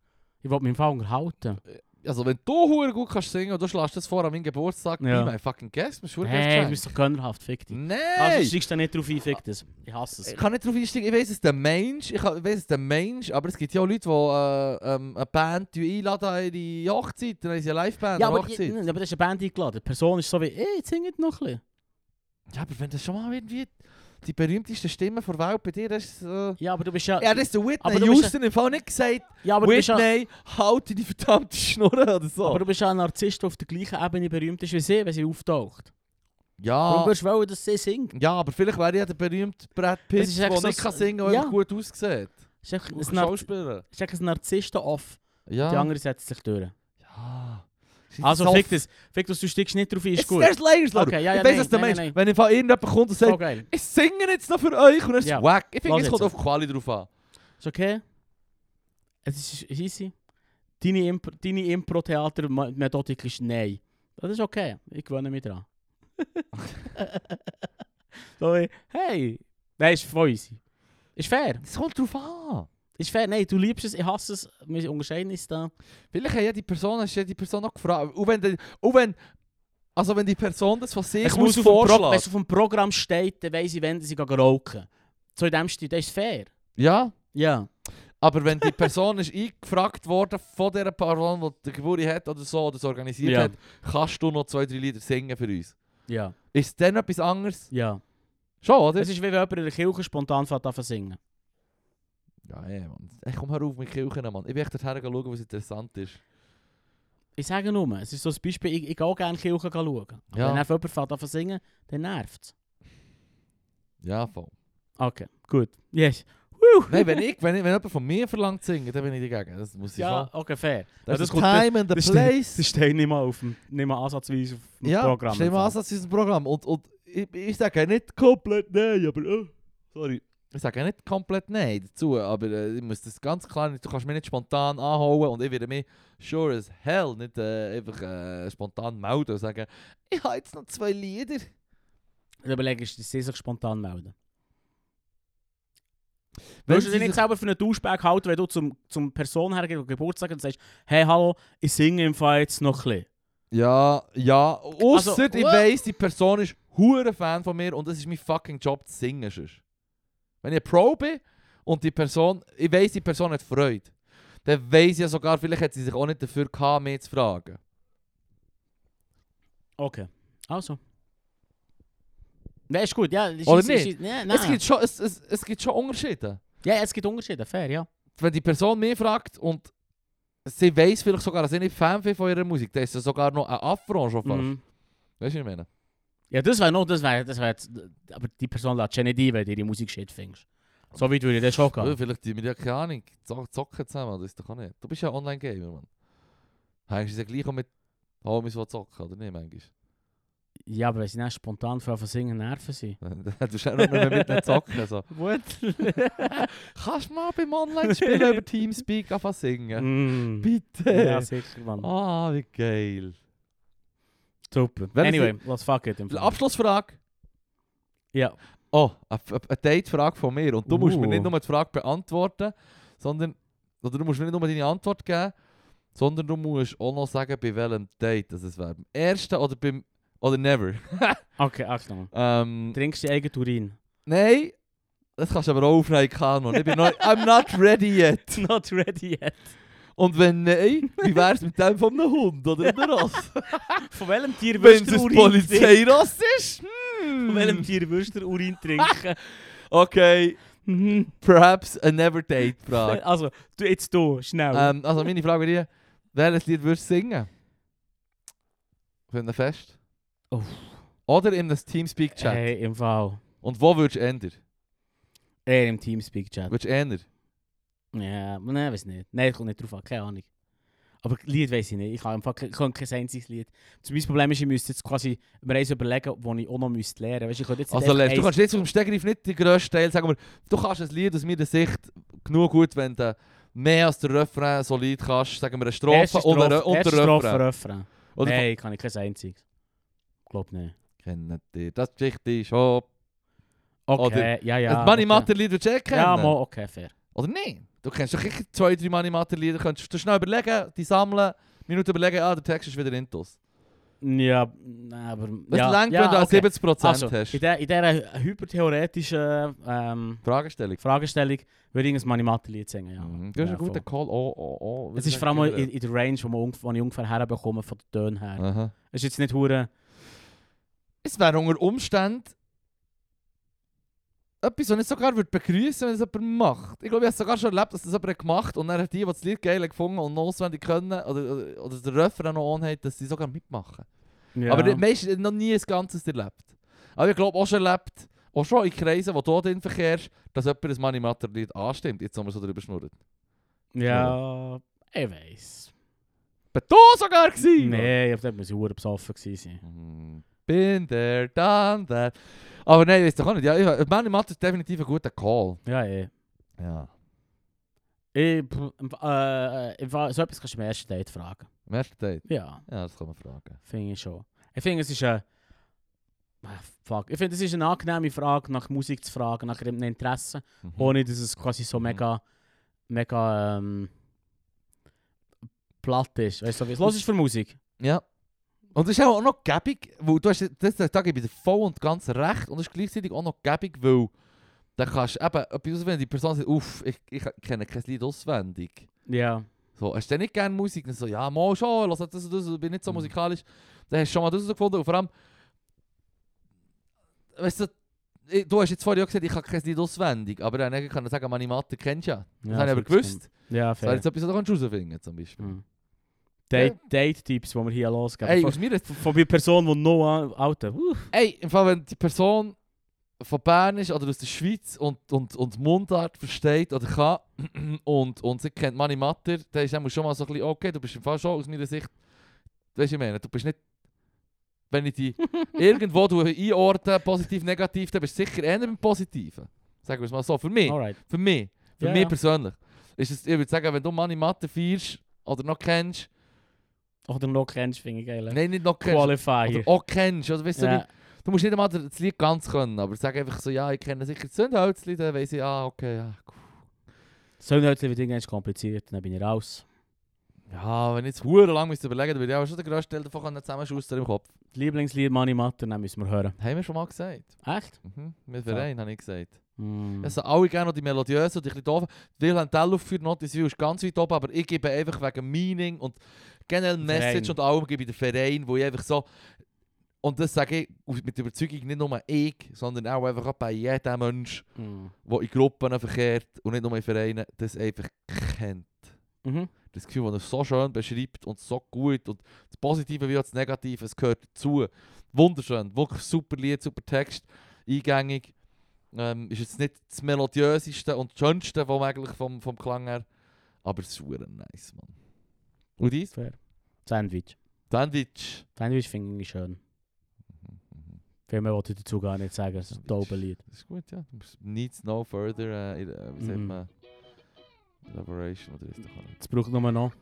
S2: Ich will mich im Fall unterhalten.
S1: also wenn du hure gut kannst singen und du schlägst das vor an meinem Geburtstag,
S2: Ja.
S1: be my fucking guest, bist du hure
S2: Hey, du
S1: gut
S2: bist so gönnerhaft, fick dich.
S1: Nein!
S2: Also steigst du da nicht drauf ein, fick das. Ich hasse es.
S1: Ich kann nicht darauf einsteigen, ich weiß es der Mensch, ich kann- ich weiß es der Mensch, aber es gibt ja auch Leute, die äh, ähm, eine Band einladen an ihre Hochzeit, dann haben sie eine Liveband
S2: Ja,
S1: an der
S2: aber, die-
S1: Hochzeit.
S2: nein, aber das ist eine Band eingeladen. Die Person ist so wie, ey, jetzt singt noch ein bisschen.
S1: Ja, aber wenn das schon mal irgendwie die berühmteste Stimme der Welt bei dir ist, äh,
S2: Ja, aber du bist ja...
S1: ja, das ist der Whitney
S2: aber du bist
S1: Houston im Fall nicht gesagt,
S2: ja, aber du bist ja...
S1: Whitney, halt die verdammte Schnur oder so.
S2: Aber du bist ja ein Narzisst, der auf der gleichen Ebene berühmt ist wie sie, wenn sie auftaucht. Darum
S1: ja,
S2: würdest du wollen, dass sie singt.
S1: ja, aber vielleicht wäre ja der berühmte Brad Pitt,
S2: Es ist echt
S1: der
S2: so
S1: nicht
S2: ein-
S1: kann singen und
S2: Ja.
S1: einfach gut aussieht.
S2: Das ist echt
S1: Ein
S2: ein, Nar
S1: Schauspieler.
S2: ist echt ein Narzissten-Off. Die
S1: Ja.
S2: andere setzt sich durch.
S1: ja.
S2: Also
S1: Soft-
S2: fick das. Fick das, du steigst nicht drauf ein, ist
S1: It's
S2: gut.
S1: There's layers, Laura.
S2: Okay, ja, ja,
S1: ich weiß,
S2: nein,
S1: was du
S2: nein,
S1: meinst.
S2: nein, nein.
S1: Wenn im Fall irgendjemand kommt und sagt,
S2: So geil.
S1: ich singe jetzt noch für euch und dann ist es
S2: Ja.
S1: wack. Ich finde,
S2: Lass
S1: es
S2: jetzt
S1: kommt auf die Quali drauf an.
S2: Ist okay. Es ist easy. Deine, Imp deine Impro-Theater-Methodik ist nein. Das ist okay. Ich gewöhne mich dran. so, wie, hey. Nein, ist voll easy. Ist fair.
S1: Es kommt drauf an.
S2: Ist fair. Nein, du liebst es, ich hasse es. Wir unterscheiden uns da.
S1: Vielleicht hat ja die Person, hast du ja die Person auch gefragt. Und wenn, die- und wenn, also wenn die dus Person das von sich
S2: Ich
S1: aus
S2: muss auf dem Pro wenn es
S1: vorschlägt.
S2: auf dem Programm steht, dann weiss ich, wenn sie gehen rauchen. So in dem Stil, das ist fair.
S1: Ja,
S2: Ja.
S1: aber wenn die Person ist eingefragt worden von dieser Person, die die Geburt hat oder so, oder es organisiert
S2: Ja.
S1: hat, kannst du noch zwei, drei Lieder singen für uns?
S2: Ja.
S1: Ist es dann etwas anderes?
S2: Ja.
S1: Schon, oder?
S2: Es ist wie wenn jemand in der Kirche spontan fängt an zu singen.
S1: Ja, ey, Mann. Ich komm, hör auf mit Kirchen, Mann. Ich will echt dorthin gehen schauen, was interessant ist.
S2: Ich sage nur, es ist so ein Beispiel, ich, ich gehe gerne in die Kirche schauen. Aber
S1: Ja.
S2: wenn einfach jemand fährt an zu singen, dann nervt es.
S1: Ja, voll.
S2: Okay, gut. Yes.
S1: Nein, wenn, ich, wenn, ich, wenn jemand von mir verlangt zu singen, dann bin ich dagegen. Das muss ich
S2: Ja,
S1: schon.
S2: okay, fair.
S1: Das,
S2: das
S1: ist
S2: kommt-
S1: Time and the
S2: das ist-
S1: Place.
S2: Sie stehen nicht mal auf dem, nicht mal ansatzweise auf dem
S1: ja,
S2: Programm.
S1: stell mal Ansatz ist ein Programm. Und, und ich, ich sage ja nicht komplett nein, aber... äh, sorry. Ich sage ja nicht komplett nein dazu, aber äh, ich muss das ganz klar... nicht- Du kannst mich nicht spontan anhauen und ich werde mich sure as hell nicht äh, einfach äh, spontan melden und sagen, ich habe jetzt noch zwei Lieder.
S2: Dann überlegst du, dass sie sich spontan melden.
S1: Wenn
S2: Willst du
S1: sie
S2: dich nicht
S1: sich-
S2: selber für einen Duschberg halten, wenn du zum, zum Person hergehst, die Geburtstag hat und sagst, hey, hallo, ich singe im Fall jetzt noch ein bisschen.
S1: Ja, ja. Ausser
S2: Also,
S1: ich
S2: what?
S1: weiss, die Person ist hure Fan von mir und es ist mein fucking Job zu singen. Sonst. Wenn ich Pro bin und die Person, ich weiss, die Person hat Freude, dann weiss ich ja sogar, vielleicht hat sie sich auch nicht dafür gehabt, mich zu fragen.
S2: Okay, also. Ja, ist gut, ja. Ist,
S1: Oder
S2: ist, ist,
S1: nicht?
S2: ja,
S1: Es
S2: nein.
S1: gibt, schon, es, es, es gibt schon Unterschiede.
S2: ja, es gibt Unterschiede, fair, ja.
S1: Wenn die Person mich fragt und sie weiss vielleicht sogar, dass ich nicht Fan bin von ihrer Musik, dann ist das sogar noch ein Affront schon fast.
S2: Mhm.
S1: Weißt du, was ich meine?
S2: Ja, das wäre noch, das wäre, das wäre jetzt, aber die Person lässt ja nicht ein, wenn du ihre Musik shit findest. So weit würde ich das schon
S1: Ja.
S2: gehen.
S1: vielleicht die wir ja keine Ahnung. zo- Zocken zusammen, das ist doch auch nicht. Du bist ja Online-Gamer, Mann. Hängst du ja gleich auch mit Homies, die zocken, oder nicht, manchmal?
S2: Ja, aber wenn sie dann spontan von singen, nerven sie.
S1: Dann hättest du auch noch mehr mit ihnen zocken. So.
S2: What?
S1: Kannst du mal beim Online-Spielen über Teamspeak anfangen zu singen?
S2: mm. Oh,
S1: Bitte!
S2: Ja, sicher, Mann.
S1: Ah, wie geil.
S2: Super.
S1: Wenn
S2: anyway, let's fuck it. im Fall.
S1: Abschlussfrage.
S2: Ja.
S1: Oh, eine Date-Frage von mir. Und du musst mir
S2: Uh.
S1: nicht nur die Frage beantworten, sondern. Oder du musst mir nicht nur deine Antwort geben, sondern du musst auch noch sagen, bei welchem Date das es wäre. Beim ersten oder beim. Oder never.
S2: Okay, Achtung.
S1: Ähm,
S2: Trinkst du eigen Turin?
S1: nein, das kannst du aber auch aufnehmen, Kanon. Ich bin noch, I'm not ready yet.
S2: Not ready yet.
S1: Und wenn nein, wie wär's mit dem von einem Hund oder einem Ross?
S2: Von welchem Tier
S1: wenn
S2: würdest
S1: es
S2: du
S1: ein
S2: Urin
S1: Polizeiross ist?
S2: Von welchem
S1: dus Hmm.
S2: Tier würdest du Urin trinken?
S1: Okay,
S2: Mhm.
S1: perhaps a never date Frage.
S2: also, du, jetzt du, schnell.
S1: ähm, also meine Frage wäre die, welches Lied würdest du singen? Für ein Fest?
S2: Uff.
S1: Oder in einem Teamspeak-Chat?
S2: hey, im Fall.
S1: Und wo würdest du ändern?
S2: Eher im Teamspeak-Chat.
S1: Würdest du ändern?
S2: Ja, aber nein, weiß nicht. Nein, kommt nicht drauf an, keine Ahnung. Aber Lied weiß ich nicht. Ich kann einfach kein kein einziges Lied. Zum Beispiel Problem ist, ich müsste jetzt quasi mir eins überlegen, wo ich auch noch müsste lernen müsste. Weißt, du, ich könnte jetzt nicht
S1: Also
S2: einfach
S1: Lev, du
S2: eins-
S1: kannst jetzt vom Stegreif nicht den grössten Teil sagen, aber du kannst ein Lied aus meiner Sicht genug gut, wenn du mehr als der Refrain solid kannst, sagen wir eine Strophe,
S2: Erste
S1: und, eine, und
S2: erste
S1: der Refrain.
S2: Strophe, Refrain.
S1: Oder
S2: Nein, kann ich kein einziges. Glaub nicht.
S1: Kennt ihr das Geschichte schon?
S2: Okay,
S1: Oder-
S2: ja, ja.
S1: Ja, ein Money
S2: okay.
S1: Matter Lied würdest du eh kennen?
S2: Ja, mal, okay, fair.
S1: Oder nein? Du kennst doch sicher zwei, drei Money Matter Lieder, könntest du schnell überlegen, die sammeln, Minuten überlegen, ah, der Text ist wieder intus.
S2: Ja, nein, aber...
S1: Das
S2: Ja,
S1: reicht,
S2: ja,
S1: wenn du
S2: okay.
S1: 70%
S2: also,
S1: hast.
S2: In der- in dieser hypertheoretischen ähm,
S1: Fragestellung.
S2: Fragestellung würde ich ein Manimatter-Lied singen, ja.
S1: Mhm. Du hast
S2: ja,
S1: einen guten
S2: voll.
S1: Call. Oh, oh, oh.
S2: Es ist vor allem in, in der Range, wo, man, ungef- wo ich ungefähr herbekomme von den Tönen her.
S1: Aha.
S2: Es ist jetzt nicht hure
S1: Es wäre unter Umständen etwas, was ich sogar würde begrüßen wenn es jemand macht. Ich glaube, ich habe es sogar schon erlebt, dass das jemand gemacht hat und dann hat die, die das Lied geil gefunden und noch auswendig können oder, oder, oder den Refrain noch on hat, dass sie sogar mitmachen.
S2: Ja.
S1: Aber die- meistens noch nie das Ganze erlebt. Aber ich glaube auch schon erlebt, auch schon in Kreisen, wo du drin verkehrst, dass jemand ein Money Matter Lied anstimmt. Jetzt haben wir so drüber schnurrt.
S2: Ja, ich weiss.
S1: Bin du sogar gewesen!
S2: Nein, auf dem muss ich hure besoffen gewesen sein.
S1: Mhm. Bin there, done that. Aber nein, ich weiß doch auch nicht. Ja, ich- Money Matter ist definitiv ein guter Call.
S2: Ja, eh.
S1: Ja.
S2: Ich, pff, im Fa- äh, im Fa- so etwas kannst du im ersten Date fragen.
S1: Im ersten Date?
S2: Ja,
S1: Ja, das kann man fragen.
S2: finde ich schon. Ich finde, es ist eine... Ah, Fuck. Ich finde, es ist eine angenehme Frage, nach Musik zu fragen, nach einem Interesse,
S1: Mhm.
S2: ohne dass es quasi so mega... mega... Ähm, platt ist. Weißt du, so wie- was hörst du für Musik?
S1: Ja. Und es ist auch noch gäbig, weil du hast, das, da gebe ich dir voll und ganz recht und es ist gleichzeitig auch noch gäbig, weil dann kannst du eben etwas auswählen, die Person sagt, uff, ich, ich kenne kein Lied auswendig.
S2: Ja.
S1: So, hast du denn nicht gerne Musik? Dann so, ja, mal schon, lass das und das, ich bin nicht so
S2: Mhm.
S1: dus musikalisch. Dann hast du schon mal das gefunden und vor allem, weißt du, ich, du hast jetzt vorhin auch gesagt, ich kann es nicht auswendig, aber dann kann ich sagen, meine Mathe kennst du ja. Das
S2: Ja,
S1: habe ich aber
S2: fix,
S1: gewusst.
S2: Ja,
S1: Das wäre
S2: fair.
S1: jetzt etwas, was du kannst herausfinden zum Beispiel.
S2: Mhm. Date- Date-Tipps, die wir hier losgeben.
S1: Ey,
S2: von,
S1: aus meiner,
S2: von der Person, die noch an- Alter. Uh,
S1: ey, im Fall, wenn die Person von Bern ist oder aus der dus Schweiz und, und, und Mundart versteht oder kann und, und sie kennt meine Matter, dann ist auch schon mal so ein bisschen, okay, du bist im Fall schon aus meiner Sicht, weißt du, ich meine, du bist nicht, wenn ich die irgendwo du einordne, positiv, negativ, dann bist du sicher eher im Positiven. Sagen wir es mal so, für mich.
S2: alright.
S1: Für mich, für
S2: Ja,
S1: mich
S2: ja.
S1: persönlich. Ist es, ich würde sagen, wenn du Manni Matte feierst oder noch kennst,
S2: Oder noch kennst, finde ich geil.
S1: nein, nicht noch kennst,
S2: Qualifier.
S1: oder auch kennst, oder weißt du,
S2: Ja.
S1: wie- du musst nicht einmal das Lied ganz können, aber sag einfach so, ja, ich kenne sicher das Sündhölzli, dann weiss ich, ah, okay, ja, gut.
S2: Söhnhölzli wird irgendwann kompliziert, dann bin ich raus.
S1: Ja, wenn ich jetzt verdammt lang müsste überlegen, dann würde ich auch schon den grössten Teil davon können zusammenschustern im Kopf.
S2: Das Lieblingslied Money Matter, dann müssen wir hören.
S1: Haben wir schon mal gesagt.
S2: Echt?
S1: Mhm. Mit Verein, habe ich gesagt.
S2: Mm.
S1: Es sind alle gerne noch die melodiösen und die ein bisschen doofen. Wilhelm Tell aufführt, Notice View ist ganz weit oben, aber ich gebe einfach wegen Meaning und generell Message
S2: Verein.
S1: und allem gebe ich den Verein, wo ich einfach so... Und das sage ich aus- mit Überzeugung nicht nur ich, sondern auch einfach bei jedem Mensch,
S2: Mm.
S1: der in Gruppen verkehrt und nicht nur in Vereinen, das einfach kennt.
S2: Mhm.
S1: Das Gefühl, das er so schön beschreibt und so gut und das Positive wie auch das Negative, es gehört dazu. Wunderschön, wirklich super Lied, super Text, eingängig. Ähm, ist jetzt nicht das melodiöseste und das schönste vom, eigentlich vom, vom Klang her, aber es ist super nice, Mann. Und dies?
S2: Fair. Sandwich.
S1: Sandwich.
S2: Sandwich finde ich schön. Viel mehr wollte ich dazu gar nicht sagen. Das ist ein
S1: Sandwich.
S2: dope Lied.
S1: Das ist gut, ja. Du musst- Needs no further, äh, in- äh, wie sagt
S2: Mhm.
S1: man? Elaboration oder ist doch auch nicht.
S2: Es braucht nur noch,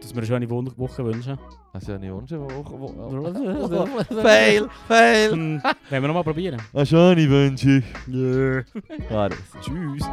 S2: dass wir eine schöne Wo- Woche wünschen.
S1: Hast du ja nicht Wünsche? Wo- wo- wo- Fail!
S2: Fail!
S1: Fail!
S2: Hm, Wollen wir nochmal probieren?
S1: Hast du auch nicht Wünsche?
S2: Yeah.
S1: Warte.
S2: Tschüss.